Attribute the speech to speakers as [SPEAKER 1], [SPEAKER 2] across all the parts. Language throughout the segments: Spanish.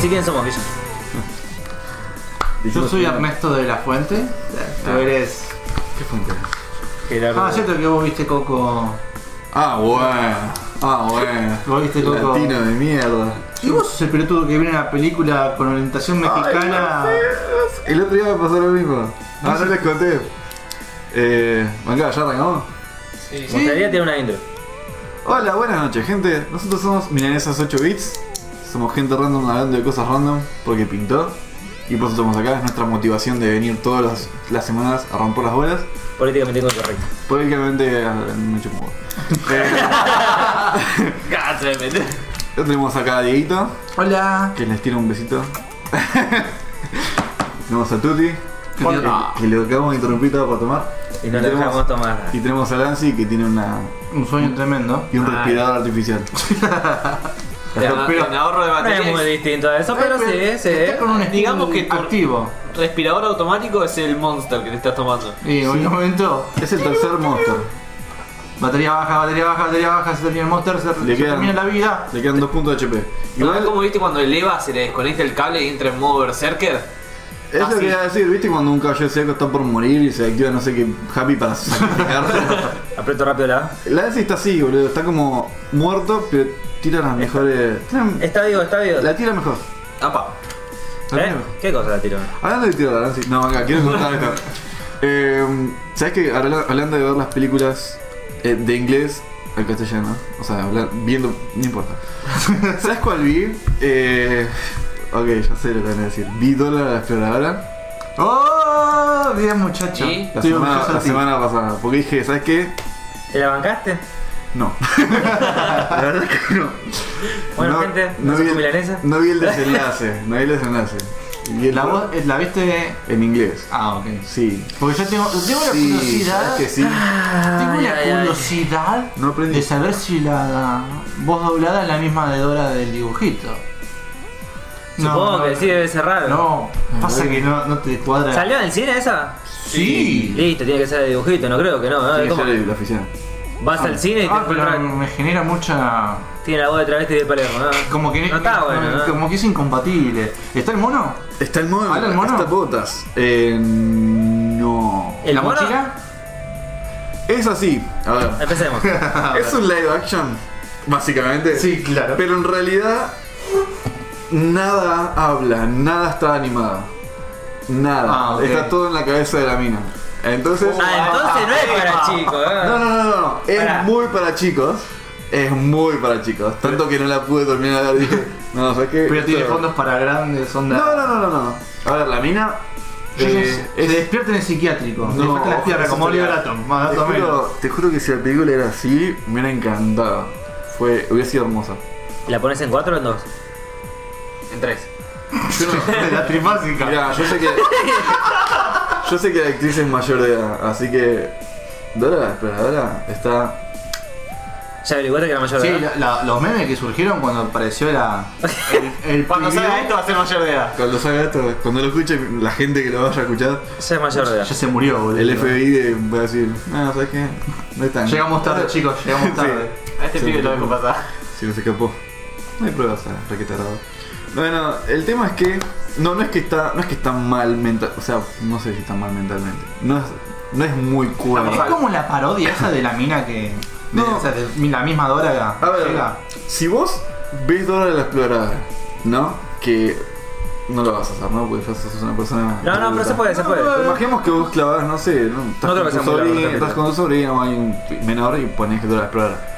[SPEAKER 1] si quieren somos Villa.
[SPEAKER 2] Yo soy Ernesto de la Fuente. Tú eres.
[SPEAKER 3] ¿Qué fuente?
[SPEAKER 1] Gerardo.
[SPEAKER 2] Ah, cierto que vos viste Coco.
[SPEAKER 3] Ah, bueno. Ah, bueno.
[SPEAKER 2] Vos viste Coco.
[SPEAKER 3] Latino de mierda.
[SPEAKER 2] Y vos sos el pelotudo que viene a la película con orientación mexicana.
[SPEAKER 3] El otro día me pasó lo mismo. Ah, no les conté. Eh. Manga, ¿ya arrancamos?
[SPEAKER 1] Me gustaría tener una intro.
[SPEAKER 3] Hola, buenas noches, gente. Nosotros somos Milanesas 8 bits. Somos gente random hablando de cosas random porque pintó. Y por eso estamos acá. Es nuestra motivación de venir todas las, las semanas a romper las bolas.
[SPEAKER 1] Políticamente incorrecto.
[SPEAKER 3] Políticamente, ah, me chupo. Eh, ya tenemos acá a Dieguito,
[SPEAKER 2] Hola.
[SPEAKER 3] que les tira un besito. tenemos a Tuti, que,
[SPEAKER 2] Hola.
[SPEAKER 3] que lo acabamos de interrumpir todo para tomar.
[SPEAKER 1] Y no le
[SPEAKER 3] tenemos-
[SPEAKER 1] dejamos tomar.
[SPEAKER 3] Y tenemos a Lancy, que tiene una,
[SPEAKER 2] Un sueño tremendo.
[SPEAKER 3] y un
[SPEAKER 1] Ah.
[SPEAKER 3] respirador artificial.
[SPEAKER 1] Pero-
[SPEAKER 4] Pero un ahorro de
[SPEAKER 1] No es muy
[SPEAKER 4] batería.
[SPEAKER 1] distinto a eso, pero sí, sí.
[SPEAKER 2] Está con un
[SPEAKER 4] Digamos
[SPEAKER 2] estilo
[SPEAKER 4] que tu-
[SPEAKER 2] activo.
[SPEAKER 4] Respirador automático es el monster que te estás tomando.
[SPEAKER 2] Y en un momento,
[SPEAKER 3] Es el tercer monster.
[SPEAKER 2] batería baja, batería baja, batería baja, se termina el monster, se, se
[SPEAKER 3] quedan-
[SPEAKER 2] termina la vida.
[SPEAKER 3] Le quedan 2 puntos de HP.
[SPEAKER 4] Igual como viste cuando el EVA se le desconecta el cable y entra en modo berserker.
[SPEAKER 3] Eso
[SPEAKER 1] Ah,
[SPEAKER 4] Así.
[SPEAKER 3] quería decir, ¿viste cuando un caballero seco está por morir y se activa no sé qué happy para sacrificarse?
[SPEAKER 1] Aprieto rápido la A.
[SPEAKER 3] Lancy está así, boludo, está como muerto, pero tira las mejores. tira-
[SPEAKER 1] Está vivo, está vivo.
[SPEAKER 3] La tira mejor.
[SPEAKER 4] Apa.
[SPEAKER 3] La tira
[SPEAKER 1] ¿Eh?
[SPEAKER 3] mejor.
[SPEAKER 1] ¿Qué cosa la tiró?
[SPEAKER 3] Hablando de tirar, Lancy. No, acá, quiero contar esto. Eh, ¿Sabes que habla- hablando de ver las películas eh, de inglés al castellano? O sea, hablar- viendo. no importa. ¿Sabes cuál vi? Eh, ok, ya sé lo que van a decir. Vi Dólar a la exploradora.
[SPEAKER 2] ¡Oh! Bien, muchacho.
[SPEAKER 4] ¿Y?
[SPEAKER 3] La,
[SPEAKER 2] Estoy
[SPEAKER 3] semana,
[SPEAKER 2] orgulloso de
[SPEAKER 3] la
[SPEAKER 2] ti.
[SPEAKER 3] semana pasada, porque dije, ¿sabes qué?
[SPEAKER 1] ¿Te la bancaste?
[SPEAKER 3] No. la verdad es que no.
[SPEAKER 1] Bueno,
[SPEAKER 3] No-
[SPEAKER 1] gente,
[SPEAKER 3] no
[SPEAKER 1] no
[SPEAKER 3] vi,
[SPEAKER 1] soy
[SPEAKER 3] el,
[SPEAKER 1] milanesa.
[SPEAKER 3] no vi el desenlace. no vi el desenlace. Vi el
[SPEAKER 2] La
[SPEAKER 3] juego
[SPEAKER 2] voz, eh, la viste.
[SPEAKER 3] en inglés.
[SPEAKER 2] Ah, ok.
[SPEAKER 3] Sí.
[SPEAKER 2] Porque yo tengo, tengo la
[SPEAKER 3] Sí,
[SPEAKER 2] curiosidad.
[SPEAKER 3] ¿sabes que sí?
[SPEAKER 2] Tengo
[SPEAKER 1] Ay,
[SPEAKER 2] la
[SPEAKER 1] ay, ay.
[SPEAKER 2] curiosidad
[SPEAKER 3] No aprendí.
[SPEAKER 2] de saber si la voz doblada es la misma de Dora del dibujito.
[SPEAKER 1] Supongo que sí, debe ser raro.
[SPEAKER 2] No, pasa que no, no te cuadra.
[SPEAKER 1] ¿Salió en el cine esa?
[SPEAKER 2] Sí.
[SPEAKER 1] Listo, tiene que ser de dibujito, no creo que no. ¿no?
[SPEAKER 3] Tiene que
[SPEAKER 1] ¿Cómo?
[SPEAKER 3] ser el- la oficina.
[SPEAKER 1] Vas al cine y te
[SPEAKER 2] Ah, pero
[SPEAKER 1] encuentras.
[SPEAKER 2] me genera mucha.
[SPEAKER 1] Tiene la voz de travesti de Palermo, ¿no?
[SPEAKER 2] Como que,
[SPEAKER 1] No está bueno, ¿no?
[SPEAKER 2] como que es incompatible. ¿Está el mono?
[SPEAKER 3] Está el mono.
[SPEAKER 2] ¿Habla ¿Ah, el mono?
[SPEAKER 3] Está botas. Eh, no.
[SPEAKER 1] ¿El
[SPEAKER 2] ¿La
[SPEAKER 1] mono?
[SPEAKER 2] mochila?
[SPEAKER 3] Es así. A ver.
[SPEAKER 1] Empecemos. Ah,
[SPEAKER 3] Es un live action, básicamente.
[SPEAKER 2] Sí, claro.
[SPEAKER 3] Pero en realidad nada habla, nada está animado. Nada.
[SPEAKER 2] Ah, ok. Oh,
[SPEAKER 3] Está todo en la cabeza de la mina. Entonces.
[SPEAKER 1] Ah, entonces no es para chicos, ¿eh?
[SPEAKER 3] No, no, no, no, no. Es
[SPEAKER 1] Pará.
[SPEAKER 3] muy para chicos. Es muy para chicos. Tanto que no la pude terminar de ver. Dije, no, ¿sabes qué?
[SPEAKER 2] Pero tiene
[SPEAKER 3] Esto-
[SPEAKER 2] fondos para grandes, onda.
[SPEAKER 3] No, no, no, no, no. A ver, la mina.
[SPEAKER 2] Yo
[SPEAKER 3] eh,
[SPEAKER 2] no sé, se despierta en el psiquiátrico. No,
[SPEAKER 3] no,
[SPEAKER 2] la tierra, como
[SPEAKER 3] sería-
[SPEAKER 2] Oliver Atom. Ah, Más
[SPEAKER 3] Te
[SPEAKER 2] o menos.
[SPEAKER 3] juro, te juro que si la película era así, me hubiera encantado. Fue, hubiera sido hermosa.
[SPEAKER 1] ¿La pones en 4 o en 2?
[SPEAKER 4] En tres.
[SPEAKER 3] Yo no-
[SPEAKER 2] La trifásica.
[SPEAKER 3] Mirá, yo sé que. yo sé que la actriz es mayor de edad, así que. Dora la exploradora está.
[SPEAKER 1] Ya averiguaste que la mayor
[SPEAKER 2] Sí,
[SPEAKER 1] de edad?
[SPEAKER 2] la- la- los memes que surgieron cuando apareció la. El, el
[SPEAKER 4] Cuando
[SPEAKER 2] preview,
[SPEAKER 4] salga esto va a ser mayor de edad.
[SPEAKER 3] Cuando salga esto, cuando lo escuche la gente que lo vaya a escuchar,
[SPEAKER 1] Ya es mayor de edad.
[SPEAKER 2] Ya se murió, boludo.
[SPEAKER 3] el FBI de, va a decir, no, ¿sabes qué? No están.
[SPEAKER 2] Llegamos tarde, chicos, llegamos tarde.
[SPEAKER 4] A este
[SPEAKER 3] Sí,
[SPEAKER 4] pibe lo
[SPEAKER 3] sí.
[SPEAKER 4] dejo pasar.
[SPEAKER 3] Si no se escapó. No hay pruebas, ah, raqueta grabada. Bueno, el tema es que. No, no es que está. No es que está mal mental. O sea, no sé si está mal mentalmente. No es, no es muy cuerdo.
[SPEAKER 2] Es como la parodia esa de la mina que. de-
[SPEAKER 3] No.
[SPEAKER 2] o sea, de la misma Dora
[SPEAKER 3] A ver,
[SPEAKER 2] llega.
[SPEAKER 3] si vos ves Dora la Exploradora, ¿no? Que no lo vas a hacer, ¿no? Porque ya sos una persona.
[SPEAKER 1] No, no, pero
[SPEAKER 3] adulta.
[SPEAKER 1] se puede, se puede.
[SPEAKER 3] Pero Imaginemos que vos clavás, no sé, ¿no? estás,
[SPEAKER 1] No creo
[SPEAKER 3] con
[SPEAKER 1] que sea
[SPEAKER 3] tu
[SPEAKER 1] muy largo,
[SPEAKER 3] sobrino,
[SPEAKER 1] capítulo.
[SPEAKER 3] estás con tu sobrino, hay un menor y pones que Dora la Exploradora.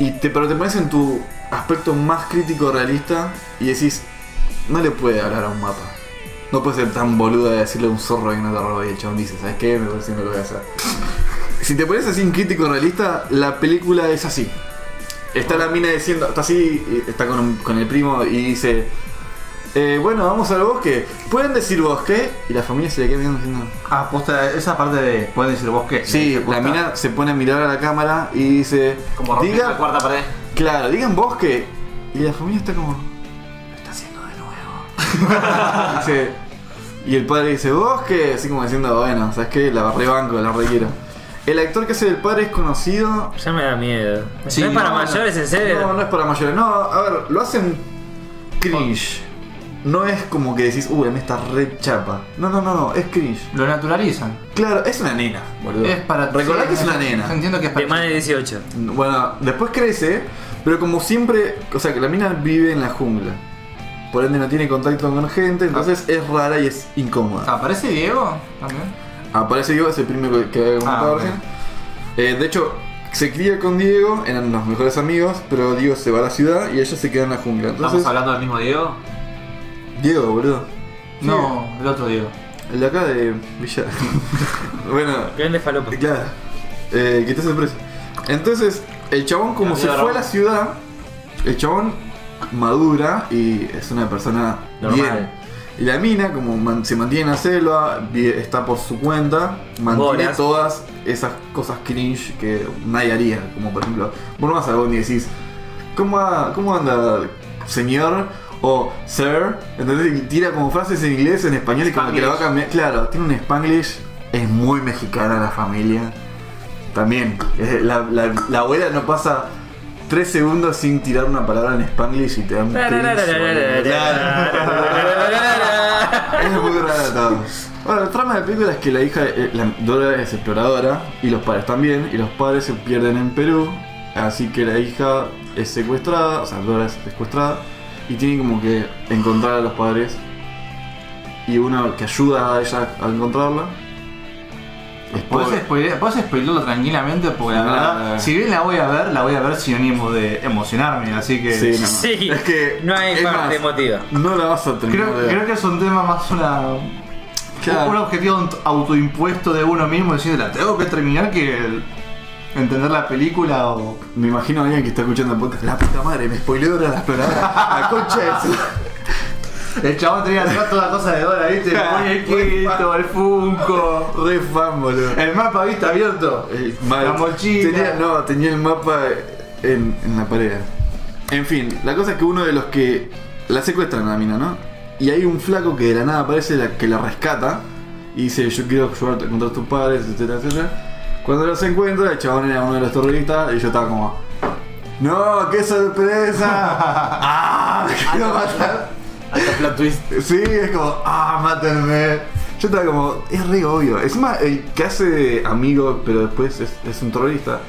[SPEAKER 3] Y te, pero te pones en tu aspecto más crítico realista y decís, no le puede hablar a un mapa. No puede ser tan boluda de decirle a un zorro que no te roba y el chabón dice, ¿sabes qué? Me parece que no lo voy a hacer. Si te pones así en crítico realista, la película es así. Está la mina diciendo, está así, y está con, un- con el primo y dice, "Eh, bueno, vamos al bosque. ¿Pueden decir bosque? Y la familia se le queda mirando diciendo...
[SPEAKER 2] Ah, posta, esa parte de. Pueden decir vos qué.
[SPEAKER 3] Sí, la
[SPEAKER 2] Posta.
[SPEAKER 3] mina se pone a mirar a la cámara y dice,
[SPEAKER 4] Como rompiendo la
[SPEAKER 3] diga,
[SPEAKER 4] cuarta pared.
[SPEAKER 3] claro, digan bosque. Y la familia está como, lo está haciendo de nuevo. Dice- y el padre dice, bosque, así como diciendo, bueno, ¿sabes qué? La rebanco, la requiero. El actor que hace el padre es conocido
[SPEAKER 1] Ya me da miedo.
[SPEAKER 2] Sí,
[SPEAKER 1] ¿No es para
[SPEAKER 2] no,
[SPEAKER 1] mayores, en serio?
[SPEAKER 3] No, no es para mayores. No, a ver, lo hacen cringe. no es como que decís, uy, a mí está re chapa. No, no, no, no, es cringe.
[SPEAKER 2] Lo naturalizan.
[SPEAKER 3] Claro, es una nena, boludo.
[SPEAKER 2] Es para
[SPEAKER 3] Recordá
[SPEAKER 2] sí,
[SPEAKER 3] que es una
[SPEAKER 2] entiendo-
[SPEAKER 3] nena.
[SPEAKER 2] Entiendo que es
[SPEAKER 1] De más de
[SPEAKER 2] para
[SPEAKER 1] 18.
[SPEAKER 3] Bueno, después crece, pero como siempre, o sea, que la mina vive en la jungla. Por ende no tiene contacto con gente, entonces es rara y es incómoda. Ah,
[SPEAKER 2] ¿Aparece Diego también?
[SPEAKER 3] Aparece Diego, es el primero que- que había comentado
[SPEAKER 2] Ah, ok.
[SPEAKER 3] recién. Eh, de hecho, se cría con Diego, eran los mejores amigos, pero Diego se va a la ciudad y ella se queda en la jungla. Entonces,
[SPEAKER 4] ¿Estamos hablando del mismo Diego?
[SPEAKER 3] Diego, boludo.
[SPEAKER 2] No, el otro Diego.
[SPEAKER 3] El de acá de Villa. bueno,
[SPEAKER 1] Grande falopa.
[SPEAKER 3] claro. Eh, que te hace preso. Entonces, el chabón como
[SPEAKER 4] La
[SPEAKER 3] se
[SPEAKER 4] vida
[SPEAKER 3] fue a la
[SPEAKER 4] brava.
[SPEAKER 3] ciudad, el chabón madura y es una persona
[SPEAKER 1] Normal.
[SPEAKER 3] bien. Y la mina, como man- se mantiene en la selva, vi- está por su cuenta, mantiene
[SPEAKER 1] Bolas.
[SPEAKER 3] todas esas cosas cringe que nadie haría. Como por ejemplo, vos no vas a Bondi y decís, ¿cómo, a- cómo anda señor? O sir, entonces tira como frases en inglés, en español y como que la va a cambiar. Claro, tiene un spanglish, es muy mexicana la familia. También, eh, la, la- la abuela no pasa tres segundos sin tirar una palabra en spanglish y te da un cringe, es muy raro todo. Bueno, el trama de la película es que la hija, eh, la Dora es exploradora y los padres también, y los padres se pierden en Perú, así que la hija es secuestrada, o sea, Dora es secuestrada, y tiene como que encontrar a los padres, y uno que ayuda a ella a encontrarla. Es
[SPEAKER 2] ¿Podés
[SPEAKER 3] pobre.
[SPEAKER 2] spoilear- podés spoilearlo tranquilamente porque la
[SPEAKER 3] No,
[SPEAKER 2] verdad,
[SPEAKER 3] no.
[SPEAKER 2] si bien la voy a ver, la voy a ver sinónimo de emocionarme, así que
[SPEAKER 3] Sí, no.
[SPEAKER 1] Sí,
[SPEAKER 3] es que
[SPEAKER 1] no hay
[SPEAKER 3] es
[SPEAKER 1] parte
[SPEAKER 3] más,
[SPEAKER 1] emotiva.
[SPEAKER 3] No la vas a terminar.
[SPEAKER 2] creo,
[SPEAKER 3] de ver.
[SPEAKER 2] creo que es un tema más una
[SPEAKER 3] Claro.
[SPEAKER 2] un objetivo aut- autoimpuesto de uno mismo decir la tengo que terminar que el- entender la película o
[SPEAKER 3] Me imagino a alguien que está escuchando el podcast. La puta madre, me spoileó Dora la exploradora. La concha es.
[SPEAKER 2] el chabón tenía atrás toda la cosa de dólar, viste, el muñequito, el Funko,
[SPEAKER 3] Re fan, boludo.
[SPEAKER 2] el mapa viste abierto,
[SPEAKER 3] Eh, mal.
[SPEAKER 2] la mochila.
[SPEAKER 3] Tenía, no, tenía el mapa en, en la pared. En fin, la cosa es que uno de los que la secuestran a la mina, ¿no? Y hay un flaco que de la nada aparece la, que la rescata y dice: Yo quiero ayudarte a encontrar a tus padres, etcétera, etcétera. Cuando los encuentra, el chabón era uno de los terroristas y yo estaba como: ¡No, qué sorpresa! ¡Ah! ¡Me quiero matar!
[SPEAKER 2] Hasta plot twist.
[SPEAKER 3] Sí, es como, ah, mátenme. Yo estaba como, es re obvio. Encima, el que hace amigo, pero después es, es un terrorista,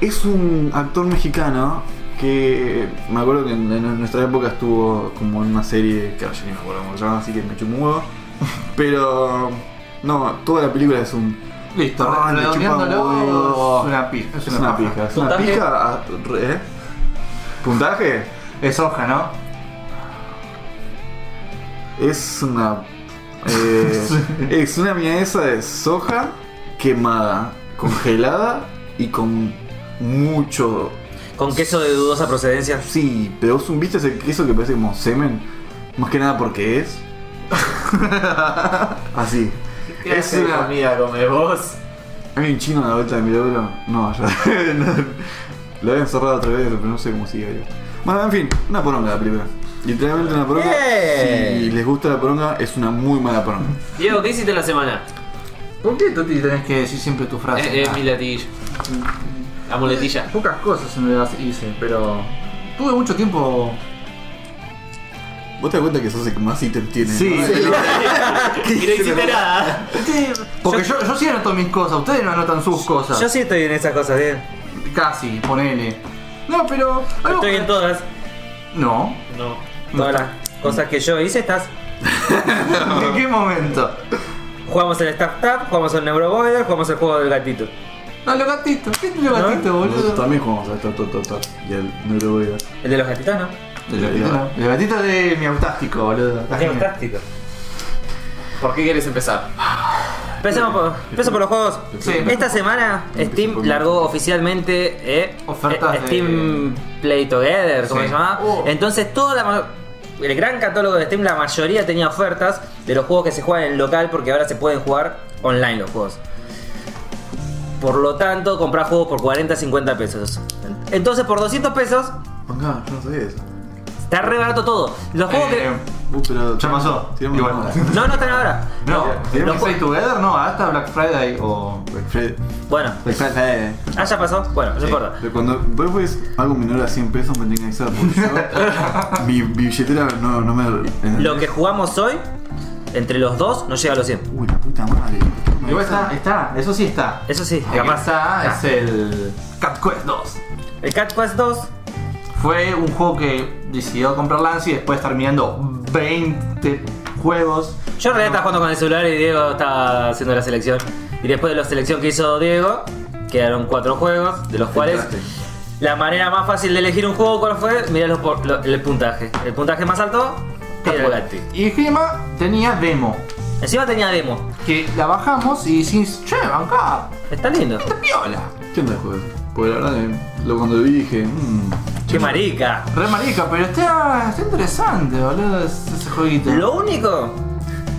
[SPEAKER 3] es un actor mexicano que me acuerdo que en, en nuestra época estuvo como en una serie que ahora yo ni me acuerdo cómo se llama, así que me chupo un huevo. Pero, no, toda la película es un.
[SPEAKER 2] Listo,
[SPEAKER 3] Ah, me chupa un huevo.
[SPEAKER 2] redondeándolo es una pija, es
[SPEAKER 3] Es
[SPEAKER 2] paja.
[SPEAKER 3] una pija, es una
[SPEAKER 4] ¿Puntaje?
[SPEAKER 3] pija. ah, re- ¿eh? ¿Puntaje?
[SPEAKER 2] Es hoja, ¿no?
[SPEAKER 3] Es una. eh, es una milanesa de soja quemada, congelada y con mucho.
[SPEAKER 1] Con queso de dudosa procedencia.
[SPEAKER 3] Sí, pero es un viste ese queso que parece como semen. Más que nada porque es. Así. Es una.
[SPEAKER 4] comida come vos.
[SPEAKER 3] Hay un chino a la vuelta de mi laburo. No, ya. no. lo había encerrado otra vez, pero no sé cómo sigue. ahí. Bueno, en fin, una poronga la primera. Literalmente una poronga.
[SPEAKER 1] Bien.
[SPEAKER 3] Si les gusta la poronga, es una muy mala poronga.
[SPEAKER 4] Diego, ¿qué hiciste la semana?
[SPEAKER 2] ¿Por qué Toti tenés que decir siempre tu frase?
[SPEAKER 4] Eh, eh,
[SPEAKER 2] Ah.
[SPEAKER 4] mi latilla. La muletilla.
[SPEAKER 2] Pocas cosas en realidad hice, pero tuve mucho tiempo.
[SPEAKER 3] Vos te das cuenta que sos el que más ítem tiene.
[SPEAKER 2] Sí,
[SPEAKER 3] ¿no?
[SPEAKER 2] sí.
[SPEAKER 4] Y no hiciste nada.
[SPEAKER 2] Porque yo, yo sí anoto mis cosas, ustedes no anotan sus cosas.
[SPEAKER 1] Yo sí estoy en esas cosas, bien.
[SPEAKER 2] Casi, ponele. No, pero. algo-
[SPEAKER 1] Estoy en todas.
[SPEAKER 2] No.
[SPEAKER 4] No.
[SPEAKER 1] Todas las cosas que yo hice, estás.
[SPEAKER 2] ¿En qué momento?
[SPEAKER 1] Jugamos el Staff Tap, jugamos el Neuroboiler, jugamos el juego del gatito.
[SPEAKER 2] No, los gatitos. ¿Qué es los gatitos,
[SPEAKER 3] Nosotros
[SPEAKER 2] boludo?
[SPEAKER 3] también jugamos a esta ta, ta, ta, y al no lo voy a
[SPEAKER 1] El de los gatitos, ¿no?
[SPEAKER 2] Los gatitos no. Los gatitos de mi autástico, boludo. Está
[SPEAKER 1] Qué
[SPEAKER 2] genial.
[SPEAKER 1] fantástico.
[SPEAKER 4] ¿Por qué quieres empezar?
[SPEAKER 1] Empezamos por, empezamos por los juegos.
[SPEAKER 2] Sí.
[SPEAKER 1] Esta semana
[SPEAKER 3] Empecé
[SPEAKER 1] Steam
[SPEAKER 3] por-
[SPEAKER 1] largó oficialmente eh,
[SPEAKER 2] Ofertas
[SPEAKER 1] eh,
[SPEAKER 2] de-
[SPEAKER 1] Steam Play Together, como
[SPEAKER 2] Sí.
[SPEAKER 1] se llamaba.
[SPEAKER 2] Oh.
[SPEAKER 1] Entonces todo la ma- el gran catálogo de Steam, la mayoría tenía ofertas de los juegos que se juegan en local porque ahora se pueden jugar online los juegos. Por lo tanto, comprar juegos por 40, 50 pesos. Entonces por 200 pesos
[SPEAKER 3] Manga, yo no sabía eso.
[SPEAKER 1] está re barato todo. Los juegos que...
[SPEAKER 2] Eh,
[SPEAKER 3] Uh, pero
[SPEAKER 2] Ya pasó.
[SPEAKER 3] Tiramos
[SPEAKER 2] Igual.
[SPEAKER 3] una.
[SPEAKER 1] No, no están ahora.
[SPEAKER 2] No,
[SPEAKER 1] Lo
[SPEAKER 2] ¿tenemos
[SPEAKER 1] pu-
[SPEAKER 2] que Together? No, hasta Black Friday o.
[SPEAKER 3] Black Friday.
[SPEAKER 1] Bueno,
[SPEAKER 3] Black Friday.
[SPEAKER 1] ah, ya pasó. Bueno, no importa.
[SPEAKER 3] Pero cuando vos ves algo menor a 100 pesos me tenés que avisar porque yo- mi billetera no, no me...
[SPEAKER 1] Lo que jugamos hoy, entre los dos, no llega a los 100.
[SPEAKER 3] Uy, la puta madre.
[SPEAKER 2] Igual está, está, eso sí está.
[SPEAKER 1] Eso sí,
[SPEAKER 2] El que
[SPEAKER 1] capaz.
[SPEAKER 2] está es el Cat Quest 2.
[SPEAKER 1] El Cat Quest 2
[SPEAKER 2] Fue un juego que decidió comprar Lance y después terminando 20 juegos.
[SPEAKER 1] Yo en realidad estaba jugando con el celular y Diego estaba haciendo la selección. Y después de la selección que hizo Diego, quedaron cuatro juegos, de los cuales
[SPEAKER 3] Fantástico.
[SPEAKER 1] la manera más fácil de elegir un juego cuál fue, mirá los por- lo- el puntaje. El puntaje más alto era el Galactic.
[SPEAKER 2] Y Gema tenía demo.
[SPEAKER 1] Encima tenía demo.
[SPEAKER 2] Que la bajamos y decís, che, acá,
[SPEAKER 1] Está lindo.
[SPEAKER 2] esta piola.
[SPEAKER 3] ¿Qué onda el juego? Porque la verdad, eh, lo cuando vi dije... Mmm,
[SPEAKER 1] Qué marica.
[SPEAKER 2] Re marica, pero está, está interesante, boludo, es- ese jueguito.
[SPEAKER 1] Lo único.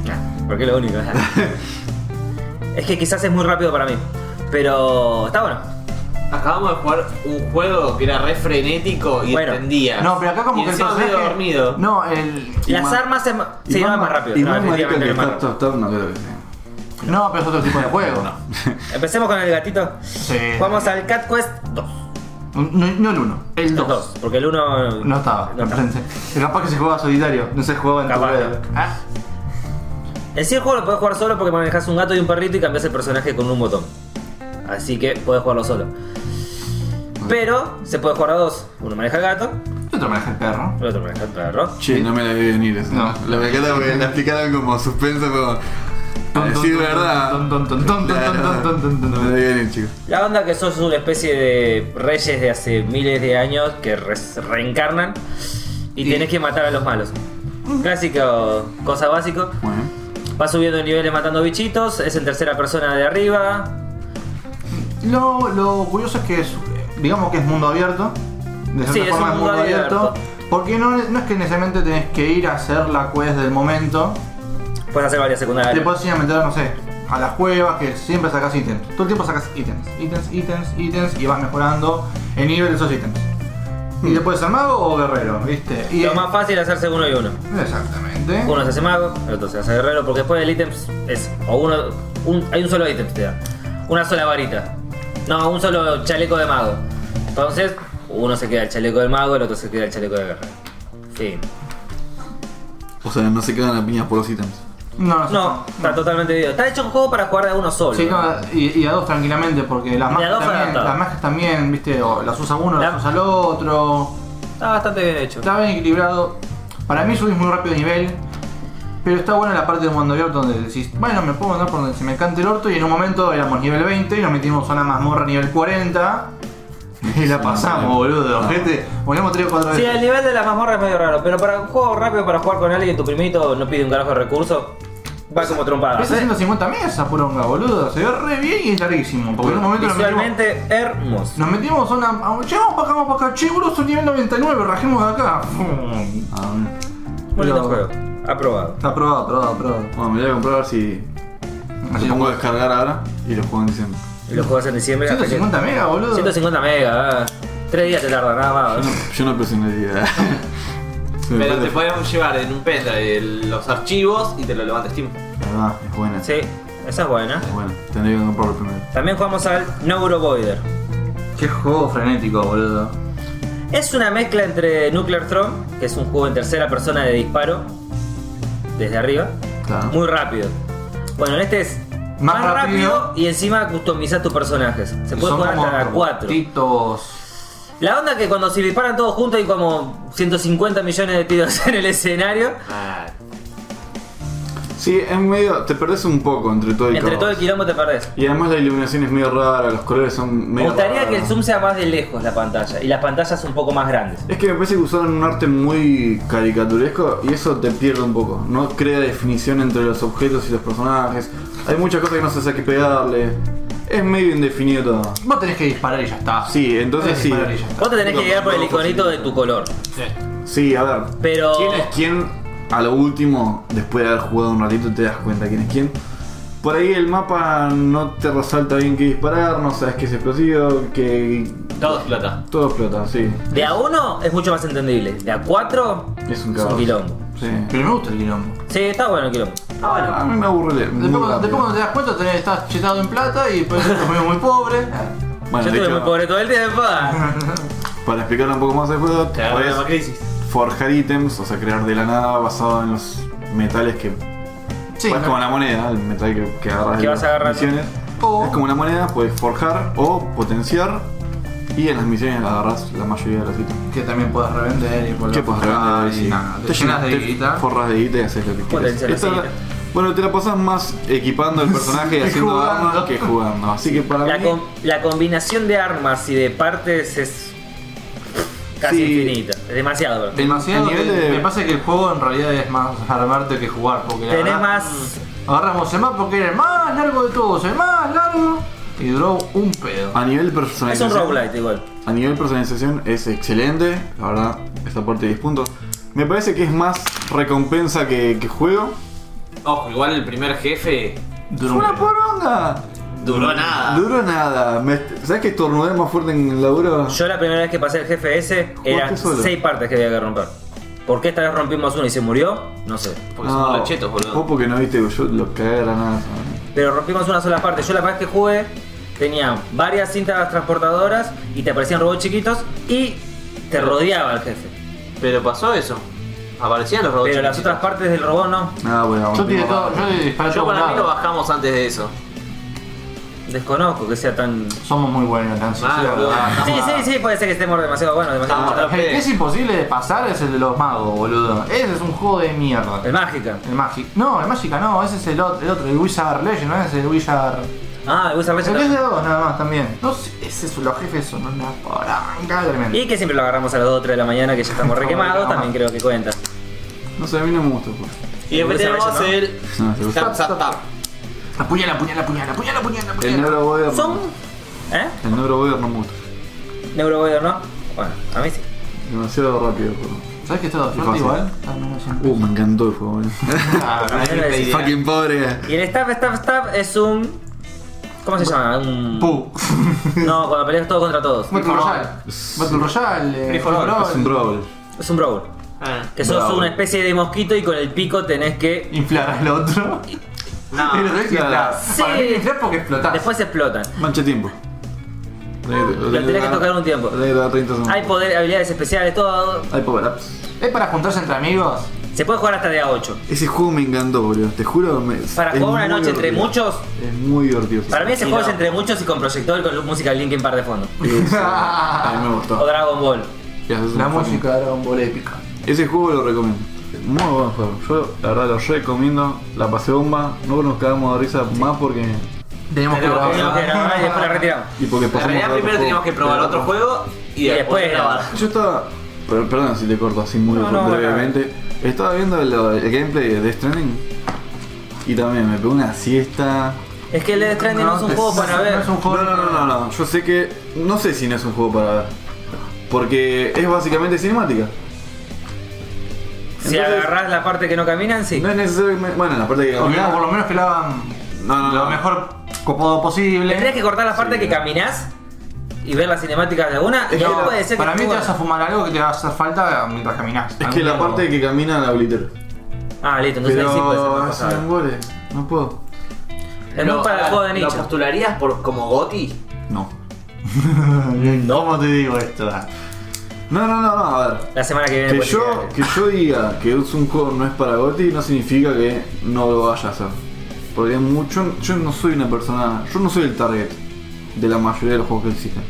[SPEAKER 1] Nah, ¿Por qué lo único? es que quizás es muy rápido para mí. Pero está bueno.
[SPEAKER 4] Acabamos de jugar un juego que era re frenético y
[SPEAKER 1] Bueno.
[SPEAKER 4] entendía.
[SPEAKER 2] No, pero acá como
[SPEAKER 4] y
[SPEAKER 2] que el
[SPEAKER 4] encima medio
[SPEAKER 2] personaje...
[SPEAKER 4] dormido.
[SPEAKER 2] No, el...
[SPEAKER 3] Y
[SPEAKER 1] Las
[SPEAKER 3] más-
[SPEAKER 1] armas se. Sí, no, es más rápido.
[SPEAKER 3] Y
[SPEAKER 1] No,
[SPEAKER 3] más marica
[SPEAKER 1] definitivamente
[SPEAKER 3] que
[SPEAKER 1] no es más
[SPEAKER 3] Tap
[SPEAKER 1] rápido.
[SPEAKER 3] Tap Tap no creo que sea.
[SPEAKER 2] No, pero es otro tipo de juego. no.
[SPEAKER 1] Empecemos con el gatito.
[SPEAKER 2] Sí.
[SPEAKER 4] Eh.
[SPEAKER 1] Vamos al Cat Quest 2.
[SPEAKER 2] No, no el 1, el
[SPEAKER 1] El
[SPEAKER 2] 2.
[SPEAKER 1] dos, porque el 1
[SPEAKER 2] No estaba,
[SPEAKER 1] No estaba.
[SPEAKER 2] enfrente. Capaz que se jugaba solitario, no se jugaba en
[SPEAKER 1] Capaz.
[SPEAKER 2] tu dedo. Ah,
[SPEAKER 1] En sí el juego lo puedes jugar solo porque manejas un gato y un perrito y cambias el personaje con un botón. Así que puedes jugarlo solo. Pero se puede jugar a dos. Uno maneja al gato,
[SPEAKER 2] Yo te maneja el perro.
[SPEAKER 1] el otro maneja al perro.
[SPEAKER 3] Che, no me la vi venir esa.
[SPEAKER 2] No.
[SPEAKER 3] La verdad porque la explicaron como suspenso, como... A
[SPEAKER 2] Ton, ton,
[SPEAKER 3] decir
[SPEAKER 2] ton,
[SPEAKER 3] verdad.
[SPEAKER 2] ton, ton, ton, ton, ton,
[SPEAKER 3] Claro,
[SPEAKER 2] ton, ton, ton, ton,
[SPEAKER 3] No
[SPEAKER 2] ton.
[SPEAKER 3] me la vi venir, chicos.
[SPEAKER 1] La onda que sos una especie de reyes de hace miles de años que re- reencarnan y,
[SPEAKER 2] Y-
[SPEAKER 1] tenés que matar a los malos. Clásico, cosa básico.
[SPEAKER 3] Bueno.
[SPEAKER 1] Vas subiendo de niveles matando bichitos, es en tercera persona de arriba.
[SPEAKER 2] Lo, lo curioso es que es, digamos que es mundo abierto. De cierta
[SPEAKER 1] Sí, es
[SPEAKER 2] forma
[SPEAKER 1] un
[SPEAKER 2] es
[SPEAKER 1] mundo
[SPEAKER 2] mundo abierto.
[SPEAKER 1] abierto.
[SPEAKER 2] Porque no, no es que necesariamente tenés que ir a hacer la quest del momento.
[SPEAKER 1] Puedes hacer varias secundarias.
[SPEAKER 2] Te podés ir a meter, no sé, a las cuevas, que siempre sacas ítems. Todo el tiempo sacas ítems, ítems, ítems, ítems y vas mejorando el nivel de esos ítems. Y te puedes ser mago o guerrero, ¿viste? Y
[SPEAKER 1] Mm. Lo
[SPEAKER 2] es-
[SPEAKER 1] más fácil es hacerse uno y uno.
[SPEAKER 2] Exactamente.
[SPEAKER 1] Uno se hace mago, el otro se hace guerrero, porque después el ítem pues, es. O uno. un- hay un solo ítem que te da. Una sola varita. No, un solo chaleco de mago. Entonces, uno se queda el chaleco del mago, el otro se queda el chaleco de guerrero. Fin.
[SPEAKER 3] O sea, no se quedan las piñas por los ítems.
[SPEAKER 2] No, no,
[SPEAKER 1] No, está totalmente dividido. Está hecho un juego para jugar de a uno solo.
[SPEAKER 2] Sí, no, y, y a dos tranquilamente, porque las
[SPEAKER 1] Y a
[SPEAKER 2] magias
[SPEAKER 1] dos para
[SPEAKER 2] también,
[SPEAKER 1] adaptar.
[SPEAKER 2] las magias también, viste, o las usa uno,
[SPEAKER 1] La-
[SPEAKER 2] las usa el otro.
[SPEAKER 1] Está bastante bien hecho.
[SPEAKER 2] Está bien equilibrado. Para mí subís muy rápido de nivel. Pero está buena la parte del mundo abierto donde decís, bueno, me puedo andar por donde se me cante el orto. Y en un momento éramos nivel 20 y nos metimos a una mazmorra nivel 40. Y la
[SPEAKER 3] Sí,
[SPEAKER 2] pasamos,
[SPEAKER 3] no,
[SPEAKER 2] boludo.
[SPEAKER 3] no.
[SPEAKER 2] Gente, volvemos 3 o 4
[SPEAKER 1] Sí, el
[SPEAKER 2] veces.
[SPEAKER 1] nivel de las mazmorras es medio raro, pero para un juego rápido para jugar con alguien, tu primito no pide un carajo de recursos, va como trompada.
[SPEAKER 2] Pesa 150 mesas, poronga, boludo. Se ve re bien y es larguísimo. Porque en un momento nos metimos,
[SPEAKER 1] Visualmente hermoso.
[SPEAKER 2] nos metimos a una. a- che, vamos para acá, vamos para acá. Che, boludo, son nivel 99, rajemos de acá. Fum.
[SPEAKER 3] Ah, bueno.
[SPEAKER 1] Muy lindo
[SPEAKER 2] Pero-
[SPEAKER 1] juego. Aprobado.
[SPEAKER 2] Está aprobado, aprobado, aprobado.
[SPEAKER 3] Bueno, me voy a comprar a ver si...
[SPEAKER 2] Así lo
[SPEAKER 3] Lo pongo a
[SPEAKER 2] juego.
[SPEAKER 3] descargar ahora y lo juego en diciembre.
[SPEAKER 1] Y lo juegas en diciembre. hasta que-
[SPEAKER 2] 150 megas, boludo.
[SPEAKER 1] 150 mega, ah. Tres días te tarda, nada
[SPEAKER 3] Yo
[SPEAKER 1] más. ah.
[SPEAKER 3] no, yo no presionaría. Se me
[SPEAKER 4] Pero
[SPEAKER 3] fue
[SPEAKER 4] te
[SPEAKER 3] la-
[SPEAKER 4] podemos llevar en un pendrive el- los archivos y te lo levantas Steam.
[SPEAKER 3] La verdad, es buena.
[SPEAKER 1] Sí, esa es buena.
[SPEAKER 3] Es buena. Tendría que comprarlo primero.
[SPEAKER 1] También jugamos al Neuro Voider.
[SPEAKER 2] Qué juego frenético, boludo.
[SPEAKER 1] Es una mezcla entre Nuclear Throne, que es un juego en tercera persona de disparo, desde arriba,
[SPEAKER 3] Claro.
[SPEAKER 1] muy rápido. Bueno, en este es
[SPEAKER 2] Más
[SPEAKER 1] más, rápido,
[SPEAKER 2] rápido.
[SPEAKER 1] y encima customizás tus personajes. Se puede
[SPEAKER 2] Son
[SPEAKER 1] jugar
[SPEAKER 2] como
[SPEAKER 1] hasta 4.
[SPEAKER 2] robotitos.
[SPEAKER 1] La onda que cuando se disparan todos juntos hay como 150 millones de tiros en el escenario.
[SPEAKER 4] Ah,
[SPEAKER 3] Sí, es medio. Te perdés un poco entre todo y
[SPEAKER 1] Entre
[SPEAKER 3] caos.
[SPEAKER 1] todo el quilombo te perdés.
[SPEAKER 3] Y además la iluminación es medio rara, los colores son
[SPEAKER 1] Me
[SPEAKER 3] medio.
[SPEAKER 1] gustaría
[SPEAKER 3] raros.
[SPEAKER 1] que el zoom sea más de lejos la pantalla y las pantallas un poco más grandes.
[SPEAKER 3] Es que me parece que usaron un arte muy caricaturesco y eso te pierde un poco. No crea definición entre los objetos y los personajes. Hay muchas cosas que no se sabe qué pegarle. Es medio indefinido todo.
[SPEAKER 2] Vos tenés que disparar y ya está.
[SPEAKER 3] Sí, entonces
[SPEAKER 2] Tenés que
[SPEAKER 3] sí.
[SPEAKER 2] disparar y ya está.
[SPEAKER 1] Vos te tenés que guiar por el iconito de tu color.
[SPEAKER 4] sí.
[SPEAKER 3] Sí, a ver.
[SPEAKER 1] Pero-
[SPEAKER 3] ¿Quién es quién? A lo último, después de haber jugado un ratito, te das cuenta quién es quién. Por ahí el mapa no te resalta bien qué disparar, no sabes qué es explosivo, que.
[SPEAKER 4] Todo explota.
[SPEAKER 3] Todo explota, sí.
[SPEAKER 1] De a uno es mucho más entendible. De a cuatro
[SPEAKER 3] Es un
[SPEAKER 1] es
[SPEAKER 3] caos.
[SPEAKER 1] un quilombo.
[SPEAKER 3] Sí.
[SPEAKER 2] Pero me gusta el quilombo.
[SPEAKER 1] Sí, está bueno el quilombo.
[SPEAKER 3] Ah, bueno. A mí me aburre leer. muy
[SPEAKER 2] Después, cuando-
[SPEAKER 3] rápido.
[SPEAKER 2] después cuando te das cuenta tenés- estás chetado en plata y después te pones muy pobre.
[SPEAKER 3] Bueno,
[SPEAKER 1] Yo
[SPEAKER 3] Ah, de
[SPEAKER 1] estuve ¿eh?
[SPEAKER 3] hecho,
[SPEAKER 1] muy pobre todo el tiempo.
[SPEAKER 3] para explicar un poco más el juego,
[SPEAKER 4] Te agarra
[SPEAKER 3] podés
[SPEAKER 4] la crisis.
[SPEAKER 3] forjar ítems, o sea, crear de la nada basado en los metales que.
[SPEAKER 2] Sí,
[SPEAKER 3] es
[SPEAKER 2] no.
[SPEAKER 3] como la moneda, el metal que, que agarras
[SPEAKER 1] Que
[SPEAKER 3] de
[SPEAKER 1] vas
[SPEAKER 3] las
[SPEAKER 1] agarrando.
[SPEAKER 3] misiones.
[SPEAKER 2] O-
[SPEAKER 3] Es como una moneda, puedes forjar o potenciar. Y en las misiones agarras la mayoría de los ítems.
[SPEAKER 2] Que también puedas revender y volver
[SPEAKER 3] ¿Qué
[SPEAKER 2] a
[SPEAKER 3] puedes
[SPEAKER 2] comprar
[SPEAKER 3] regalar?
[SPEAKER 2] pues, y
[SPEAKER 3] Sí.
[SPEAKER 2] nada, Te llenas de
[SPEAKER 3] te
[SPEAKER 2] guita.
[SPEAKER 3] Forras de guita y haces lo que quieras.
[SPEAKER 1] Potenciar la
[SPEAKER 3] Esta-
[SPEAKER 1] guita.
[SPEAKER 3] bueno, te la pasas más equipando el personaje y
[SPEAKER 2] Que
[SPEAKER 3] haciendo
[SPEAKER 2] jugando.
[SPEAKER 3] armas que jugando. Así que para
[SPEAKER 1] La,
[SPEAKER 3] mí.
[SPEAKER 1] com- la combinación de armas y de partes es casi
[SPEAKER 3] Sí.
[SPEAKER 1] infinita. Es Demasiado, bro.
[SPEAKER 2] Demasiado.
[SPEAKER 3] a nivel
[SPEAKER 2] que-
[SPEAKER 3] de-
[SPEAKER 2] Me pasa que el juego en realidad es más armarte que jugar. Porque la
[SPEAKER 1] Tenés
[SPEAKER 2] verdad,
[SPEAKER 1] más.
[SPEAKER 2] Agarramos el mapa porque era el más largo de todos, el más largo. Y duró un pedo.
[SPEAKER 3] A nivel
[SPEAKER 1] Es un
[SPEAKER 3] personalización.
[SPEAKER 1] roguelite igual.
[SPEAKER 3] A nivel personalización es excelente, la verdad, esta parte de 10 puntos. Me parece que es más recompensa que, que juego.
[SPEAKER 4] Ojo, igual el primer jefe
[SPEAKER 2] Duró
[SPEAKER 3] ¡Fue
[SPEAKER 2] un Ah.
[SPEAKER 3] una
[SPEAKER 2] pedo.
[SPEAKER 3] poronga!
[SPEAKER 4] duró nada.
[SPEAKER 3] Duro nada. Me, ¿Sabes que estornudé más fuerte en el laburo?
[SPEAKER 1] Yo la primera vez que pasé el jefe ese eran
[SPEAKER 3] solo.
[SPEAKER 1] seis partes que había que romper. ¿Por qué esta vez rompimos una y se murió? No sé.
[SPEAKER 4] Porque somos los chetos, boludo.
[SPEAKER 3] Vos porque no viste, yo lo cagué a la nada.
[SPEAKER 1] Pero rompimos una sola parte. Yo la vez que jugué tenía varias cintas transportadoras y te aparecían robots chiquitos y te rodeaba el jefe.
[SPEAKER 4] Pero pasó eso. Aparecían los robots.
[SPEAKER 1] Pero las
[SPEAKER 4] chiquititos.
[SPEAKER 1] otras partes del robot no.
[SPEAKER 3] Ah, bueno,
[SPEAKER 2] Yo tiré
[SPEAKER 3] tengo-
[SPEAKER 2] todo, yo le disparé
[SPEAKER 4] Yo
[SPEAKER 2] todo
[SPEAKER 4] para mí lo
[SPEAKER 2] lado.
[SPEAKER 4] bajamos antes de eso.
[SPEAKER 1] Desconozco que sea tan...
[SPEAKER 2] Somos muy buenos, Nancy.
[SPEAKER 4] Mal,
[SPEAKER 2] sí, la
[SPEAKER 4] boludo.
[SPEAKER 2] verdad.
[SPEAKER 1] Sí, sí, sí, puede ser que estemos demasiado buenos, demasiado
[SPEAKER 4] Ah,
[SPEAKER 1] buenos.
[SPEAKER 2] El que es imposible de pasar es el de los magos, boludo. Ese es un juego de mierda.
[SPEAKER 1] El mágica.
[SPEAKER 2] El Magic. No, el Magica no, ese es el otro, el otro, el Wizard Legend, ¿no? Es el Wizard.
[SPEAKER 1] Ah, el Wizard
[SPEAKER 2] El que es
[SPEAKER 1] Legend.
[SPEAKER 2] de dos nada más también. No sé, ese es los jefes son una poronga tremenda.
[SPEAKER 1] Y que siempre lo agarramos a las 2 o 3 de la mañana que ya estamos requemados,
[SPEAKER 2] Estamos
[SPEAKER 1] también creo que cuenta.
[SPEAKER 3] No sé, a mí no me gusta. pues.
[SPEAKER 4] Y después
[SPEAKER 1] Esa
[SPEAKER 4] tenemos
[SPEAKER 1] vez,
[SPEAKER 4] el.
[SPEAKER 3] No, ¿te gusta?
[SPEAKER 4] Tap, tap, tap.
[SPEAKER 2] Apuñala, apuñala, apuñala, apuñala, apuñala,
[SPEAKER 3] El
[SPEAKER 2] apuñala.
[SPEAKER 3] Neuro Boyer.
[SPEAKER 1] Son...
[SPEAKER 3] no.
[SPEAKER 1] ¿Eh?
[SPEAKER 3] El Neuro Boyer no me gusta.
[SPEAKER 1] Neuroboyer, ¿no? Bueno, a mí sí.
[SPEAKER 3] Demasiado rápido. pero-
[SPEAKER 2] ¿Sabes que todo
[SPEAKER 3] Y
[SPEAKER 2] fuerte
[SPEAKER 3] fácil.
[SPEAKER 2] igual? También es un-
[SPEAKER 3] Uh, me encantó el juego. eh.
[SPEAKER 2] Ah,
[SPEAKER 1] A mí me decís.
[SPEAKER 3] Fucking pobre.
[SPEAKER 1] Y el Staff, Staff, Staff es un. ¿Cómo se llama? Un.
[SPEAKER 2] Pu.
[SPEAKER 1] No, cuando peleas todo contra todos.
[SPEAKER 2] Battle Royale. Battle Royale. eh,
[SPEAKER 4] Free for all.
[SPEAKER 2] Brawl.
[SPEAKER 3] Es un brawl.
[SPEAKER 1] Es un brawl.
[SPEAKER 4] Ah,
[SPEAKER 1] Que sos
[SPEAKER 3] Brawl.
[SPEAKER 1] una especie de mosquito y con el pico tenés que.
[SPEAKER 2] Inflar al otro.
[SPEAKER 4] No.
[SPEAKER 2] El otro
[SPEAKER 3] Claro.
[SPEAKER 2] inflar. Para mí
[SPEAKER 1] Sí.
[SPEAKER 2] inflar porque explotás.
[SPEAKER 1] Después se explotan.
[SPEAKER 3] Mancha tiempo. Lo
[SPEAKER 1] tenés que tocar un tiempo.
[SPEAKER 3] Tenés que tocar 30 segundos.
[SPEAKER 1] Hay poder, habilidades especiales, todo.
[SPEAKER 3] Hay power-ups.
[SPEAKER 2] Es para juntarse entre amigos.
[SPEAKER 1] Se puede jugar hasta de A8.
[SPEAKER 3] Ese juego me encantó, boludo. Te juro. Me,
[SPEAKER 1] Para
[SPEAKER 3] es
[SPEAKER 1] jugar una
[SPEAKER 3] muy
[SPEAKER 1] noche entre
[SPEAKER 3] divertido.
[SPEAKER 1] muchos.
[SPEAKER 3] Es muy divertido. sí.
[SPEAKER 1] Para mí ese
[SPEAKER 4] Sí,
[SPEAKER 1] juego es
[SPEAKER 4] no.
[SPEAKER 1] entre muchos y con proyector y con música Linkin Park de fondo.
[SPEAKER 3] Es- a mí me
[SPEAKER 1] O
[SPEAKER 3] gustó.
[SPEAKER 1] Dragon Ball.
[SPEAKER 3] Y haces un
[SPEAKER 2] La
[SPEAKER 3] fucking-
[SPEAKER 2] música de Dragon Ball épica.
[SPEAKER 3] Ese juego lo recomiendo. Muy buen juego. Yo, la verdad, lo recomiendo. La pasé bomba. No nos cagamos de risa más porque.
[SPEAKER 2] Tenemos que
[SPEAKER 4] Tenemos
[SPEAKER 2] grabar.
[SPEAKER 4] que
[SPEAKER 1] Tenemos que grabar y después la retiramos.
[SPEAKER 3] Y porque
[SPEAKER 4] En
[SPEAKER 3] pasamos.
[SPEAKER 4] realidad
[SPEAKER 3] a otro
[SPEAKER 4] primero teníamos
[SPEAKER 3] juego.
[SPEAKER 4] que probar otro juego y,
[SPEAKER 1] Y
[SPEAKER 4] después,
[SPEAKER 1] después
[SPEAKER 4] grabar.
[SPEAKER 1] grabar.
[SPEAKER 3] Yo estaba. per- Perdón si te corto así muy
[SPEAKER 1] No, no,
[SPEAKER 3] brevemente. Estaba viendo lo- el gameplay de Death Stranding. Y también me pegó una siesta.
[SPEAKER 1] Es que el Death Stranding no, es un juego para ver.
[SPEAKER 2] No es un
[SPEAKER 3] No,
[SPEAKER 2] juego.
[SPEAKER 3] no, no, no, no. Yo sé que. No sé si no es un juego para ver. Porque es básicamente cinemática.
[SPEAKER 1] Si
[SPEAKER 3] Entonces-
[SPEAKER 1] agarrás la parte que no caminan, sí.
[SPEAKER 3] No es necesario. que me- Bueno, la parte que
[SPEAKER 2] Porque
[SPEAKER 3] caminaba-
[SPEAKER 2] por lo menos que la hagan
[SPEAKER 3] No, no,
[SPEAKER 2] lo
[SPEAKER 3] no.
[SPEAKER 2] mejor copado posible.
[SPEAKER 1] Tendrías que cortar la parte que caminás y ver las cinemáticas de una.
[SPEAKER 3] Es
[SPEAKER 1] y
[SPEAKER 3] que
[SPEAKER 1] ahí
[SPEAKER 3] la-
[SPEAKER 1] puede ser que
[SPEAKER 2] Para mí te
[SPEAKER 1] estuvo-
[SPEAKER 2] vas a fumar algo que te va a hacer falta mientras caminas.
[SPEAKER 3] Es que la parte que camina la oblitera.
[SPEAKER 1] Ah, listo, entonces ahí sí puede ser.
[SPEAKER 3] Pero
[SPEAKER 1] más
[SPEAKER 3] son
[SPEAKER 1] pasable.
[SPEAKER 3] goles. No puedo.
[SPEAKER 1] Es muy para el juego de
[SPEAKER 4] ah, ¿Lo
[SPEAKER 1] nicho.
[SPEAKER 4] postularías por, como Goti?
[SPEAKER 3] No.
[SPEAKER 2] ¿Cómo te digo esto?
[SPEAKER 3] No, no, no, no, a ver.
[SPEAKER 1] La semana que viene.
[SPEAKER 3] Que
[SPEAKER 1] puede
[SPEAKER 3] yo,
[SPEAKER 1] ser.
[SPEAKER 3] que yo diga que es un juego no es para Gotti no significa que no lo vaya a hacer. Porque es mucho, yo no soy una persona, yo no soy el target de la mayoría de los juegos que existen.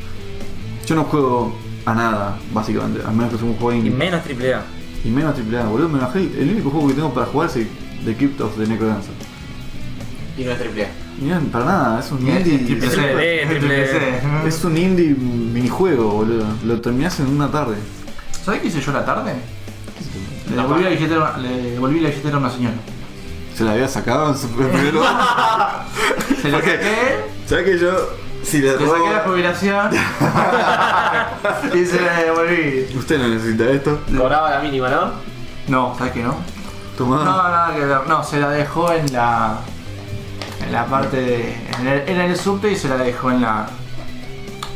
[SPEAKER 3] Yo no juego a nada, básicamente, a menos que sea un juego
[SPEAKER 1] Y
[SPEAKER 3] indie.
[SPEAKER 1] menos triple A.
[SPEAKER 3] Y menos AAA, boludo, me bajé. El único juego que tengo para jugar es el The Crypt of the Necrodancer.
[SPEAKER 4] Y no es triple A.
[SPEAKER 3] Y no, para nada, es un indie.
[SPEAKER 1] triple C.
[SPEAKER 3] Es un indie minijuego, boludo. Lo terminás en una tarde.
[SPEAKER 2] ¿Sabes qué hice yo la tarde? Le devolví la billetera, le devolví la billetera a una señora.
[SPEAKER 3] Se la había sacado en su primer
[SPEAKER 2] Se la
[SPEAKER 3] ¿Por qué?
[SPEAKER 2] saqué,
[SPEAKER 3] ¿Sabes que yo? Si le
[SPEAKER 2] le
[SPEAKER 3] robo-
[SPEAKER 2] saqué la jubilación y se la devolví.
[SPEAKER 3] Usted no necesita esto.
[SPEAKER 4] Cobraba la mínima, ¿no?
[SPEAKER 2] No, ¿sabes qué no?
[SPEAKER 3] Tomá.
[SPEAKER 2] No, nada que ver. No, se la dejó en la. En la parte de. En el, en el subte y se la dejó en la.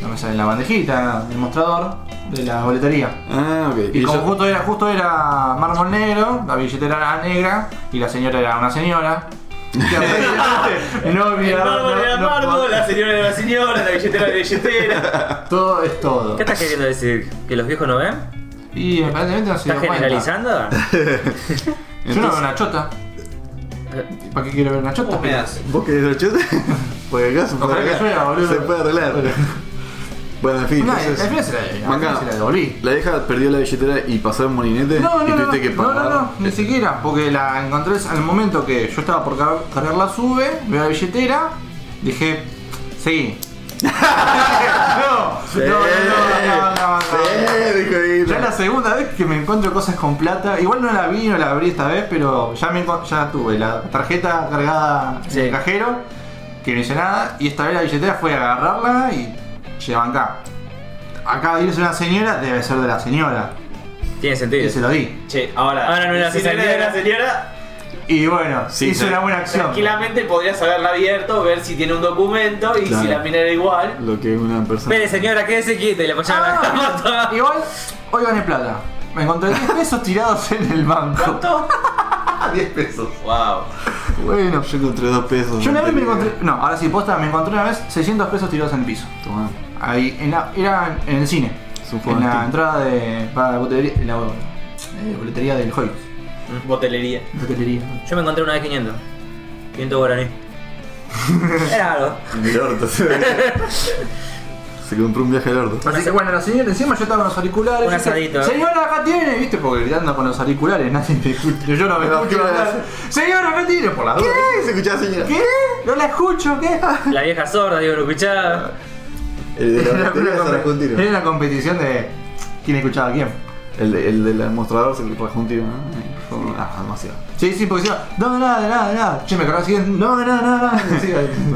[SPEAKER 2] No me sale, en la bandejita, en el mostrador. de la boletería.
[SPEAKER 3] Ah, ok.
[SPEAKER 2] Y,
[SPEAKER 3] Y
[SPEAKER 2] como
[SPEAKER 3] yo-
[SPEAKER 2] justo era, justo era mármol negro, la billetera era negra y la señora era una señora. Y aparentemente, no
[SPEAKER 1] El
[SPEAKER 2] había-
[SPEAKER 1] mármol
[SPEAKER 2] no-
[SPEAKER 1] era
[SPEAKER 2] no-
[SPEAKER 1] mármol, la señora era la señora, la billetera era la billetera.
[SPEAKER 2] Todo es todo.
[SPEAKER 1] ¿Qué estás queriendo decir? ¿Que los viejos no ven?
[SPEAKER 2] Y aparentemente no se
[SPEAKER 1] ¿Estás
[SPEAKER 2] dio cuenta.
[SPEAKER 1] generalizando?
[SPEAKER 2] Yo no veo
[SPEAKER 3] Entonces-
[SPEAKER 2] una chota. ¿Para qué quiero ver una chota?
[SPEAKER 4] Vos me das.
[SPEAKER 3] ¿Vos querés los chutes? Porque acá se puede
[SPEAKER 2] Ojalá que
[SPEAKER 3] arreglar.
[SPEAKER 2] llueva, boludo.
[SPEAKER 3] se puede arreglar.
[SPEAKER 2] Ojalá.
[SPEAKER 3] bueno, en fin.
[SPEAKER 2] No, al
[SPEAKER 3] entonces,
[SPEAKER 2] final se la, al final
[SPEAKER 3] Manga,
[SPEAKER 2] se la devolví.
[SPEAKER 3] la vieja perdió la billetera y pasó el molinete
[SPEAKER 2] No, no,
[SPEAKER 3] y
[SPEAKER 2] no,
[SPEAKER 3] tuviste que
[SPEAKER 2] no,
[SPEAKER 3] pagar.
[SPEAKER 2] no, no, ni siquiera, porque la encontré al momento que yo estaba por car- cargar la sube, veo la billetera, dije, sí. no,
[SPEAKER 3] Sí,
[SPEAKER 2] no, no, no, no, no, no.
[SPEAKER 3] sí, Eh, dijo Guido.
[SPEAKER 2] Ya es la segunda vez que me encuentro cosas con plata. Igual no la vi, no la abrí esta vez, pero ya me encon- ya tuve la tarjeta cargada en
[SPEAKER 1] Sí.
[SPEAKER 2] el cajero, que no hice nada, y esta vez la billetera fue a agarrarla y llevan acá. Acá dice una señora, debe ser de la señora.
[SPEAKER 1] Tiene
[SPEAKER 2] Y
[SPEAKER 1] sentido.
[SPEAKER 2] se lo di.
[SPEAKER 4] Che, ahora.
[SPEAKER 1] Ahora no era
[SPEAKER 4] si
[SPEAKER 1] la
[SPEAKER 4] era de Ah, la señora,
[SPEAKER 2] Y bueno,
[SPEAKER 3] Sí,
[SPEAKER 2] hice
[SPEAKER 3] sí.
[SPEAKER 2] una buena acción.
[SPEAKER 4] tranquilamente podrías haberla abierto, ver si tiene un documento y
[SPEAKER 3] Claro.
[SPEAKER 4] si la mina era igual.
[SPEAKER 3] Lo que una persona.
[SPEAKER 1] Espere, señora, quédese quieta y le apoyaron la
[SPEAKER 2] Ah,
[SPEAKER 1] moto.
[SPEAKER 2] igual, hoy gané plata. Me encontré 10 pesos tirados en el banco.
[SPEAKER 4] ¿Cuánto?
[SPEAKER 2] 10 pesos.
[SPEAKER 4] wow.
[SPEAKER 2] Bueno.
[SPEAKER 3] Yo encontré dos pesos.
[SPEAKER 2] Yo una vez me
[SPEAKER 3] tenía.
[SPEAKER 2] encontré. No, ahora sí, posta, me encontré una vez 600 pesos tirados en el piso.
[SPEAKER 3] Tomá.
[SPEAKER 2] Ahí, en la, era en el cine.
[SPEAKER 3] Supongo.
[SPEAKER 2] En la entrada de. Para la boletería. en La eh, boletería del Hoyt.
[SPEAKER 4] Botelería.
[SPEAKER 2] Boletería.
[SPEAKER 1] Yo me encontré una de 500. 500 guaraní. Era algo.
[SPEAKER 3] En el orto. Se compró un viaje al orto.
[SPEAKER 2] Así que bueno, la señora encima yo estaba con los auriculares.
[SPEAKER 1] Un
[SPEAKER 2] yo dije,
[SPEAKER 1] asadito.
[SPEAKER 2] Señora, acá tiene, viste, porque gritando con los auriculares, nadie me escucha. Yo no me
[SPEAKER 3] Pero
[SPEAKER 2] escucho.
[SPEAKER 3] ¿qué vas a
[SPEAKER 2] hablar. Señora, acá tiene, por la duda.
[SPEAKER 3] ¿Qué? ¿Se escuchaba, señora?
[SPEAKER 2] ¿Qué? No la escucho, ¿qué?
[SPEAKER 1] La vieja sorda, digo, lo escuchaba.
[SPEAKER 3] El de la
[SPEAKER 2] Era
[SPEAKER 3] batería se rajó un
[SPEAKER 2] compe-
[SPEAKER 3] tiro.
[SPEAKER 2] era una competición de quién escuchaba a quién.
[SPEAKER 3] El, de- el del mostrador se le rajó un tiro. ¿no? Ay, fue un- Ah, demasiado.
[SPEAKER 2] Sí, sí, porque decía, no, de nada, de nada, de nada. Che, me cargaba 100. No, de nada, nada, nada. Decía,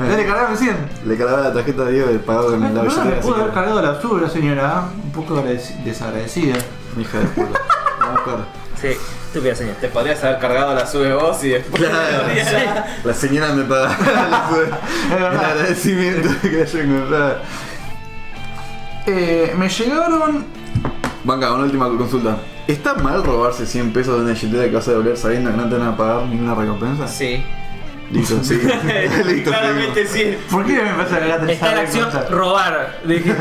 [SPEAKER 2] Dale, cargame 100.
[SPEAKER 3] Le cargaba la tarjeta a Diego y pagaba con la
[SPEAKER 2] La verdad
[SPEAKER 3] billetera.
[SPEAKER 2] me
[SPEAKER 3] así
[SPEAKER 2] pudo haber
[SPEAKER 3] que-
[SPEAKER 2] cargado la sube, señora. Un poco agradec- desagradecida.
[SPEAKER 3] Hija de puta. Vamos a buscar.
[SPEAKER 1] Sí, estúpida señora.
[SPEAKER 4] Te podrías haber cargado la sube vos y después.
[SPEAKER 3] Claro, sí. la señora me pagaba la sube.
[SPEAKER 2] verdad.
[SPEAKER 3] el agradecimiento que haya encontrado.
[SPEAKER 2] Eh, me llegaron.
[SPEAKER 3] Venga, una última consulta. ¿Está mal robarse 100 pesos de una billetera que vas a devolver sabiendo que no te van a pagar ninguna recompensa?
[SPEAKER 4] Sí.
[SPEAKER 3] Listo, sí. Listo,
[SPEAKER 4] Claramente sí.
[SPEAKER 2] ¿Por qué me empezó a hablar de
[SPEAKER 1] Está en
[SPEAKER 2] esa
[SPEAKER 1] acción
[SPEAKER 2] vergüenza?
[SPEAKER 1] robar. Dije,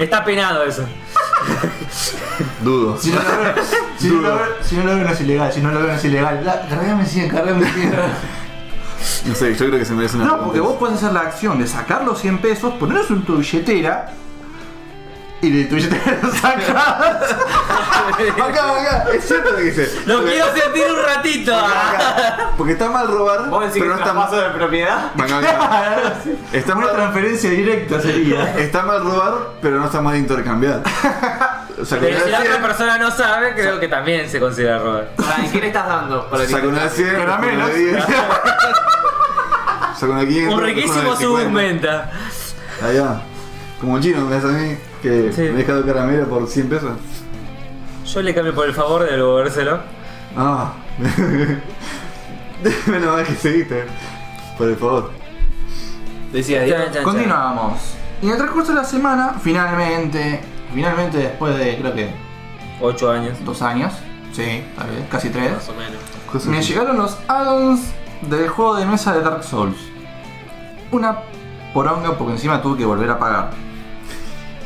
[SPEAKER 1] Está penado eso.
[SPEAKER 3] seguimos. Dudo.
[SPEAKER 2] Si no lo veo, si no lo veo- si no lo veo, no es ilegal. Si no lo veo, no es ilegal. Da- Cargame 100, cargame 100.
[SPEAKER 3] No sé, yo creo que se merece una
[SPEAKER 2] No, porque vos
[SPEAKER 3] recompensa.
[SPEAKER 2] podés hacer la acción de sacar los 100 pesos, ponerlos en tu billetera. Y de tu billetera lo sacás.
[SPEAKER 3] Venga, venga, es cierto lo que dice.
[SPEAKER 1] Lo
[SPEAKER 3] Porque-
[SPEAKER 1] quiero sentir un ratito.
[SPEAKER 3] venga, Porque está mal robar,
[SPEAKER 4] ¿Vos decís
[SPEAKER 3] pero
[SPEAKER 4] que
[SPEAKER 3] no
[SPEAKER 4] es
[SPEAKER 3] está
[SPEAKER 4] traspaso
[SPEAKER 3] mal.
[SPEAKER 4] de propiedad?
[SPEAKER 3] Venga, venga. Está
[SPEAKER 2] Una
[SPEAKER 3] mal,
[SPEAKER 2] transferencia directa sería.
[SPEAKER 3] está mal robar, pero no está mal intercambiar. O sea,
[SPEAKER 1] Pero si la otra
[SPEAKER 3] con
[SPEAKER 1] persona no sabe, creo que también se considera robar.
[SPEAKER 4] Pará, ¿Y qué le estás dando? Para que-
[SPEAKER 3] una 100,
[SPEAKER 2] Caramelos.
[SPEAKER 3] Sacó una 500.
[SPEAKER 1] Un riquísimo
[SPEAKER 3] submen.
[SPEAKER 1] subventa.
[SPEAKER 3] Allá. Como el chino, me hace a mí que
[SPEAKER 1] Sí.
[SPEAKER 3] me deja dos caramelos por 100 pesos.
[SPEAKER 1] Yo le cambio por el favor de devolvérselo.
[SPEAKER 3] Ah. Menos mal que seguiste. Por el favor.
[SPEAKER 4] Decía Diego.
[SPEAKER 1] Chan, chan, chan.
[SPEAKER 2] Continuamos. Y en el transcurso de la semana, finalmente, finalmente después de creo que
[SPEAKER 1] Ocho años.
[SPEAKER 2] dos años, sí, tal vez, casi
[SPEAKER 4] Más
[SPEAKER 2] tres,
[SPEAKER 4] o menos.
[SPEAKER 3] Cosas
[SPEAKER 2] me
[SPEAKER 3] que-
[SPEAKER 2] llegaron los add-ons del juego de mesa de Dark Souls. Una poronga porque encima tuve que volver a pagar.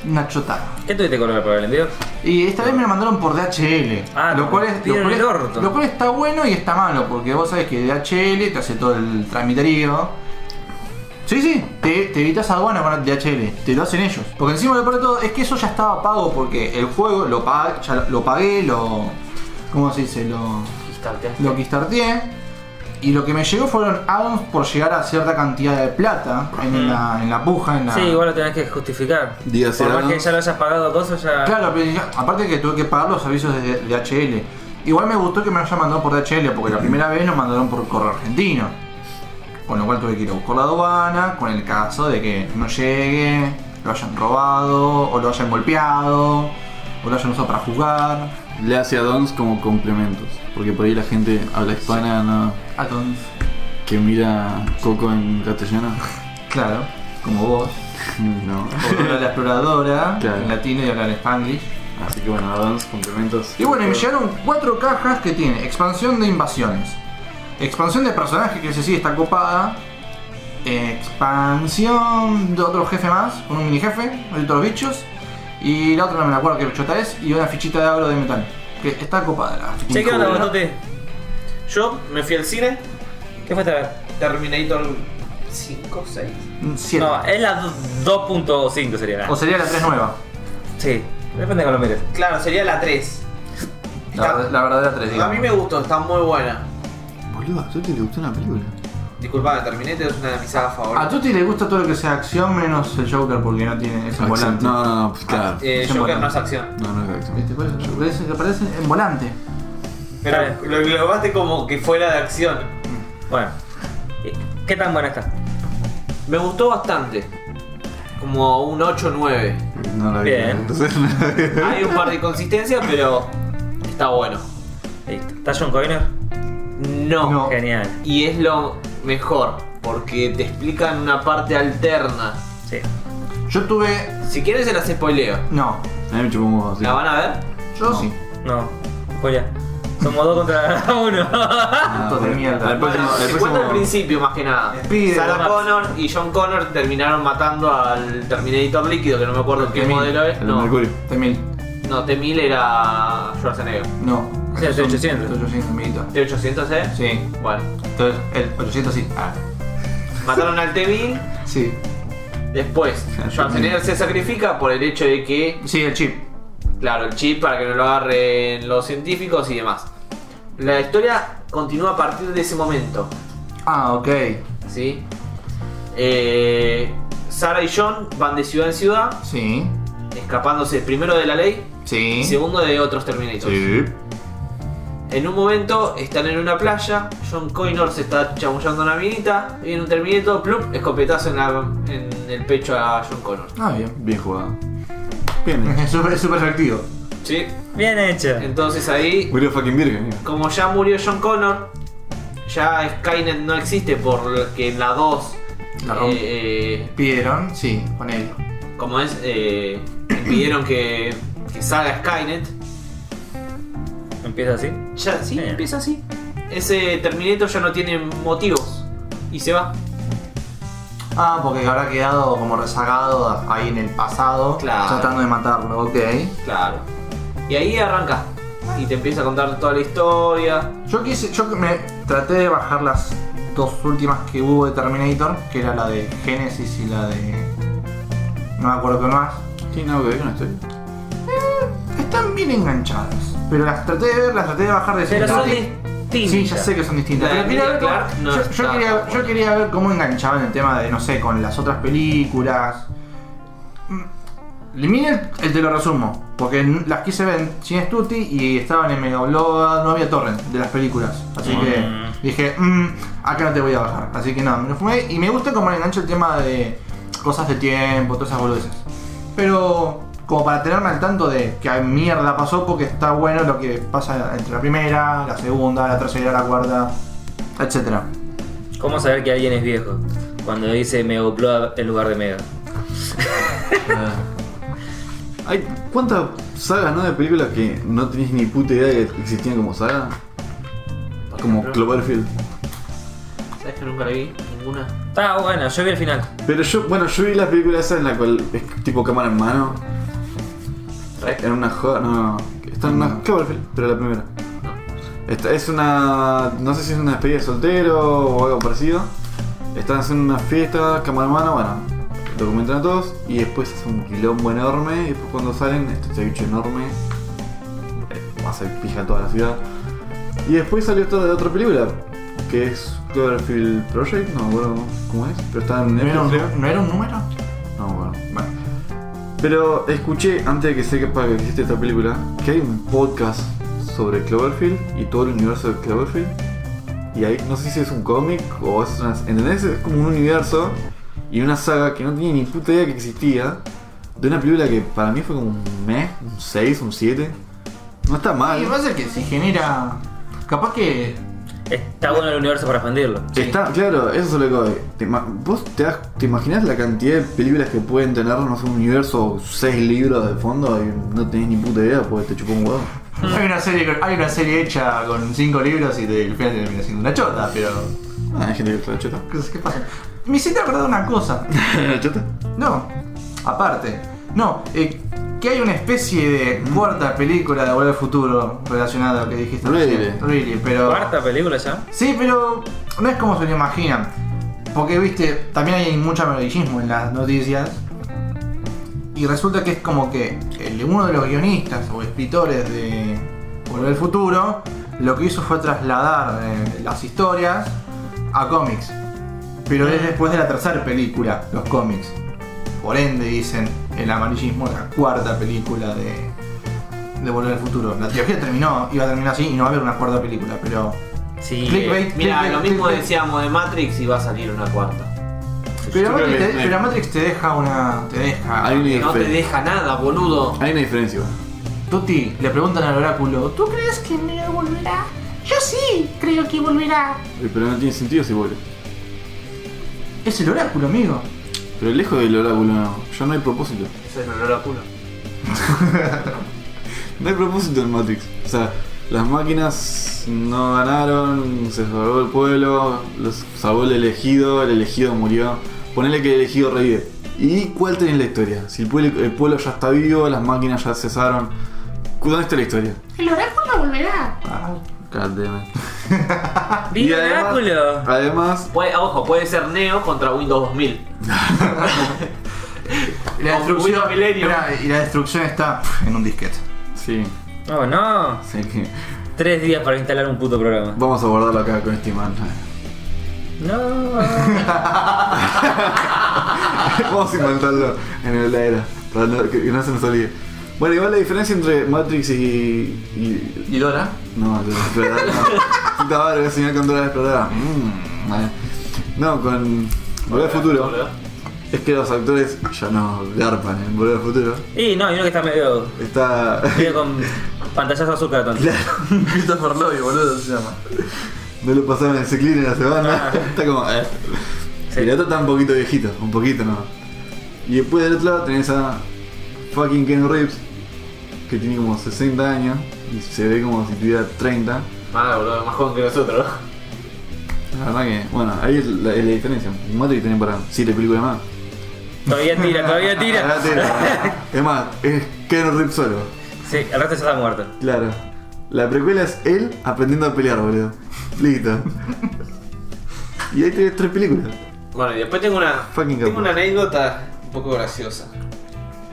[SPEAKER 2] Una chotada.
[SPEAKER 1] ¿Qué tuviste con el papel vendido?
[SPEAKER 2] Y esta vez me lo mandaron por DHL.
[SPEAKER 1] Ah,
[SPEAKER 2] lo
[SPEAKER 1] te
[SPEAKER 2] cual, es, lo,
[SPEAKER 1] rompieron
[SPEAKER 2] cual es-
[SPEAKER 1] el orto.
[SPEAKER 2] lo cual está bueno y está malo, porque vos sabés que DHL te hace todo el tramiterío. Sí, sí, te, te evitas aduana con DHL, te lo hacen ellos. Porque encima lo peor de todo es que eso ya estaba pago, porque el juego lo, pa- ya lo, lo pagué, lo. ¿Cómo se dice? Lo, lo quistarteé. Y lo que me llegó fueron add-ons por llegar a cierta cantidad de plata en, la, en la puja, en la.
[SPEAKER 1] Sí, igual lo tenés que justificar.
[SPEAKER 3] Dígase
[SPEAKER 1] Por más
[SPEAKER 3] algo.
[SPEAKER 1] que ya lo hayas pagado cosas, ya.
[SPEAKER 2] Claro, pero ya- aparte que tuve que pagar los avisos de, de HL. Igual me gustó que me lo hayan mandado por DHL, porque la primera vez nos mandaron por correo argentino. Con lo cual tuve que ir a buscar la aduana, con el caso de que no llegue, lo hayan robado, o lo hayan golpeado, o lo hayan usado para jugar.
[SPEAKER 3] Le hace add-ons como complementos. Porque por ahí la gente habla hispana no,
[SPEAKER 2] Ah, Entonces,
[SPEAKER 3] que mira Coco en castellano.
[SPEAKER 2] claro. como vos,
[SPEAKER 3] No.
[SPEAKER 2] como Dora la exploradora,
[SPEAKER 3] Claro.
[SPEAKER 2] en latino y hablar en spanglish.
[SPEAKER 3] Así que bueno, add-ons, complementos.
[SPEAKER 2] Y bueno, y me llegaron cuatro cajas que tiene expansión de invasiones, expansión de personajes que se sigue está copada, expansión de otro jefe más, con un mini jefe, de otros bichos, y la otra no me acuerdo qué bichota es, y una fichita de agro de metal, que está copada la fichita.
[SPEAKER 1] Che, ¿qué onda,
[SPEAKER 3] Joder.
[SPEAKER 1] Batote?
[SPEAKER 4] Yo me fui al cine,
[SPEAKER 1] ¿Qué fuiste a ver?
[SPEAKER 4] Terminator 5, 6.
[SPEAKER 2] Mm, Siete.
[SPEAKER 1] No, eh. es la 2.5 sería
[SPEAKER 2] O
[SPEAKER 1] la.
[SPEAKER 2] sería la 3 nueva.
[SPEAKER 1] Sí, depende de cómo lo mires.
[SPEAKER 4] Claro, sería la 3.
[SPEAKER 2] La,
[SPEAKER 4] Está-
[SPEAKER 2] la verdadera 3,
[SPEAKER 4] A mí me gustó, está muy buena.
[SPEAKER 3] Boludo, ¿a Tuti le gustó una película?
[SPEAKER 4] Disculpame, Terminator es una de mis sagas
[SPEAKER 2] A
[SPEAKER 4] favoritas.
[SPEAKER 2] Tuti le gusta todo lo que sea acción menos el Joker porque no tiene ese
[SPEAKER 3] Acción.
[SPEAKER 2] volante.
[SPEAKER 3] No, no, no, pues claro.
[SPEAKER 4] Eh,
[SPEAKER 2] Ah, es
[SPEAKER 4] Joker
[SPEAKER 2] buena.
[SPEAKER 4] no es acción.
[SPEAKER 3] No, no es acción.
[SPEAKER 2] ¿Viste cuál es? Parece, parece en volante.
[SPEAKER 1] Está
[SPEAKER 4] Pero lo englobaste como que fuera de acción.
[SPEAKER 1] Bueno, ¿qué tan buena está?
[SPEAKER 4] Me gustó bastante. Como un 8 9.
[SPEAKER 3] No la vi.
[SPEAKER 1] Bien.
[SPEAKER 3] Entonces, no la vi.
[SPEAKER 4] Hay un par de inconsistencias, pero está bueno.
[SPEAKER 1] Listo. ¿Está John Coiner?
[SPEAKER 4] No.
[SPEAKER 2] No.
[SPEAKER 1] Genial.
[SPEAKER 4] Y es lo mejor, porque te explican una parte alterna.
[SPEAKER 1] Sí.
[SPEAKER 2] Yo tuve.
[SPEAKER 4] Si quieres se las spoileo.
[SPEAKER 2] No.
[SPEAKER 3] A mí me chupó un huevo, sí.
[SPEAKER 4] ¿La van a ver?
[SPEAKER 2] Yo
[SPEAKER 3] No.
[SPEAKER 2] sí.
[SPEAKER 1] No, spoiler. Somos dos contra uno.
[SPEAKER 3] Ah,
[SPEAKER 2] Puto de
[SPEAKER 3] bueno.
[SPEAKER 2] mierda.
[SPEAKER 3] Al próximo-
[SPEAKER 4] Bueno,
[SPEAKER 3] al
[SPEAKER 4] se cuenta al
[SPEAKER 3] próximo-
[SPEAKER 4] principio más que nada.
[SPEAKER 2] Pide.
[SPEAKER 4] Sarah Connor y John Connor terminaron matando al Terminator líquido, que no me acuerdo qué
[SPEAKER 2] T-1000.
[SPEAKER 4] modelo es.
[SPEAKER 3] El
[SPEAKER 4] No,
[SPEAKER 3] Mercurio.
[SPEAKER 2] T1000.
[SPEAKER 4] no T-1000 era Schwarzenegger.
[SPEAKER 2] No.
[SPEAKER 1] Sí, el T800.
[SPEAKER 2] 800, amiguito.
[SPEAKER 4] T-800, ¿eh?
[SPEAKER 2] Sí.
[SPEAKER 4] Bueno,
[SPEAKER 2] Entonces, el 800 sí. Ah.
[SPEAKER 4] mataron al T-1000.
[SPEAKER 2] Sí.
[SPEAKER 4] Después, Schwarzenegger se sacrifica por el hecho de que
[SPEAKER 2] Sí, el chip.
[SPEAKER 4] Claro, el chip para que no lo agarren los científicos y demás. La historia continúa a partir de ese momento,
[SPEAKER 2] Ah, ok.
[SPEAKER 4] ¿sí? Eh, Sarah y John van de ciudad en ciudad,
[SPEAKER 2] Sí.
[SPEAKER 4] escapándose primero de la ley y
[SPEAKER 2] Sí.
[SPEAKER 4] segundo de otros Terminators.
[SPEAKER 2] ¿Eh? Sí.
[SPEAKER 4] En un momento están en una playa, John Coynor se está chamullando una minita, viene un Terminator, plup, escopetazo en, la- en el pecho a John Connor.
[SPEAKER 2] Ah, bien.
[SPEAKER 3] Bien jugado. Bien. eh.
[SPEAKER 2] Es súper súper efectivo.
[SPEAKER 4] ¿Sí?
[SPEAKER 1] Bien hecho.
[SPEAKER 4] Entonces ahí
[SPEAKER 3] Murió fucking virgen. eh. mira.
[SPEAKER 4] Como ya murió John Connor, ya Skynet no existe porque en la 2,
[SPEAKER 2] La rompe.
[SPEAKER 4] eh,
[SPEAKER 2] Pidieron, sí, con él.
[SPEAKER 4] eh, como es, eh, pidieron que, que salga Skynet.
[SPEAKER 1] Empieza así.
[SPEAKER 4] Ya, sí,
[SPEAKER 1] Eh.
[SPEAKER 4] empieza así. Ese Terminator ya no tiene motivos y se va.
[SPEAKER 2] Ah, porque habrá quedado como rezagado ahí en el pasado.
[SPEAKER 4] Claro.
[SPEAKER 2] Tratando de matarlo, ok.
[SPEAKER 4] Claro. Y ahí arranca. Y te empieza a contar toda la historia.
[SPEAKER 2] Yo quise, yo me traté de bajar las dos últimas que hubo de Terminator, que era la de Genesis y la de. No me acuerdo qué más.
[SPEAKER 3] ¿Tiene algo que ver con la historia?
[SPEAKER 2] Están bien enganchadas. Pero las traté de ver, las traté de bajar de
[SPEAKER 1] Pero son
[SPEAKER 2] Sí,
[SPEAKER 1] distintas.
[SPEAKER 2] Sí, ya sé que son distintas.
[SPEAKER 4] La de
[SPEAKER 2] Pero quería ver cómo-
[SPEAKER 4] Emilia Clarke no
[SPEAKER 2] yo, yo
[SPEAKER 4] está.
[SPEAKER 2] quería, yo quería ver cómo enganchaban el tema de, no sé, con las otras películas. Elimine el, el te lo resumo, porque n- las quise ver sin Stuti y estaban en Megablog, no había torrent de las películas. Así que
[SPEAKER 1] Mm.
[SPEAKER 2] dije, "Mm, acá no te voy a bajar. Así que nada, me lo fumé y me gusta cómo le engancha el tema de cosas de tiempo, todas esas boludeces. Pero como para tenerme al tanto de que mierda pasó, porque está bueno lo que pasa entre la primera, la segunda, la tercera, la cuarta, etcétera.
[SPEAKER 1] ¿Cómo saber que alguien es viejo? Cuando dice Megoplod en lugar de Mega.
[SPEAKER 3] Hay cuántas sagas, ¿no? De películas que no tenías ni puta idea de que existían como saga.
[SPEAKER 4] Por
[SPEAKER 3] Como
[SPEAKER 4] ejemplo,
[SPEAKER 3] Cloverfield.
[SPEAKER 4] ¿Sabes que nunca la vi? Ninguna.
[SPEAKER 1] Está bueno, yo vi el final.
[SPEAKER 3] Pero yo, bueno, yo vi la película esa en la cual es tipo cámara en mano. Era una joda, no, no. Está en una Cloverfield, pero la primera. Esta es una. No sé si es una despedida de soltero o algo parecido. Están haciendo una fiesta, cámara en mano, bueno. Documentan a todos y después es un quilombo enorme. Y después cuando salen, este ceviche enorme. eh, Hace pija a toda la ciudad. Y después salió esta de otra película. Que es Cloverfield Project, no me acuerdo cómo es, pero está en
[SPEAKER 2] ¿No era
[SPEAKER 3] Netflix,
[SPEAKER 2] un,
[SPEAKER 3] creo.
[SPEAKER 2] ¿no era un número?
[SPEAKER 3] No, Ah, bueno.
[SPEAKER 2] Bueno.
[SPEAKER 3] Pero escuché, antes de que sepa que existe esta película, que hay un podcast sobre Cloverfield y todo el universo de Cloverfield. Y ahí, no sé si es un cómic o es una... ¿Entendés? Es como un universo y una saga que no tenía ni puta idea que existía. De una película que para mí fue como un mes, un 6, un 7. No está mal.
[SPEAKER 2] Y pasa que si genera. Capaz que
[SPEAKER 1] Está bueno el universo para expandirlo.
[SPEAKER 3] Está, claro, eso es lo que voy. Te ima- ¿Vos te, das- te imaginas la cantidad de películas que pueden tener, no sé, un universo, seis libros de fondo y no tenés ni puta idea porque te chupó un huevo?
[SPEAKER 2] Hay una serie, con- hay una serie hecha con 5 libros y te- el final termina siendo una chota, pero.
[SPEAKER 3] Ah, hay gente que está la chota.
[SPEAKER 2] ¿Qué, qué pasa? Me hiciste acordar una cosa.
[SPEAKER 3] ¿La chota?
[SPEAKER 2] No, aparte. No, eh, que hay una especie de cuarta película de Volver al Futuro relacionada a lo que dijiste.
[SPEAKER 3] Really?
[SPEAKER 2] recién. Really, pero.
[SPEAKER 1] Cuarta película ya.
[SPEAKER 2] Sí, pero no es como se lo imaginan. Porque, viste, también hay mucho amarillismo en las noticias. Y resulta que es como que el- uno de los guionistas o escritores de Volver al Futuro lo que hizo fue trasladar eh, las historias a cómics. Pero es después de la tercera película, los cómics. Por ende, dicen, el amarillismo es la cuarta película de, de Volver al Futuro. La trilogía terminó, iba a terminar así y no va a haber una cuarta película, pero
[SPEAKER 1] Sí.
[SPEAKER 2] Clickbait.
[SPEAKER 4] Mira,
[SPEAKER 2] Sí,
[SPEAKER 4] lo
[SPEAKER 2] sí,
[SPEAKER 4] mismo
[SPEAKER 2] sí.
[SPEAKER 4] decíamos de Matrix y va a salir una cuarta.
[SPEAKER 2] Pero
[SPEAKER 3] Yo creo
[SPEAKER 2] Matrix,
[SPEAKER 3] que-
[SPEAKER 2] te, pero Matrix te deja una. Te deja.
[SPEAKER 3] Ah, Hay una,
[SPEAKER 4] No te
[SPEAKER 3] diferen-
[SPEAKER 4] deja nada, boludo.
[SPEAKER 3] hay una diferencia. igual.
[SPEAKER 2] Tuti le preguntan al oráculo. ¿Tú crees?
[SPEAKER 5] ¿Crees que Neo volverá? Yo sí creo que volverá.
[SPEAKER 3] Eh, Pero no tiene sentido si vuelve.
[SPEAKER 2] Es el oráculo, amigo.
[SPEAKER 3] Pero lejos del oráculo, no. Ya no hay propósito.
[SPEAKER 4] Eso es el olor a culo.
[SPEAKER 3] No hay propósito en Matrix. O sea, las máquinas no ganaron, se salvó el pueblo, los salvó el elegido, el elegido murió. Ponele que el elegido revive. ¿Y cuál tenés la historia? Si el pueblo, el pueblo ya está vivo, las máquinas ya cesaron. ¿Dónde está la historia?
[SPEAKER 5] El oráculo volverá.
[SPEAKER 2] Ah,
[SPEAKER 3] Cadena.
[SPEAKER 1] ¡Viva Oráculo!
[SPEAKER 3] Ah. Además,
[SPEAKER 4] Puede- ojo, puede ser Neo contra Windows 2000.
[SPEAKER 2] y la
[SPEAKER 4] Con
[SPEAKER 2] destrucción.
[SPEAKER 4] Windows Millennium.
[SPEAKER 2] Mirá, y la destrucción está pf, en un disquete.
[SPEAKER 3] sí,
[SPEAKER 1] Oh no.
[SPEAKER 3] sé que
[SPEAKER 1] Tres días para instalar un puto programa.
[SPEAKER 3] vamos a guardarlo acá con este man.
[SPEAKER 1] No.
[SPEAKER 3] Vamos a inventarlo en el aire para no- que que no se nos olvide. Bueno, igual la diferencia entre Matrix y- y
[SPEAKER 2] ¿Y Dora?
[SPEAKER 3] No, la exploradora no. Puta madre, voy a soñar con Dora la exploradora. Mm, vale. No, con Volver al Futuro. Es que los actores ya no le arpan en Volver al Futuro.
[SPEAKER 1] Y no, hay uno que está medio.
[SPEAKER 3] Está.
[SPEAKER 1] medio con pantallazo azul cada tanto.
[SPEAKER 2] Christopher Lobby, boludo, se llama. Ah.
[SPEAKER 3] No lo pasaron en Ciclín en la semana. Está como. eh.
[SPEAKER 1] Sí.
[SPEAKER 3] Y la otra está un poquito viejito, un poquito no. Y después del otro lado tenés a fucking Ken Reeves, que tiene como 60 años y se ve como si tuviera 30.
[SPEAKER 4] Más, boludo, más joven que nosotros.
[SPEAKER 3] La verdad que, bueno, ahí es la, es la diferencia. Matrix tenía para 7 películas más.
[SPEAKER 1] Todavía tira, todavía
[SPEAKER 3] Ahora
[SPEAKER 1] tira.
[SPEAKER 3] tira. es más, es Ken Rip solo.
[SPEAKER 1] Sí, el resto ya está muerto.
[SPEAKER 3] Claro. La precuela es él aprendiendo a pelear, boludo. Listo. y ahí tenés tres películas.
[SPEAKER 4] Bueno, y después tengo una,
[SPEAKER 3] Fucking
[SPEAKER 4] tengo
[SPEAKER 3] capo.
[SPEAKER 4] una anécdota un poco graciosa.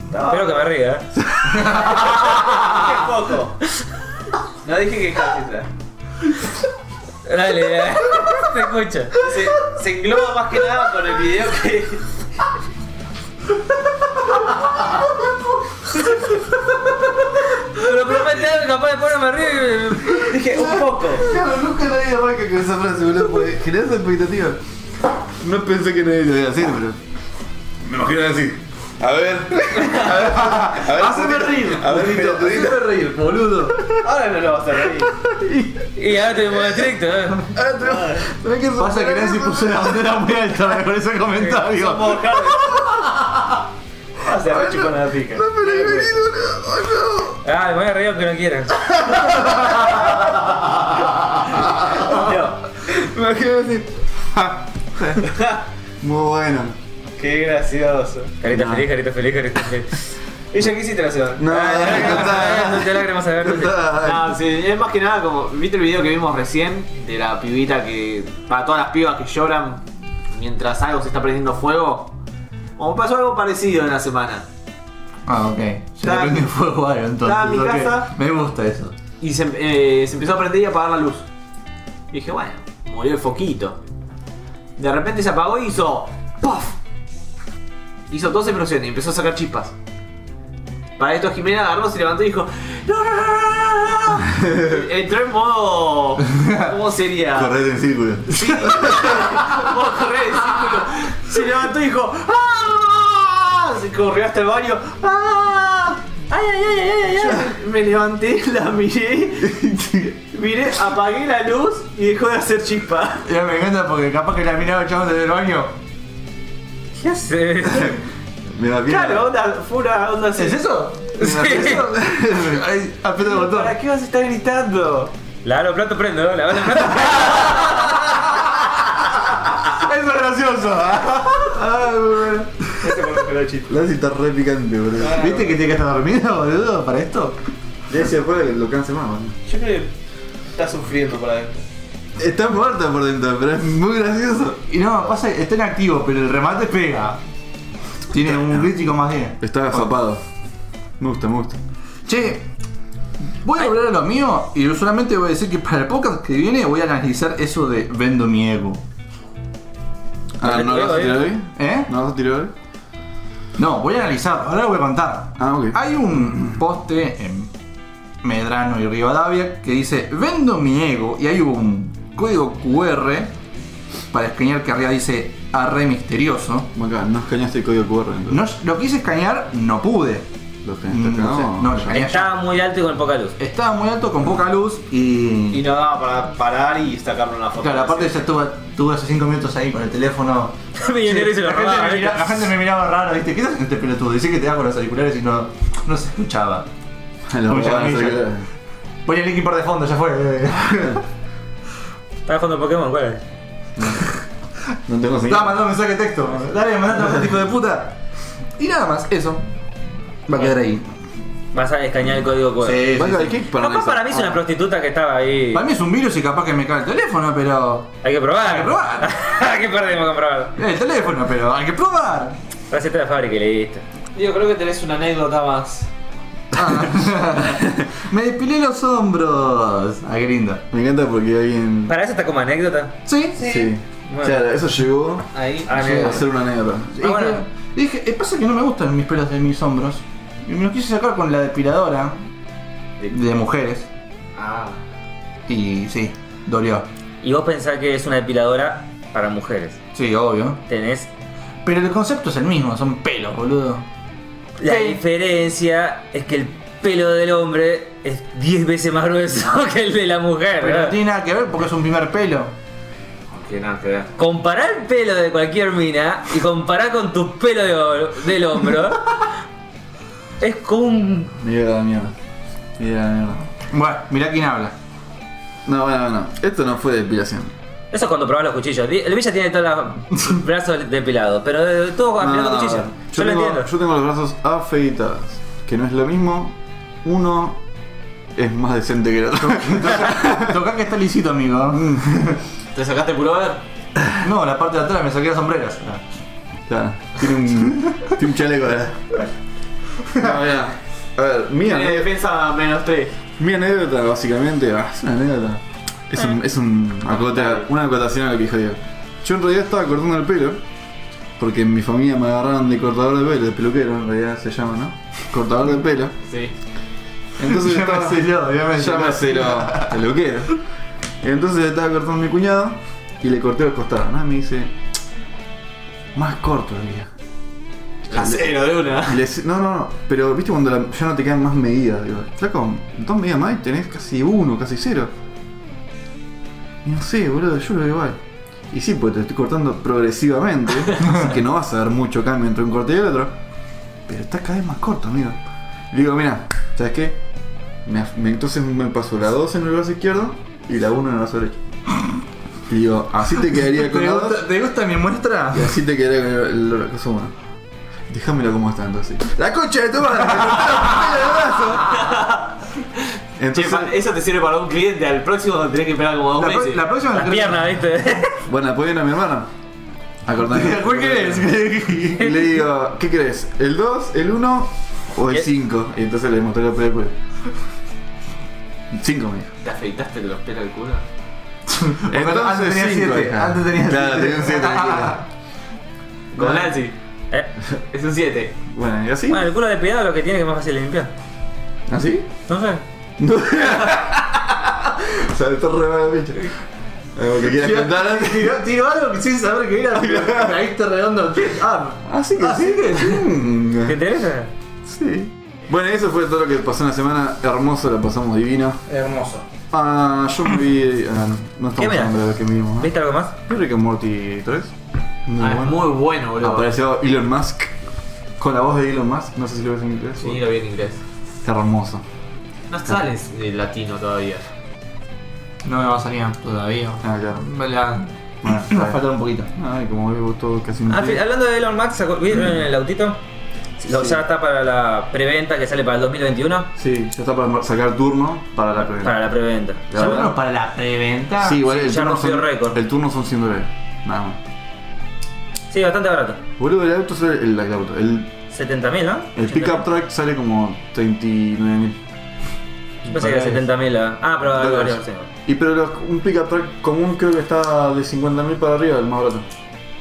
[SPEAKER 1] Espero que me ría. ¿eh?
[SPEAKER 4] ¡Qué poco! No dije que casi atrás.
[SPEAKER 1] Dale, dale. Te escucho.
[SPEAKER 4] Se, se engloba más que nada con el video que.
[SPEAKER 1] Pero promete algo, capaz después no me río. y me-
[SPEAKER 4] Dije un poco.
[SPEAKER 3] Claro, nunca nadie arranca con esa frase, boludo, porque generas expectativa. No pensé que nadie lo iba a decir, pero. Me imagino así. A ver. A ver.
[SPEAKER 2] Haceme reír. Pedrito, Haceme reír, boludo.
[SPEAKER 4] Ahora no lo vas a reír.
[SPEAKER 1] Y ahora te pongo estricto, eh.
[SPEAKER 2] Pasa que Nancy puso la bandera muy alta con ese comentario.
[SPEAKER 4] Somos Harry. Vas a reír con la pica.
[SPEAKER 1] Ah, me voy a reír aunque no quiera.
[SPEAKER 4] No,
[SPEAKER 3] Me imagino así. Ja. Muy bueno.
[SPEAKER 4] Qué gracioso.
[SPEAKER 1] Carita
[SPEAKER 3] No.
[SPEAKER 1] feliz, carita feliz, carita feliz.
[SPEAKER 4] ¿Ella qué hiciste la semana? Ah,
[SPEAKER 3] No, dale, contá.
[SPEAKER 1] No te lágrimas a ver.
[SPEAKER 3] Contá.
[SPEAKER 4] No, sí, es más que nada como. ¿Viste el video que vimos recién? De la pibita que. Para todas las pibas que lloran mientras algo se está prendiendo fuego. Como pasó algo parecido en la semana.
[SPEAKER 2] Ah, ok. Se le
[SPEAKER 4] Estaba-
[SPEAKER 2] prendió fuego algo entonces.
[SPEAKER 4] estaba en mi
[SPEAKER 2] ok.
[SPEAKER 4] casa.
[SPEAKER 2] Me gusta eso.
[SPEAKER 4] Y se, eh, se empezó a prender y a apagar la luz. Y dije, bueno, murió el foquito. De repente se apagó y hizo. ¡Puff! Hizo dos explosiones y empezó a sacar chispas. Para esto Jimena agarró, se levantó y dijo. ¡No, no, no, no, no, no". Entró en modo. ¿Cómo sería?
[SPEAKER 3] Correr en círculo.
[SPEAKER 4] Sí. Vos correr el círculo. Se levantó y dijo. ¡Ah! Se corrió hasta el baño. ¡Ah! Ay, ay, ay, ay, ay, ay. Me levanté, la miré, miré, apagué la luz y dejó de hacer chispa.
[SPEAKER 2] Y me encanta porque capaz que la miraba el chabón desde el baño.
[SPEAKER 1] ¿Qué hace?
[SPEAKER 3] Me va bien.
[SPEAKER 4] Claro, onda, fue una onda así.
[SPEAKER 2] ¿Es eso?
[SPEAKER 1] Sí.
[SPEAKER 2] Ahí, aprieta el botón.
[SPEAKER 4] ¿Para qué vas a estar gritando?
[SPEAKER 1] Lava los platos, prendo, ¿no? Lava los platos.
[SPEAKER 2] Eso es gracioso. ¿eh?
[SPEAKER 3] Ay, boludo. Lancy está re picante, boludo.
[SPEAKER 2] ¿Viste que tiene que estar dormido, boludo, para esto?
[SPEAKER 3] Y ahí se afuera lo canse más, boludo.
[SPEAKER 4] Yo creo que está sufriendo por adentro.
[SPEAKER 3] Está muerta por dentro, pero es muy gracioso.
[SPEAKER 2] Y no, pasa que está en activo, pero el remate pega. Tiene un crítico más 10.
[SPEAKER 3] Está agazapado. Me gusta, me gusta.
[SPEAKER 2] Che, voy a hablar a lo mío y yo solamente voy a decir que para el podcast que viene voy a analizar eso de vendo mi ego.
[SPEAKER 3] Ah, ¿no lo vas a tirar hoy?
[SPEAKER 2] ¿Eh?
[SPEAKER 3] ¿No lo vas a tirar hoy?
[SPEAKER 2] No, voy a analizar, ahora lo voy a contar.
[SPEAKER 3] Ah, ok.
[SPEAKER 2] Hay un poste en Medrano y Rivadavia que dice vendo mi ego y hay un código QR para escanear que arriba dice arre misterioso.
[SPEAKER 3] Acá, no escaneaste el código QR entonces.
[SPEAKER 2] No, lo quise escanear, no pude.
[SPEAKER 3] Lo escaneaste acá.
[SPEAKER 2] No sé, no, lo escaneé allá.
[SPEAKER 1] Estaba muy alto y con poca luz.
[SPEAKER 2] Estaba muy alto con poca luz y.
[SPEAKER 4] Y no daba para parar y sacarle una foto.
[SPEAKER 2] claro, aparte ya estuve, estuve hace 5 minutos ahí con el teléfono.
[SPEAKER 1] Millonario y se lo
[SPEAKER 2] la, gente
[SPEAKER 1] robaba, ¿eh?
[SPEAKER 2] me
[SPEAKER 1] ¿viste?
[SPEAKER 2] mira- la gente me miraba raro, ¿viste? ¿Qué estás haciendo este pelotudo? Dice que te da con los auriculares y no, no se escuchaba.
[SPEAKER 3] Lo
[SPEAKER 2] Muchas
[SPEAKER 3] robaron,
[SPEAKER 2] millas.
[SPEAKER 3] saqué-
[SPEAKER 2] Pon el link por de fondo, ya fue.
[SPEAKER 1] Estaba jugando Pokémon, ¿cuál es?
[SPEAKER 3] No tengo
[SPEAKER 2] Estaba
[SPEAKER 3] señal.
[SPEAKER 2] mandando mensaje de texto. Dale, mandate mensaje, hijo de puta. Y nada más, eso. Va a quedar ahí.
[SPEAKER 1] Vas a escanear el código QR.
[SPEAKER 2] Sí,
[SPEAKER 3] Vaya,
[SPEAKER 2] sí,
[SPEAKER 3] ¿qué
[SPEAKER 2] sí.
[SPEAKER 1] Para
[SPEAKER 3] analizar?
[SPEAKER 1] pues para mí es una prostituta que estaba ahí.
[SPEAKER 2] Para mí es un virus y capaz que me cae el teléfono, pero.
[SPEAKER 1] Hay que probar.
[SPEAKER 2] Hay que probar.
[SPEAKER 1] ¿Qué perdemos con probar?
[SPEAKER 2] El teléfono, pero hay que probar.
[SPEAKER 1] Receta de fábrica y le diste.
[SPEAKER 4] Digo, creo que tenés una anécdota más.
[SPEAKER 2] Ah. me depilé los hombros. Ah, qué lindo.
[SPEAKER 3] Me encanta porque alguien.
[SPEAKER 1] Para eso está como anécdota.
[SPEAKER 2] Sí,
[SPEAKER 3] Sí.
[SPEAKER 1] Bueno.
[SPEAKER 3] Claro, eso llegó
[SPEAKER 4] Ahí.
[SPEAKER 1] Ah,
[SPEAKER 3] a
[SPEAKER 1] anécdota.
[SPEAKER 3] ser una anécdota.
[SPEAKER 2] Dije,
[SPEAKER 1] bueno.
[SPEAKER 2] dije, eh, pasa que no me gustan mis pelos de mis hombros. Y me los quise sacar con la depiladora de mujeres.
[SPEAKER 4] Ah.
[SPEAKER 2] Y sí, dolió.
[SPEAKER 1] Y vos pensás que es una depiladora para mujeres.
[SPEAKER 2] Sí, obvio.
[SPEAKER 1] Tenés.
[SPEAKER 2] Pero el concepto es el mismo, son pelos, boludo.
[SPEAKER 1] La
[SPEAKER 2] Sí.
[SPEAKER 1] diferencia es que el pelo del hombre es 10 veces más grueso que el de la mujer.
[SPEAKER 2] Pero no
[SPEAKER 1] ¿verdad?
[SPEAKER 2] tiene nada que ver porque es un primer pelo.
[SPEAKER 4] Que nada que ver.
[SPEAKER 1] Compará el pelo de cualquier mina y compará con tu pelo de hor- del hombro. es como un.
[SPEAKER 3] Mierda, mierda. Mierda, mierda.
[SPEAKER 2] Bueno, mirá quién habla.
[SPEAKER 3] No, bueno, bueno. Esto no fue depilación.
[SPEAKER 1] Eso es cuando probás los cuchillos. Di- El Villa tiene todos los brazos depilados, pero de- todo afilando
[SPEAKER 3] No,
[SPEAKER 1] cuchillos. Yo, lo
[SPEAKER 3] tengo,
[SPEAKER 1] entiendo.
[SPEAKER 3] Ah, Yo tengo los brazos afeitados, que no es lo mismo. Uno es más decente que el otro.
[SPEAKER 2] Tocá que está lisito, amigo.
[SPEAKER 4] ¿Te sacaste pullover?
[SPEAKER 2] No, la parte de atrás me saqué las sombreras.
[SPEAKER 3] Claro, tiene un, tiene un chaleco de. No, mirá. A ver, mi
[SPEAKER 4] Tiene
[SPEAKER 3] anécdota,
[SPEAKER 4] defensa menos 3.
[SPEAKER 3] mi anécdota, básicamente, ah, es una anécdota. Es, un, es un acota- una acotación a lo que dijo Diego. Yo en realidad estaba cortando el pelo, porque en mi familia me agarraron de cortador de pelo, de peluquero en realidad se llama, ¿no? Cortador de pelo.
[SPEAKER 4] Sí.
[SPEAKER 3] Entonces
[SPEAKER 2] ya
[SPEAKER 3] estaba-
[SPEAKER 2] me celó, ya me celó.
[SPEAKER 3] Llámaselo a lo que era. Entonces estaba cortando mi cuñado y le corté los costados, ¿no? Y me dice, más corto día.
[SPEAKER 4] La cero de una.
[SPEAKER 3] Y le dice, no, no, no, pero viste cuando la- ya no te quedan más medidas, digo, flaco, dos medidas más y tenés casi uno, casi cero. Y no sé, boludo, yo lo veo igual. Y sí, porque te estoy cortando progresivamente, así que no vas a ver mucho cambio entre un corte y el otro. Pero está cada vez más corto, amigo. Y digo, mira, ¿sabes qué? Me, af- me- entonces me pasó la 2 en el brazo izquierdo y la 1 en el brazo derecho. Y digo, así te quedaría con
[SPEAKER 2] ¿Te
[SPEAKER 3] la 2
[SPEAKER 2] gusta, te gusta mi muestra?
[SPEAKER 3] y así te quedaría con el, el brazo 1. Déjamelo como está entonces. ¡La concha de tu madre! ¡Me cortaron el brazo!
[SPEAKER 4] Che,
[SPEAKER 3] Entonces,
[SPEAKER 4] pa- eso te sirve para un cliente. Al próximo tenés que esperar como dos
[SPEAKER 2] La, pro-
[SPEAKER 4] meses.
[SPEAKER 2] la próxima
[SPEAKER 1] Las piernas, ¿viste?
[SPEAKER 3] bueno, después viene a mi hermana. A cortarme.
[SPEAKER 2] ¿Cuál querés?
[SPEAKER 3] Y le digo, ¿qué crees? ¿El 2, el 1 o el
[SPEAKER 1] ¿Qué?
[SPEAKER 3] 5? Y entonces le mostré la película. 5 me dijo.
[SPEAKER 4] ¿Te afeitaste los pelos del culo?
[SPEAKER 2] Bueno, antes tenía
[SPEAKER 3] cinco,
[SPEAKER 2] siete,
[SPEAKER 3] hija.
[SPEAKER 2] antes tenía
[SPEAKER 3] Claro,
[SPEAKER 2] siete.
[SPEAKER 3] tenía un 7.
[SPEAKER 4] Con Nancy.
[SPEAKER 1] Eh,
[SPEAKER 4] Es un 7.
[SPEAKER 3] Bueno, ¿y así?
[SPEAKER 1] Bueno, el culo de pegado lo que tiene que es más fácil de limpiar.
[SPEAKER 3] ¿Así?
[SPEAKER 1] No sé.
[SPEAKER 3] Saltó re mal la pinche. ¿Algo que quieras contar antes?
[SPEAKER 2] Tiró, tiró algo que sin saber que era, pero caíste redondo. Ah,
[SPEAKER 3] Así que
[SPEAKER 2] Ah,
[SPEAKER 3] sí.
[SPEAKER 2] sí que sí.
[SPEAKER 3] Mm.
[SPEAKER 1] ¿Te interesa?
[SPEAKER 3] Sí. Bueno, eso fue todo lo que pasó en la semana. Hermoso, la pasamos divino.
[SPEAKER 2] Hermoso.
[SPEAKER 3] Ah, yo me vi. ah,
[SPEAKER 1] ¿Qué
[SPEAKER 3] no estamos
[SPEAKER 1] mirás?
[SPEAKER 3] hablando de lo que vimos. ¿eh?
[SPEAKER 1] ¿Viste algo más?
[SPEAKER 3] ¿Vi Rick and Morty 3? Muy
[SPEAKER 4] Ah, es
[SPEAKER 3] bueno.
[SPEAKER 4] muy bueno, boludo.
[SPEAKER 3] Apareció Elon Musk con la voz de Elon Musk. No sé si lo ves en inglés.
[SPEAKER 4] Sí, lo vi en inglés.
[SPEAKER 3] Hermoso.
[SPEAKER 4] No sales de latino todavía.
[SPEAKER 2] No me va a salir todavía.
[SPEAKER 3] Ah, claro.
[SPEAKER 2] Me la-
[SPEAKER 3] Bueno,
[SPEAKER 2] me
[SPEAKER 3] está
[SPEAKER 2] va a
[SPEAKER 3] bien.
[SPEAKER 2] faltar un poquito.
[SPEAKER 3] Ay, como vivo todo casi un
[SPEAKER 1] Ah, fi-
[SPEAKER 3] día.
[SPEAKER 1] hablando de Elon Musk, ¿sacó- ¿vieron el autito? Lo- Ya está para la preventa que sale para el 2021.
[SPEAKER 3] Sí, ya está para sacar turno para la preventa.
[SPEAKER 1] Para la preventa.
[SPEAKER 3] La
[SPEAKER 1] Ya-
[SPEAKER 3] verdad.
[SPEAKER 2] Bueno, para la preventa.
[SPEAKER 3] Sí, igual
[SPEAKER 1] Sí,
[SPEAKER 3] el,
[SPEAKER 1] ya
[SPEAKER 3] turno
[SPEAKER 1] rompió
[SPEAKER 3] son,
[SPEAKER 1] récord.
[SPEAKER 3] el turno son 100 dólares. Nada más.
[SPEAKER 1] Sí, bastante barato.
[SPEAKER 3] Boludo, el auto sale. El, el auto. El,
[SPEAKER 1] 70.000, ¿no?
[SPEAKER 3] el
[SPEAKER 1] 80.000.
[SPEAKER 3] pickup truck sale como 39.000.
[SPEAKER 1] Yo pensé que era 70.000. la- Ah, pero vale, vale,
[SPEAKER 3] dólares.
[SPEAKER 1] vale, sí.
[SPEAKER 3] Y pero los- un pickup truck común creo que está de 50.000 para arriba, el más barato.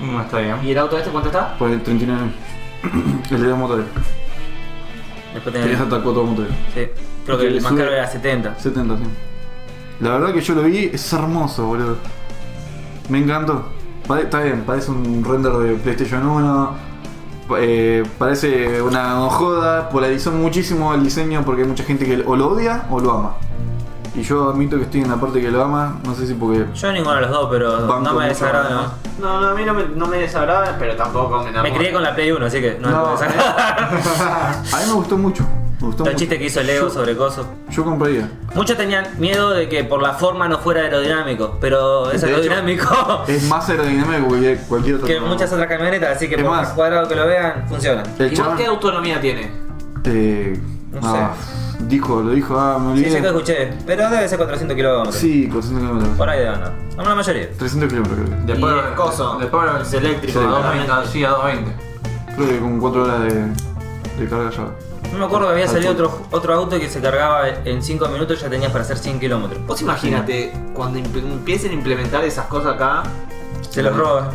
[SPEAKER 2] No está bien.
[SPEAKER 4] ¿Y el auto este cuánto está?
[SPEAKER 3] Pues el 39.000. el de dos motores.
[SPEAKER 1] Eh. Después
[SPEAKER 3] Que
[SPEAKER 1] tenés.
[SPEAKER 3] ya atacó dos motores.
[SPEAKER 1] Sí. Creo que
[SPEAKER 3] que le
[SPEAKER 1] el más
[SPEAKER 3] sube-
[SPEAKER 1] caro era 70.
[SPEAKER 3] 70, sí. La verdad que yo lo vi, es hermoso, boludo. Me encantó. Pare- está bien, parece un render de PlayStation 1. pa- eh, parece una joda. Polarizó muchísimo el diseño porque hay mucha gente que o lo odia o lo ama. Y yo admito que estoy en la parte que lo ama. No sé si porque.
[SPEAKER 1] Yo ninguno de los dos, pero
[SPEAKER 3] Banco
[SPEAKER 1] no me
[SPEAKER 3] mucho
[SPEAKER 1] desagrada
[SPEAKER 3] más.
[SPEAKER 1] ¿no?
[SPEAKER 4] No, no, a mí no me, no me desagrada, pero tampoco me enamora.
[SPEAKER 1] Me crié con la Play 1, así que no, me
[SPEAKER 3] No.
[SPEAKER 1] puedo desagrada.
[SPEAKER 3] A mí me gustó mucho. Me gustó
[SPEAKER 1] Todo el
[SPEAKER 3] mucho.
[SPEAKER 1] chiste que hizo Leo sobre coso.
[SPEAKER 3] Yo compraría.
[SPEAKER 1] Muchos tenían miedo de que por la forma no fuera aerodinámico, pero es
[SPEAKER 3] De hecho,
[SPEAKER 1] aerodinámico
[SPEAKER 3] Es más aerodinámico que cualquier otro.
[SPEAKER 1] que muchas otras camionetas, así que
[SPEAKER 3] Es
[SPEAKER 1] por
[SPEAKER 3] más.
[SPEAKER 1] más cuadrado que lo vean, funciona.
[SPEAKER 3] El
[SPEAKER 4] ¿Y vos
[SPEAKER 3] chaval.
[SPEAKER 4] qué autonomía tiene?
[SPEAKER 3] eh,
[SPEAKER 1] No
[SPEAKER 3] ah, Dijo, lo dijo, ah, me
[SPEAKER 1] Sí, sí que
[SPEAKER 3] olvidé.
[SPEAKER 1] escuché, pero debe ser 400 kilómetros.
[SPEAKER 3] Sí, 400 kilómetros.
[SPEAKER 1] Por ahí deben andar. Vamos la mayoría.
[SPEAKER 3] 300 kilómetros creo que.
[SPEAKER 4] Y el coso.
[SPEAKER 2] Después
[SPEAKER 4] Es eléctrico,
[SPEAKER 2] a
[SPEAKER 4] ¿no?
[SPEAKER 2] 220, sí, a 220.
[SPEAKER 3] Creo que con 4 horas de, de carga ya.
[SPEAKER 1] No me acuerdo que había
[SPEAKER 3] Al
[SPEAKER 1] salido
[SPEAKER 3] punto.
[SPEAKER 1] otro, otro auto que se cargaba en 5 minutos y ya tenías para hacer 100 kilómetros.
[SPEAKER 4] Vos imagínate, cuando imp- empiecen a implementar esas cosas acá,
[SPEAKER 1] Se los roban.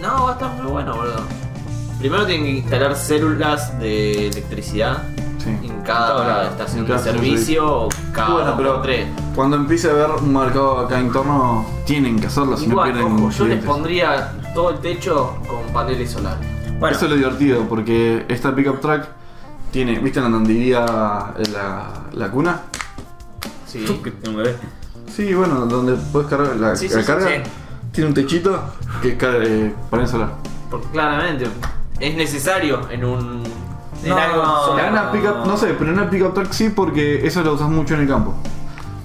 [SPEAKER 4] No, va a estar muy bueno, boludo. Primero tienen que instalar células de electricidad
[SPEAKER 3] Sí.
[SPEAKER 4] en
[SPEAKER 1] todos
[SPEAKER 4] cada
[SPEAKER 1] lados.
[SPEAKER 4] estación
[SPEAKER 3] En
[SPEAKER 4] de
[SPEAKER 3] cada estación de
[SPEAKER 4] servicio o cada
[SPEAKER 3] Bueno, pero
[SPEAKER 4] Ah, tres.
[SPEAKER 3] cuando empiece a haber un mercado acá interno, tienen que hacerlo, si no
[SPEAKER 4] Igual,
[SPEAKER 3] pierden
[SPEAKER 4] ojo, yo les
[SPEAKER 3] clientes.
[SPEAKER 4] pondría todo el techo con paneles solares.
[SPEAKER 1] Bueno,
[SPEAKER 3] Eso es lo divertido, porque esta pickup truck tiene, ¿viste en donde iría la, la cuna?
[SPEAKER 4] Sí.
[SPEAKER 1] que tengo que ver.
[SPEAKER 3] Sí, bueno, donde puedes cargar la,
[SPEAKER 4] Sí, sí,
[SPEAKER 3] la
[SPEAKER 4] sí,
[SPEAKER 3] carga.
[SPEAKER 4] sí.
[SPEAKER 3] Tiene un techito que es ca- eh, panel solar.
[SPEAKER 4] Porque claramente es necesario en un. en
[SPEAKER 1] No,
[SPEAKER 4] algo
[SPEAKER 1] no,
[SPEAKER 4] solar.
[SPEAKER 3] En una pickup, no sé, pero en una pickup truck sí porque eso lo usas mucho en el campo.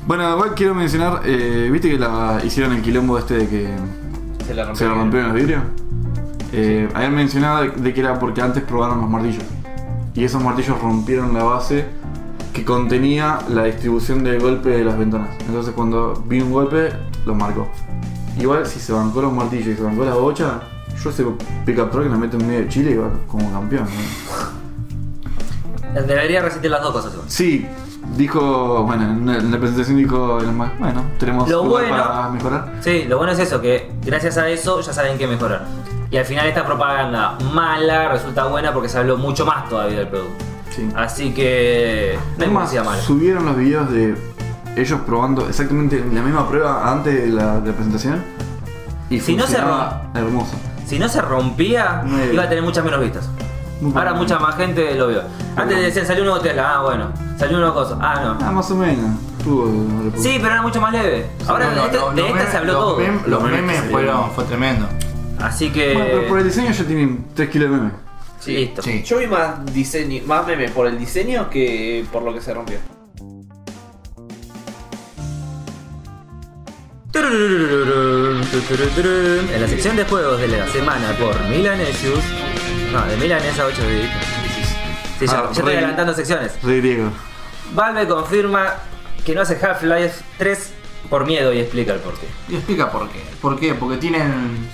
[SPEAKER 3] Bueno, igual quiero mencionar, eh, viste que la hicieron el quilombo este de que
[SPEAKER 4] Se la rompió.
[SPEAKER 3] se le rompieron los vidrios. Eh, Habían mencionado de, de que era porque antes probaron los martillos. Y esos martillos rompieron la base que contenía la distribución del golpe de las ventanas. Entonces cuando vi un golpe, lo marcó. Igual si se bancó los martillos y se bancó la bocha, yo ese pickup truck la meto en medio de Chile y va como campeón. ¿no?
[SPEAKER 1] Debería resistir las dos cosas. igual.
[SPEAKER 3] Sí, dijo, bueno, en la- en la presentación dijo Elon Musk, bueno, tenemos
[SPEAKER 1] Lo
[SPEAKER 3] lugar
[SPEAKER 1] bueno-
[SPEAKER 3] para mejorar.
[SPEAKER 1] Sí, lo bueno es eso, que gracias a eso ya saben qué mejorar. Y al final esta propaganda mala resulta buena porque se habló mucho más todavía del producto.
[SPEAKER 3] Sí.
[SPEAKER 1] Así que no hay
[SPEAKER 3] Además,
[SPEAKER 1] publicidad mala.
[SPEAKER 3] subieron los videos de ellos probando exactamente la misma prueba antes de la, de la presentación. Y
[SPEAKER 1] Si no se
[SPEAKER 3] funcionaba hermoso.
[SPEAKER 1] Si no se rompía,
[SPEAKER 3] Muy bien.
[SPEAKER 1] iba a tener muchas menos vistas.
[SPEAKER 3] Muy
[SPEAKER 1] Ahora
[SPEAKER 3] bien.
[SPEAKER 1] mucha más gente lo vio. Antes decían salió un nuevo Tesla, ah bueno, salió un nuevo cosa, ah no.
[SPEAKER 3] Ah, más o menos. Estuvo-
[SPEAKER 1] Sí, pero era mucho más leve. Ahora
[SPEAKER 2] Bueno,
[SPEAKER 1] este-
[SPEAKER 2] lo-
[SPEAKER 1] de
[SPEAKER 2] los
[SPEAKER 1] esta
[SPEAKER 2] memes-
[SPEAKER 1] se habló
[SPEAKER 2] los
[SPEAKER 1] todo.
[SPEAKER 2] mem- los
[SPEAKER 3] Los memes
[SPEAKER 2] memes
[SPEAKER 3] que se
[SPEAKER 2] fueron,
[SPEAKER 3] dieron.
[SPEAKER 2] fue tremendo.
[SPEAKER 1] Así
[SPEAKER 3] Bueno, pero por
[SPEAKER 1] que.
[SPEAKER 3] el diseño ya tienen 3 kilos de meme.
[SPEAKER 1] sí, Listo.
[SPEAKER 2] Sí.
[SPEAKER 4] Yo vi más diseño, más meme por el diseño que por lo que se rompió.
[SPEAKER 1] En la sección de juegos de la semana por Milanesius. No, de Milanesa 8 bits. Sí, ya,
[SPEAKER 3] Ah,
[SPEAKER 1] ya estoy
[SPEAKER 3] re-
[SPEAKER 1] adelantando secciones.
[SPEAKER 3] Re griego.
[SPEAKER 1] Valve confirma que no hace Half-Life 3 por miedo y explica el porqué.
[SPEAKER 2] Y explica por qué. ¿Por qué? Porque tienen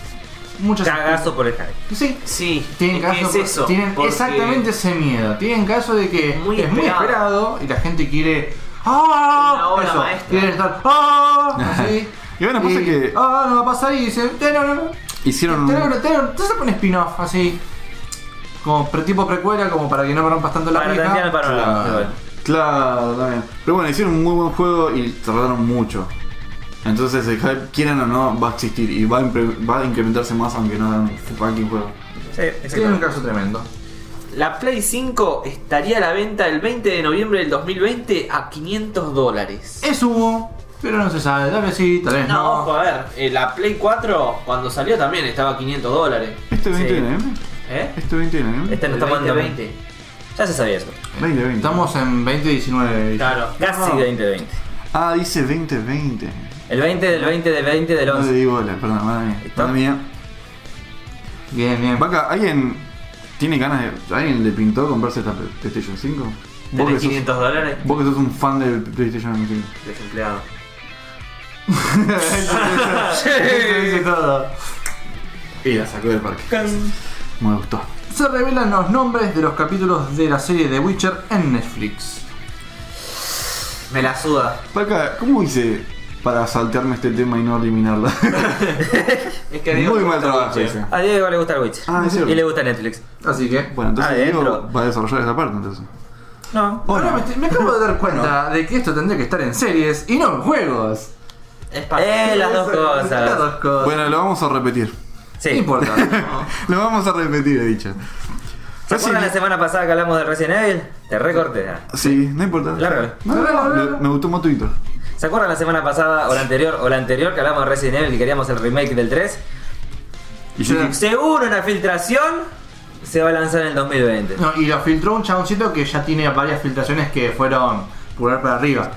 [SPEAKER 2] muchas.
[SPEAKER 1] Cagazo por el hype.
[SPEAKER 2] Sí.
[SPEAKER 4] Sí,
[SPEAKER 2] Tienen
[SPEAKER 4] es que
[SPEAKER 2] caso,
[SPEAKER 4] es eso.
[SPEAKER 2] tienen
[SPEAKER 4] porque-
[SPEAKER 2] exactamente ese miedo. Tienen caso de que
[SPEAKER 4] Muy
[SPEAKER 2] es muy
[SPEAKER 4] esperado.
[SPEAKER 2] esperado y la gente quiere. ¡Ah!
[SPEAKER 4] Una obra
[SPEAKER 2] Eso,
[SPEAKER 4] maestra.
[SPEAKER 2] Quieren estar. ¡Ah! Así.
[SPEAKER 3] Y bueno, pasa que-
[SPEAKER 2] ¡Ah! No va a pasar y dicen. "Te- no, no, no".
[SPEAKER 3] Hicieron un-
[SPEAKER 2] Te- no, no, te- no". Entonces se pone spin-off así. Como pre- tipo precuela, como para que no rompas tanto la
[SPEAKER 1] Para tantear el
[SPEAKER 2] pija.
[SPEAKER 1] panorama. igual.
[SPEAKER 3] Claro, también. Pero bueno, hicieron un muy buen juego y tardaron mucho. Entonces el hype, quieran o no, va a existir y va a, impre- va a incrementarse más aunque no hagan un fucking juego.
[SPEAKER 1] Sí,
[SPEAKER 2] Tienen un
[SPEAKER 1] exacto.
[SPEAKER 2] caso tremendo.
[SPEAKER 4] la Play 5 estaría a la venta el 20 de noviembre del 2020 a 500 dólares.
[SPEAKER 2] Es humo, pero no se sabe. Tal vez sí, tal vez
[SPEAKER 4] No,
[SPEAKER 2] no.
[SPEAKER 4] ojo, a ver, eh, la Play 4 cuando salió también estaba a 500 dólares.
[SPEAKER 3] ¿Este 20
[SPEAKER 1] Sí.
[SPEAKER 3] de noviembre?
[SPEAKER 4] ¿Eh?
[SPEAKER 3] ¿Este 20 de noviembre?
[SPEAKER 1] Este no
[SPEAKER 4] El
[SPEAKER 1] está mandando.
[SPEAKER 4] 2020.
[SPEAKER 1] Ya se sabía eso.
[SPEAKER 3] 20 de 20.
[SPEAKER 2] Estamos en 2019.
[SPEAKER 4] Claro.
[SPEAKER 1] Casi
[SPEAKER 2] No.
[SPEAKER 1] 2020.
[SPEAKER 3] Ah, dice 2020.
[SPEAKER 1] El 20 del 20 del 20 del
[SPEAKER 3] No le
[SPEAKER 1] 11.
[SPEAKER 3] di bola, perdón, madre mía.
[SPEAKER 1] ¿Está?
[SPEAKER 3] Madre mía.
[SPEAKER 2] Bien, bien.
[SPEAKER 3] Vaca, ¿alguien tiene ganas de. ¿Alguien le pintó comprarse esta PlayStation 5? Vos que,
[SPEAKER 4] ¿Tenés
[SPEAKER 3] sos,
[SPEAKER 4] 500 dólares?
[SPEAKER 3] vos que sos un fan del PlayStation 5.
[SPEAKER 4] Desempleado.
[SPEAKER 2] Eso dice todo.
[SPEAKER 3] Y la sacó del parque. Me gustó.
[SPEAKER 2] Se revelan los nombres de los capítulos de la serie The Witcher en Netflix.
[SPEAKER 4] Me la suda.
[SPEAKER 3] Vaca, ¿cómo hice para saltearme este tema y no eliminarla?
[SPEAKER 4] Es que digo,
[SPEAKER 3] Muy mal
[SPEAKER 4] puta
[SPEAKER 3] trabajo
[SPEAKER 4] leche.
[SPEAKER 3] ese.
[SPEAKER 1] A Diego le gusta el Witcher.
[SPEAKER 3] Ah, es cierto.
[SPEAKER 1] y le gusta Netflix.
[SPEAKER 2] Así que.
[SPEAKER 3] Bueno, entonces
[SPEAKER 1] Ah,
[SPEAKER 3] Diego
[SPEAKER 1] dentro.
[SPEAKER 3] va a desarrollar esa parte entonces.
[SPEAKER 1] No.
[SPEAKER 2] Ahora me, estoy- me acabo de dar cuenta de que esto tendría que estar en series y no en juegos.
[SPEAKER 4] Es
[SPEAKER 1] Eh, las dos
[SPEAKER 2] Las
[SPEAKER 1] cosas.
[SPEAKER 2] dos cosas.
[SPEAKER 3] Bueno, lo vamos a repetir.
[SPEAKER 2] no
[SPEAKER 1] Sí.
[SPEAKER 2] importa.
[SPEAKER 3] Lo vamos a repetir, he dicho.
[SPEAKER 1] ¿Se acuerdan la semana pasada que hablamos de Resident Evil? Te recorté. ah.
[SPEAKER 3] Sí, no importa.
[SPEAKER 1] Lárgalo.
[SPEAKER 3] No, no, no, le- me gustó más Twitter.
[SPEAKER 1] ¿Se acuerdan la semana pasada o la anterior o la anterior que hablamos de Resident Evil y queríamos el remake del 3?
[SPEAKER 3] Y yo
[SPEAKER 2] Sí.
[SPEAKER 1] Según una filtración, se va a lanzar en el 2020.
[SPEAKER 2] No, y lo filtró un chaboncito que ya tiene varias filtraciones que fueron pulgar para arriba.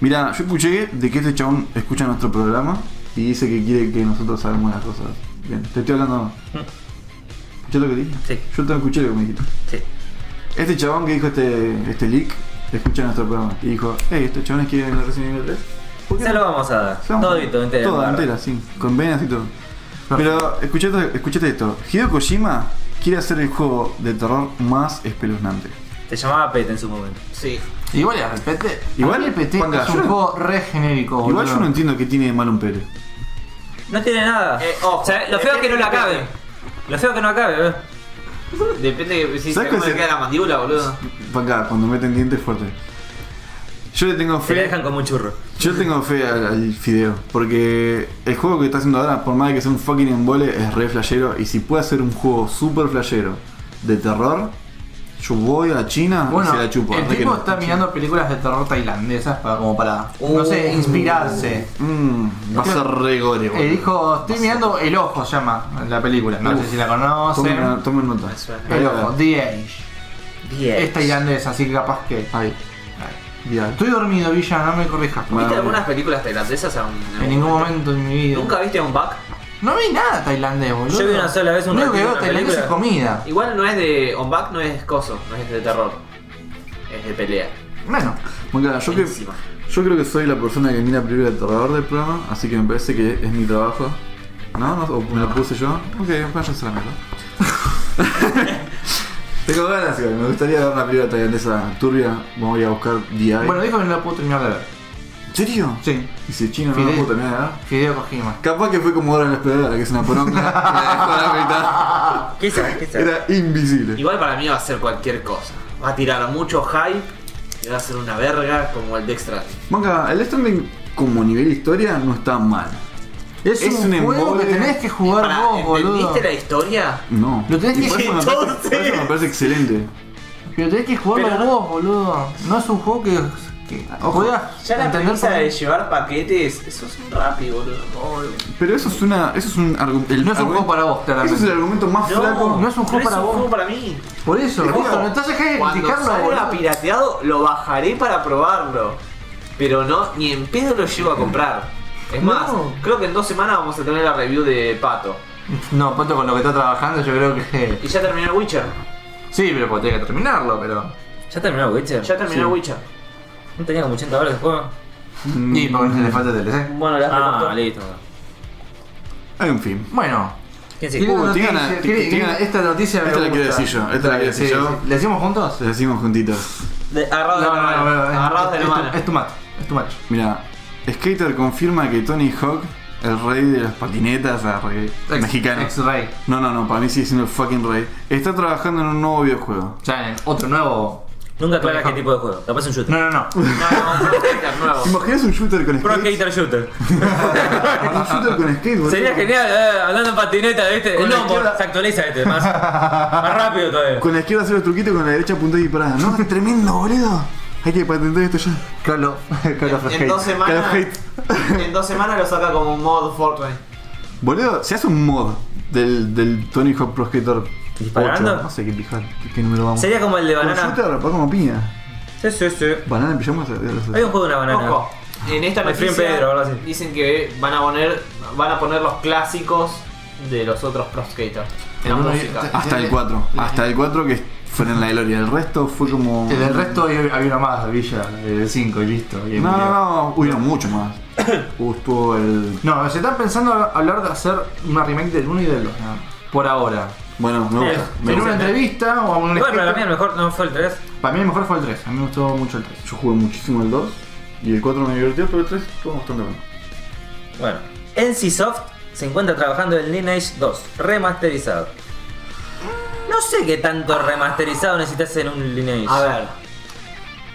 [SPEAKER 3] Mira, yo escuché de que este chabón escucha nuestro programa y dice que quiere que nosotros sabemos las cosas. Bien, te estoy hablando. ¿Escuchaste lo que dije?
[SPEAKER 1] Mm. Sí.
[SPEAKER 3] Yo te escuché lo que me dijiste.
[SPEAKER 1] Sí.
[SPEAKER 3] Este chabón que dijo este, este leak escucha nuestro programa y dijo: Hey, estos chabones quieren la Resident Evil 3. ¿Por qué
[SPEAKER 1] Se
[SPEAKER 3] no?
[SPEAKER 1] lo vamos a dar.
[SPEAKER 3] Se lo vamos a-
[SPEAKER 1] Todo y todo entero.
[SPEAKER 3] Toda
[SPEAKER 1] Barra.
[SPEAKER 3] entera, sí. Con venas y todo. Pero escuchate, escuchate esto: Hideo Kojima quiere hacer el juego de terror más espeluznante.
[SPEAKER 1] Te llamaba Pete en su momento.
[SPEAKER 4] Sí.
[SPEAKER 2] Igual ya respeté.
[SPEAKER 3] Igual,
[SPEAKER 2] el PT
[SPEAKER 3] Juanca,
[SPEAKER 2] es
[SPEAKER 3] yo
[SPEAKER 2] un
[SPEAKER 3] no-
[SPEAKER 2] juego re genérico,
[SPEAKER 3] Igual
[SPEAKER 2] boludo.
[SPEAKER 3] yo no entiendo qué tiene de malo un Pérez.
[SPEAKER 1] No tiene nada.
[SPEAKER 4] Eh, ojo.
[SPEAKER 1] O sea, lo feo es que no la acabe. Lo feo es que no acabe, eh.
[SPEAKER 4] Depende de si
[SPEAKER 3] ¿Sabes
[SPEAKER 4] cómo
[SPEAKER 3] que
[SPEAKER 4] le
[SPEAKER 3] se-
[SPEAKER 4] queda la mandíbula, boludo.
[SPEAKER 3] Pa' acá, cuando meten dientes fuerte. Yo le tengo
[SPEAKER 1] Se la
[SPEAKER 3] fe.
[SPEAKER 1] dejan como un churro.
[SPEAKER 3] Yo tengo fe al, al fideo. Porque el juego que está haciendo ahora, por más de que sea un fucking embole, es re flashero. Y si puede hacer un juego super flashero de terror, yo voy a China y
[SPEAKER 2] Bueno,
[SPEAKER 3] Ah, se la chupo.
[SPEAKER 2] el
[SPEAKER 3] Así que
[SPEAKER 2] tipo
[SPEAKER 3] no.
[SPEAKER 2] está mirando películas de terror tailandesas para, como para, no sé,
[SPEAKER 3] Oh.
[SPEAKER 1] Uh.
[SPEAKER 2] inspirarse.
[SPEAKER 3] Mm, va a ser re gore,
[SPEAKER 2] Eh, dijo, estoy mirando El Ojo, se llama la película. No
[SPEAKER 3] Uf.
[SPEAKER 2] sé si la conocen.
[SPEAKER 3] Tomen, tomen nota.
[SPEAKER 2] El Ojo, The Age.
[SPEAKER 1] Bien.
[SPEAKER 2] Es tailandesa, así que capaz que...
[SPEAKER 3] Ahí. Bien.
[SPEAKER 2] Estoy dormido, Villa, no me corrijas. por
[SPEAKER 3] Bueno.
[SPEAKER 4] ¿Viste
[SPEAKER 2] favor.
[SPEAKER 4] algunas películas tailandesas? a un-
[SPEAKER 2] En ningún momento en mi vida.
[SPEAKER 4] ¿Nunca viste a un Buck?
[SPEAKER 2] No vi nada tailandés, boludo.
[SPEAKER 1] Yo vi una sola vez un
[SPEAKER 2] Lo único
[SPEAKER 1] ratito
[SPEAKER 2] que veo
[SPEAKER 1] una
[SPEAKER 2] tailandés es
[SPEAKER 1] película.
[SPEAKER 2] comida.
[SPEAKER 4] Igual no es de. On Back no es coso, no es de terror. Es de pelea.
[SPEAKER 2] Bueno,
[SPEAKER 3] Bueno, yo, que-
[SPEAKER 4] Buenísima.
[SPEAKER 3] yo creo que soy la persona que mira primero el terror del programa, así que me parece que es mi trabajo. ¿No? ¿No? ¿O me lo puse yo? Ok, váyanse a la mierda. Tengo ganas, igual, me gustaría ver una película tailandesa turbia. Voy a buscar DI.
[SPEAKER 2] bueno, dijo que no la puedo terminar de ver.
[SPEAKER 3] ¿En serio?
[SPEAKER 2] Sí,
[SPEAKER 3] ¿Y si China no la
[SPEAKER 2] Fidel.
[SPEAKER 3] puedo terminar de ver?
[SPEAKER 2] Fideo Kojima.
[SPEAKER 3] Capaz que fue como ahora en la exploradora, que es una poronga. que
[SPEAKER 1] Quizás,
[SPEAKER 3] la dejó a la mitad.
[SPEAKER 1] quizás.
[SPEAKER 3] Era invisible.
[SPEAKER 4] Igual para mí va a ser cualquier cosa. Va a tirar mucho hype y va a ser una verga como el de Extra.
[SPEAKER 3] Manga, el Stranding como nivel historia no está mal.
[SPEAKER 2] Es,
[SPEAKER 3] Es
[SPEAKER 2] un,
[SPEAKER 3] un
[SPEAKER 2] juego
[SPEAKER 3] embole.
[SPEAKER 2] que tenés que jugar
[SPEAKER 4] Pará,
[SPEAKER 2] vos, boludo.
[SPEAKER 4] ¿Entendiste la historia?
[SPEAKER 3] No.
[SPEAKER 2] Lo tenés
[SPEAKER 3] Y
[SPEAKER 2] que-
[SPEAKER 3] por eso me parece- por eso me parece excelente.
[SPEAKER 2] Pero tenés que jugarlo
[SPEAKER 4] Pero- Ah,
[SPEAKER 2] vos, boludo. No es un juego que, que puedas
[SPEAKER 4] Ya la
[SPEAKER 2] entender
[SPEAKER 4] premisa
[SPEAKER 2] por-
[SPEAKER 4] de llevar paquetes, eso es un rapi, boludo. No,
[SPEAKER 3] Pero eso es una. Eso es un argumento.
[SPEAKER 2] No
[SPEAKER 4] Ah,
[SPEAKER 2] es un juego para vos, claramente.
[SPEAKER 3] Eso es el argumento más flaco.
[SPEAKER 2] no es un juego para vos.
[SPEAKER 4] juego para mí.
[SPEAKER 2] Por eso,
[SPEAKER 4] Ojo,
[SPEAKER 2] listo, entonces dejá de
[SPEAKER 4] Cuando
[SPEAKER 2] criticarlo,
[SPEAKER 4] salga
[SPEAKER 2] boludo.
[SPEAKER 4] pirateado, lo bajaré para probarlo. Pero no, ni en pedo lo llevo a comprar. Es
[SPEAKER 2] No.
[SPEAKER 4] más, creo que en dos semanas vamos a tener la review de Pato.
[SPEAKER 2] No, Pato, con lo que está trabajando, yo creo que.
[SPEAKER 4] Y ya terminó el Witcher.
[SPEAKER 2] Sí, pero porque tenés que terminarlo, pero.
[SPEAKER 1] ¿Ya terminó Witcher?
[SPEAKER 4] Ya terminó el Witcher.
[SPEAKER 1] ¿No tenía como 80 horas de juego?
[SPEAKER 4] Mm.
[SPEAKER 2] Y porque no le falta ¿eh? DLC.
[SPEAKER 4] Bueno, la
[SPEAKER 1] Ah, listo.
[SPEAKER 3] Mm. En fin.
[SPEAKER 2] Bueno,
[SPEAKER 1] ¿Quién
[SPEAKER 2] tiene
[SPEAKER 1] sigue?
[SPEAKER 3] Uh,
[SPEAKER 2] una
[SPEAKER 3] tiene
[SPEAKER 2] noticia-
[SPEAKER 3] una-
[SPEAKER 2] tiene-
[SPEAKER 3] tiene-
[SPEAKER 2] tiene- esta noticia me
[SPEAKER 3] esta la
[SPEAKER 2] gusta.
[SPEAKER 3] quiero decir yo, esta la quiero
[SPEAKER 2] Sí,
[SPEAKER 3] decir
[SPEAKER 2] sí.
[SPEAKER 3] yo.
[SPEAKER 2] ¿La decimos juntos?
[SPEAKER 3] Lo decimos juntitos.
[SPEAKER 4] De, agarrados de la mano.
[SPEAKER 2] es-
[SPEAKER 4] agarrados de
[SPEAKER 2] es,
[SPEAKER 4] la
[SPEAKER 2] tu-
[SPEAKER 4] mano.
[SPEAKER 2] es tu match, es tu match.
[SPEAKER 3] Mira, Skater confirma que Tony Hawk, el rey de las patinetas, ah, rey
[SPEAKER 2] Ex-
[SPEAKER 3] mexicano.
[SPEAKER 2] X-Ray.
[SPEAKER 3] No, no, no, para mí sigue siendo el fucking rey. Está trabajando en un nuevo videojuego.
[SPEAKER 2] Ya, en otro nuevo.
[SPEAKER 1] Nunca aclara qué tipo de juego. Capaz es un shooter.
[SPEAKER 2] No, no, no.
[SPEAKER 4] No, no, no, nuevo.
[SPEAKER 3] ¿Te imaginas un shooter con
[SPEAKER 1] Pro
[SPEAKER 3] skate?
[SPEAKER 1] Skater Shooter.
[SPEAKER 3] un shooter con skate, boludo.
[SPEAKER 1] Sería genial, eh, andando en patineta, ¿viste?
[SPEAKER 3] Con
[SPEAKER 1] El
[SPEAKER 3] la
[SPEAKER 1] lombo
[SPEAKER 3] izquierda.
[SPEAKER 1] se actualiza este, más, más rápido todavía.
[SPEAKER 3] Con la izquierda hacer los truquitos y con la derecha apuntar y disparar. No, es tremendo, boludo. Hay que patentar esto ya.
[SPEAKER 2] Call of, Call of
[SPEAKER 4] En, en dos
[SPEAKER 2] Hate.
[SPEAKER 4] semanas.
[SPEAKER 3] Call of
[SPEAKER 4] En dos semanas lo saca como mod Fortnite.
[SPEAKER 3] Boludo, se hace un mod del, del Tony Hawk Pro Skater 8.
[SPEAKER 1] ¿Disparando?
[SPEAKER 3] No sé qué, pijar, qué, qué número vamos.
[SPEAKER 1] Sería como el de
[SPEAKER 3] Con
[SPEAKER 1] banana.
[SPEAKER 3] shooter, va como piña.
[SPEAKER 1] Sí, sí, sí.
[SPEAKER 3] Banana en pijamas. eh, los-
[SPEAKER 1] Hay un juego de una banana.
[SPEAKER 4] Ojo, en esta
[SPEAKER 1] Me fui en
[SPEAKER 4] noticia
[SPEAKER 1] Pedro, algo así.
[SPEAKER 4] dicen que van a poner van a poner los clásicos de los otros pro skaters en la
[SPEAKER 2] Algunos-
[SPEAKER 4] música.
[SPEAKER 3] Hasta el 4. Hasta el 4 que fue en la gloria. El resto fue como.
[SPEAKER 2] El del resto había había uno más, Villa, el 5 y listo. y ahí
[SPEAKER 3] No,
[SPEAKER 2] murió.
[SPEAKER 3] no, no. Hubieron mucho más. Justo el.
[SPEAKER 2] No, se están pensando hablar de hacer una remake del 1 y del 2. nada más. Por ahora.
[SPEAKER 3] Bueno, me gusta. me
[SPEAKER 2] en
[SPEAKER 3] gusta.
[SPEAKER 2] una entrevista o en un
[SPEAKER 1] Igual, para mí el
[SPEAKER 2] sketch-
[SPEAKER 1] mejor no fue el 3.
[SPEAKER 2] Para mí el mejor fue el 3. A mí me gustó mucho el 3.
[SPEAKER 3] Yo jugué muchísimo el 2 y el 4 me divirtió, pero el 3 estuvo bastante bueno.
[SPEAKER 1] Bueno, NCSoft se encuentra trabajando en Lineage 2, remasterizado. No sé qué tanto remasterizado necesitas en un Lineage.
[SPEAKER 4] A ver,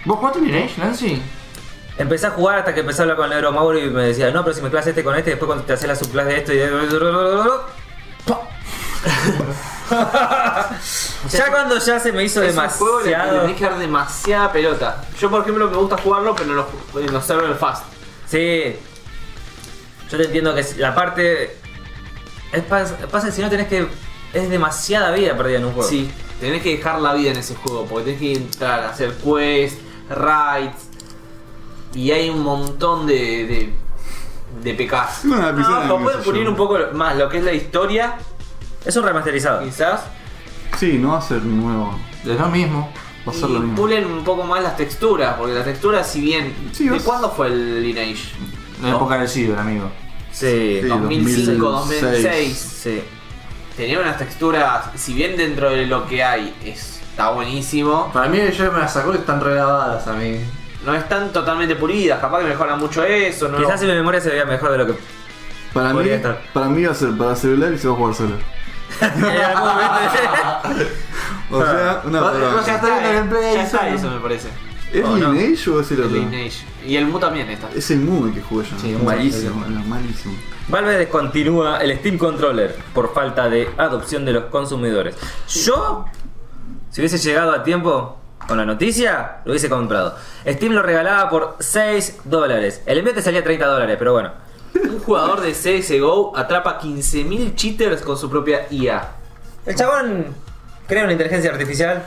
[SPEAKER 2] ¿Vos jugaste Lineage, Nancy?
[SPEAKER 1] Empecé a jugar hasta que empecé a hablar con el negro Mauro y me decía, no, pero si me clase este con este, después cuando te haces la subclase de esto y de... ¡Pah! ya cuando ya se me hizo
[SPEAKER 4] es un juego que le le
[SPEAKER 1] demasiado...
[SPEAKER 4] tenés que dar demasiada pelota. Yo por ejemplo me gusta jugarlo pero en los, eh, en los server fast.
[SPEAKER 1] Sí. Yo te entiendo que la parte... Es pas- pasa que si no tenés que... Es demasiada vida perdida en un juego.
[SPEAKER 4] Sí, tenés que dejar la vida en ese juego porque tenés que entrar a hacer quests, raids y hay un montón de de, de pecados.
[SPEAKER 3] No, la pisada,
[SPEAKER 4] lo
[SPEAKER 3] qué
[SPEAKER 4] pueden
[SPEAKER 3] sé yo.
[SPEAKER 4] pulir un poco más lo que es la historia,
[SPEAKER 1] Es un remasterizado.
[SPEAKER 4] quizás.
[SPEAKER 3] Sí, no va a ser nuevo.
[SPEAKER 2] Es lo mismo.
[SPEAKER 3] Va a ser
[SPEAKER 4] Y
[SPEAKER 3] lo mismo.
[SPEAKER 4] pulen un poco más las texturas, porque las texturas, si bien.
[SPEAKER 3] Sí,
[SPEAKER 4] ¿De
[SPEAKER 3] es-
[SPEAKER 4] cuándo fue el Lineage?
[SPEAKER 2] La época del ciber, amigo.
[SPEAKER 1] Sí.
[SPEAKER 3] Sí,
[SPEAKER 4] 2005, 2006.
[SPEAKER 1] Sí.
[SPEAKER 4] Tenía unas texturas, si bien dentro de lo que hay está buenísimo,
[SPEAKER 2] Para mí yo me las sacó y están regabadas a mí.
[SPEAKER 4] no están totalmente pulidas. Capaz que mejoran mucho eso, ¿no?
[SPEAKER 1] Quizás si mi memoria se veía mejor de lo que.
[SPEAKER 3] Para mí,
[SPEAKER 1] Podría estar.
[SPEAKER 3] para mí va a ser para celular y se va a jugar solo.
[SPEAKER 1] En algún momento-
[SPEAKER 3] O
[SPEAKER 1] Ah.
[SPEAKER 3] sea, una
[SPEAKER 2] Va-
[SPEAKER 3] verdad.
[SPEAKER 2] va a
[SPEAKER 4] Ya
[SPEAKER 2] ser- Está
[SPEAKER 4] está, eh,
[SPEAKER 2] viendo el gameplay,
[SPEAKER 4] ya está
[SPEAKER 2] ¿no?
[SPEAKER 4] eso, me parece.
[SPEAKER 3] ¿Es
[SPEAKER 1] Oh, no.
[SPEAKER 3] Lineage o es el
[SPEAKER 4] El
[SPEAKER 3] otro?
[SPEAKER 4] Lineage. Y el Mu también está.
[SPEAKER 3] Es el Moon que jugué yo.
[SPEAKER 2] Sí,
[SPEAKER 3] malísimo, no, malísimo.
[SPEAKER 1] Valve descontinúa el Steam Controller por falta de adopción de los consumidores. Yo, si hubiese llegado a tiempo con la noticia, lo hubiese comprado. Steam lo regalaba por 6 dólares. El envío te salía 30 dólares, pero bueno.
[SPEAKER 4] Un jugador de CSGO atrapa 15.000 cheaters con su propia IA.
[SPEAKER 1] El chabón creó una inteligencia artificial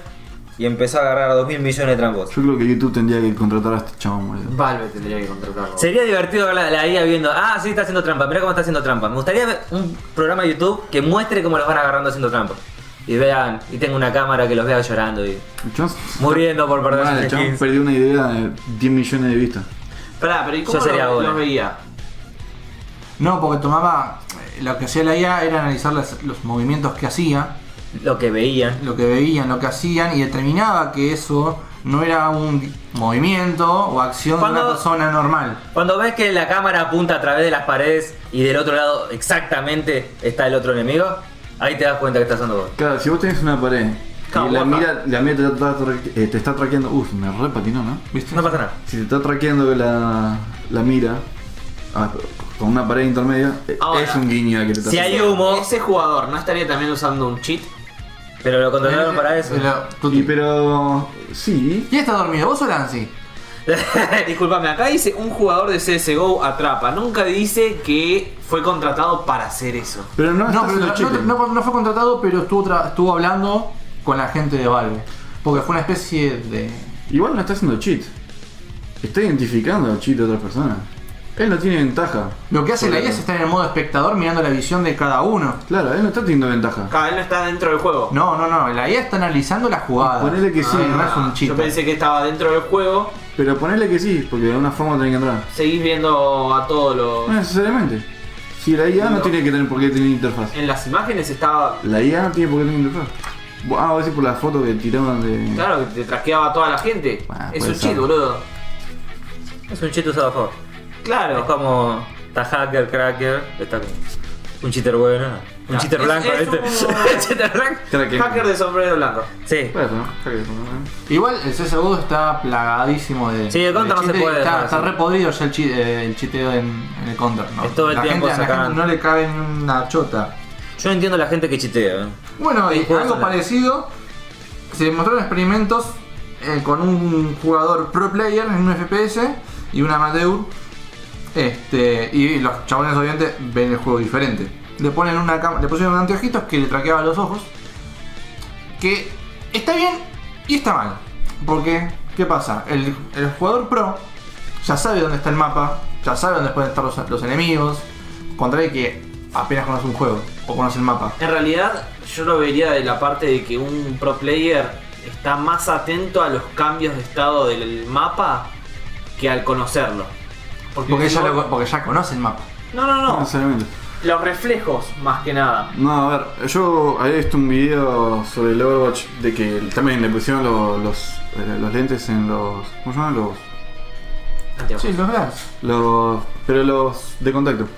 [SPEAKER 1] y empezó a agarrar a 2.000 millones de trampos.
[SPEAKER 3] Yo creo que YouTube tendría que contratar a este chabón, boludo.
[SPEAKER 4] Valve tendría que contratarlo.
[SPEAKER 1] Sería divertido ver la, la IA viendo, ah, sí, está haciendo trampa, mira cómo está haciendo trampa. Me gustaría ver un programa de YouTube que muestre cómo los van agarrando haciendo trampa. Y vean, y tengo una cámara que los vea llorando y
[SPEAKER 3] El chabón-
[SPEAKER 1] muriendo por perder
[SPEAKER 3] Mal,
[SPEAKER 1] sus
[SPEAKER 3] el chabón
[SPEAKER 1] skins.
[SPEAKER 3] perdió una idea de 10 millones de vistas.
[SPEAKER 4] Pará, pero ¿y cómo
[SPEAKER 1] Yo sería
[SPEAKER 4] lo,
[SPEAKER 1] ahora.
[SPEAKER 4] lo veía?
[SPEAKER 2] No, porque tomaba. Lo que hacía la IA era analizar las- los movimientos que hacía,
[SPEAKER 1] Lo que veían.
[SPEAKER 2] lo que veían, lo que hacían, y determinaba que eso no era un movimiento o acción de
[SPEAKER 1] Cuando-
[SPEAKER 2] una persona normal.
[SPEAKER 1] Cuando ves que la cámara apunta a través de las paredes y del otro lado exactamente está el otro enemigo, ahí te das cuenta que estás haciendo vos.
[SPEAKER 3] Claro, si vos tenés una pared
[SPEAKER 4] Claro,
[SPEAKER 3] y la
[SPEAKER 4] guapa.
[SPEAKER 3] mira, la mira te, está tra- eh, te está traqueando. Uf, me repatinó, ¿no?
[SPEAKER 2] ¿Viste?
[SPEAKER 1] No pasa nada.
[SPEAKER 3] Si te está traqueando la, la mira ah, con una pared intermedia, eh,
[SPEAKER 4] Ahora,
[SPEAKER 3] es un guiño a que te está
[SPEAKER 1] si hay humo,
[SPEAKER 4] Ese jugador no estaría también usando un cheat.
[SPEAKER 1] pero lo contrataron para eso.
[SPEAKER 2] Pero-
[SPEAKER 3] Y pero. Sí.
[SPEAKER 2] ¿Quién está dormido? ¿Vos o Nancy?
[SPEAKER 4] Disculpame, acá dice un jugador de CSGO atrapa. Nunca dice que fue contratado para hacer eso.
[SPEAKER 3] Pero no, está
[SPEAKER 2] No, pero
[SPEAKER 3] haciendo
[SPEAKER 2] no,
[SPEAKER 3] cheating.
[SPEAKER 2] no- no fue contratado, pero estuvo, tra- estuvo hablando con la gente de Valve. Porque fue una especie de.
[SPEAKER 3] Igual no está haciendo cheat. Está identificando el cheat de otras personas. Él no tiene ventaja.
[SPEAKER 2] Lo que hace la
[SPEAKER 3] Sobre-
[SPEAKER 2] IA es estar en el modo espectador mirando la visión de cada uno.
[SPEAKER 3] Claro, él no está teniendo ventaja.
[SPEAKER 4] Cada él no está dentro del juego. Ah,
[SPEAKER 2] No, no, no, la IA está analizando la jugada. Ah,
[SPEAKER 3] Ponele que sí,
[SPEAKER 2] no es un
[SPEAKER 4] Yo
[SPEAKER 2] chito.
[SPEAKER 4] pensé que estaba dentro del juego.
[SPEAKER 3] Pero ponele que sí, porque de alguna forma tiene que entrar.
[SPEAKER 4] Seguís viendo a todos
[SPEAKER 3] No
[SPEAKER 4] los.
[SPEAKER 3] necesariamente. Si la IA no,
[SPEAKER 4] No.
[SPEAKER 3] tiene que tener por qué tener interfaz.
[SPEAKER 4] En las imágenes estaba.
[SPEAKER 3] La IA no tiene por qué tener interfaz. Bo- Ah, voy a decir por la foto que tiraban de.
[SPEAKER 4] Claro, que te trasqueaba a toda la gente.
[SPEAKER 3] Bueno,
[SPEAKER 4] es
[SPEAKER 3] puede
[SPEAKER 4] un cheat,
[SPEAKER 3] ser.
[SPEAKER 4] boludo.
[SPEAKER 1] Es un chiste usado a favor. Es
[SPEAKER 4] Claro.
[SPEAKER 1] como. Está hacker, cracker, está bien. Un cheater bueno. Un
[SPEAKER 4] No,
[SPEAKER 1] cheater
[SPEAKER 4] es-
[SPEAKER 1] blanco,
[SPEAKER 4] es
[SPEAKER 1] ¿viste?
[SPEAKER 4] un-
[SPEAKER 1] cheater blanco.
[SPEAKER 3] Tranquilo.
[SPEAKER 4] Hacker de sombrero blanco.
[SPEAKER 1] Sí.
[SPEAKER 3] Bueno, hacker de sombrero.
[SPEAKER 2] Igual el CSGO está plagadísimo de.
[SPEAKER 1] Sí, el Counter no
[SPEAKER 2] de
[SPEAKER 1] se
[SPEAKER 2] cheateo,
[SPEAKER 1] puede
[SPEAKER 2] Está,
[SPEAKER 1] dejar,
[SPEAKER 2] está
[SPEAKER 1] sí.
[SPEAKER 2] re podrido ya el, chi- eh, el chiteo en, en el Counter. ¿no?
[SPEAKER 1] Es todo el
[SPEAKER 2] la
[SPEAKER 1] tiempo
[SPEAKER 2] gente, a la
[SPEAKER 1] sacan-
[SPEAKER 2] gente no le cabe en una chota.
[SPEAKER 1] Yo no entiendo la gente que chitea. ¿eh?
[SPEAKER 2] Bueno,
[SPEAKER 1] Sí,
[SPEAKER 2] y
[SPEAKER 1] juegos
[SPEAKER 2] algo
[SPEAKER 1] online.
[SPEAKER 2] parecido. Se mostraron experimentos eh, con un jugador pro player en un FPS y un amateur. Este, y los chabones obviamente ven el juego diferente. Le ponen una cam- le pusieron anteojitos que le traqueaba los ojos. Que está bien y está mal. Porque, ¿qué pasa? El, el jugador pro ya sabe dónde está el mapa, ya sabe dónde pueden estar los, los enemigos. Contra el que apenas conoce un juego o conoce el mapa.
[SPEAKER 4] En realidad, yo lo vería de la parte de que un pro player está más atento a los cambios de estado del mapa que al conocerlo.
[SPEAKER 2] Porque
[SPEAKER 4] si
[SPEAKER 2] ya,
[SPEAKER 4] vos-
[SPEAKER 2] lo- porque ya conoce el mapa.
[SPEAKER 4] No, no,
[SPEAKER 3] No
[SPEAKER 4] no.
[SPEAKER 3] necesariamente.
[SPEAKER 4] Los reflejos, más que nada.
[SPEAKER 3] No, a ver, yo había visto un video sobre el Overwatch de que también le pusieron lo- los, eh, los lentes en los. ¿Cómo se llaman? Los
[SPEAKER 4] Anteojos.
[SPEAKER 2] Sí, lo
[SPEAKER 3] Los, pero los de contacto.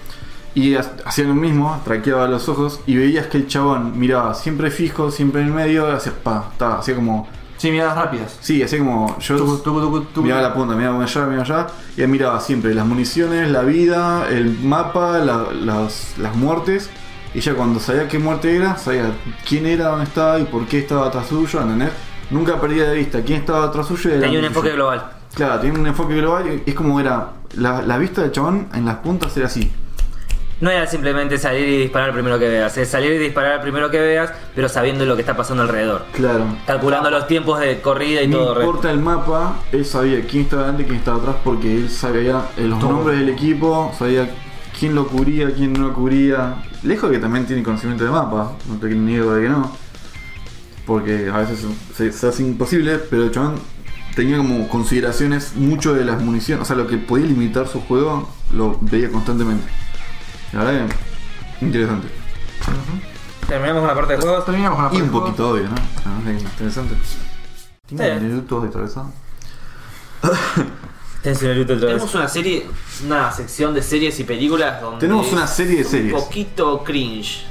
[SPEAKER 3] Y ha- hacían lo mismo, traqueaba los ojos y veías que el chabón miraba siempre fijo, siempre en el medio, hacía pa, ta, hacía como.
[SPEAKER 2] Sí, miradas rápidas.
[SPEAKER 3] Sí, hacía como. Yo
[SPEAKER 2] Tucu, tucu, tucu, tucu.
[SPEAKER 3] miraba la punta, miraba allá, miraba allá, y él miraba siempre las municiones, la vida, el mapa, la- las, las muertes. Y ya cuando sabía qué muerte era, sabía quién era, dónde estaba y por qué estaba atrás suyo, ¿entendés? Nunca perdía de vista quién estaba atrás suyo y era
[SPEAKER 1] Tenía un
[SPEAKER 3] suyo.
[SPEAKER 1] enfoque global.
[SPEAKER 3] Claro, tiene un enfoque global y es como era. La, la vista del chabón en las puntas era así.
[SPEAKER 1] No era simplemente salir y disparar primero que veas, es salir y disparar primero que veas, pero sabiendo lo que está pasando alrededor.
[SPEAKER 3] Claro.
[SPEAKER 1] Calculando los tiempos de corrida y todo.
[SPEAKER 3] No
[SPEAKER 1] re-
[SPEAKER 3] importa el mapa, él sabía quién estaba delante y quién estaba atrás porque él sabía eh, los
[SPEAKER 2] Todo.
[SPEAKER 3] nombres del equipo, sabía quién lo cubría, quién no lo cubría. Lejos que también tiene conocimiento de mapa, no te niego de que no. Porque a veces se, se hace imposible, pero el chabón tenía como consideraciones mucho de las municiones, o sea, lo que podía limitar su juego lo veía constantemente. La verdad que interesante.
[SPEAKER 1] Terminamos con la parte de juegos.
[SPEAKER 2] Terminamos con la
[SPEAKER 3] Y un
[SPEAKER 2] parte de
[SPEAKER 3] poquito obvio, ¿no? La verdad que Interesante. ¿Tiene
[SPEAKER 1] Sí.
[SPEAKER 3] minutos de atravesado?
[SPEAKER 1] Tenés un eructo otra vez.
[SPEAKER 4] Tenemos una serie, una sección de series y películas donde.
[SPEAKER 3] Tenemos una serie de
[SPEAKER 4] es
[SPEAKER 3] series.
[SPEAKER 4] Un poquito cringe.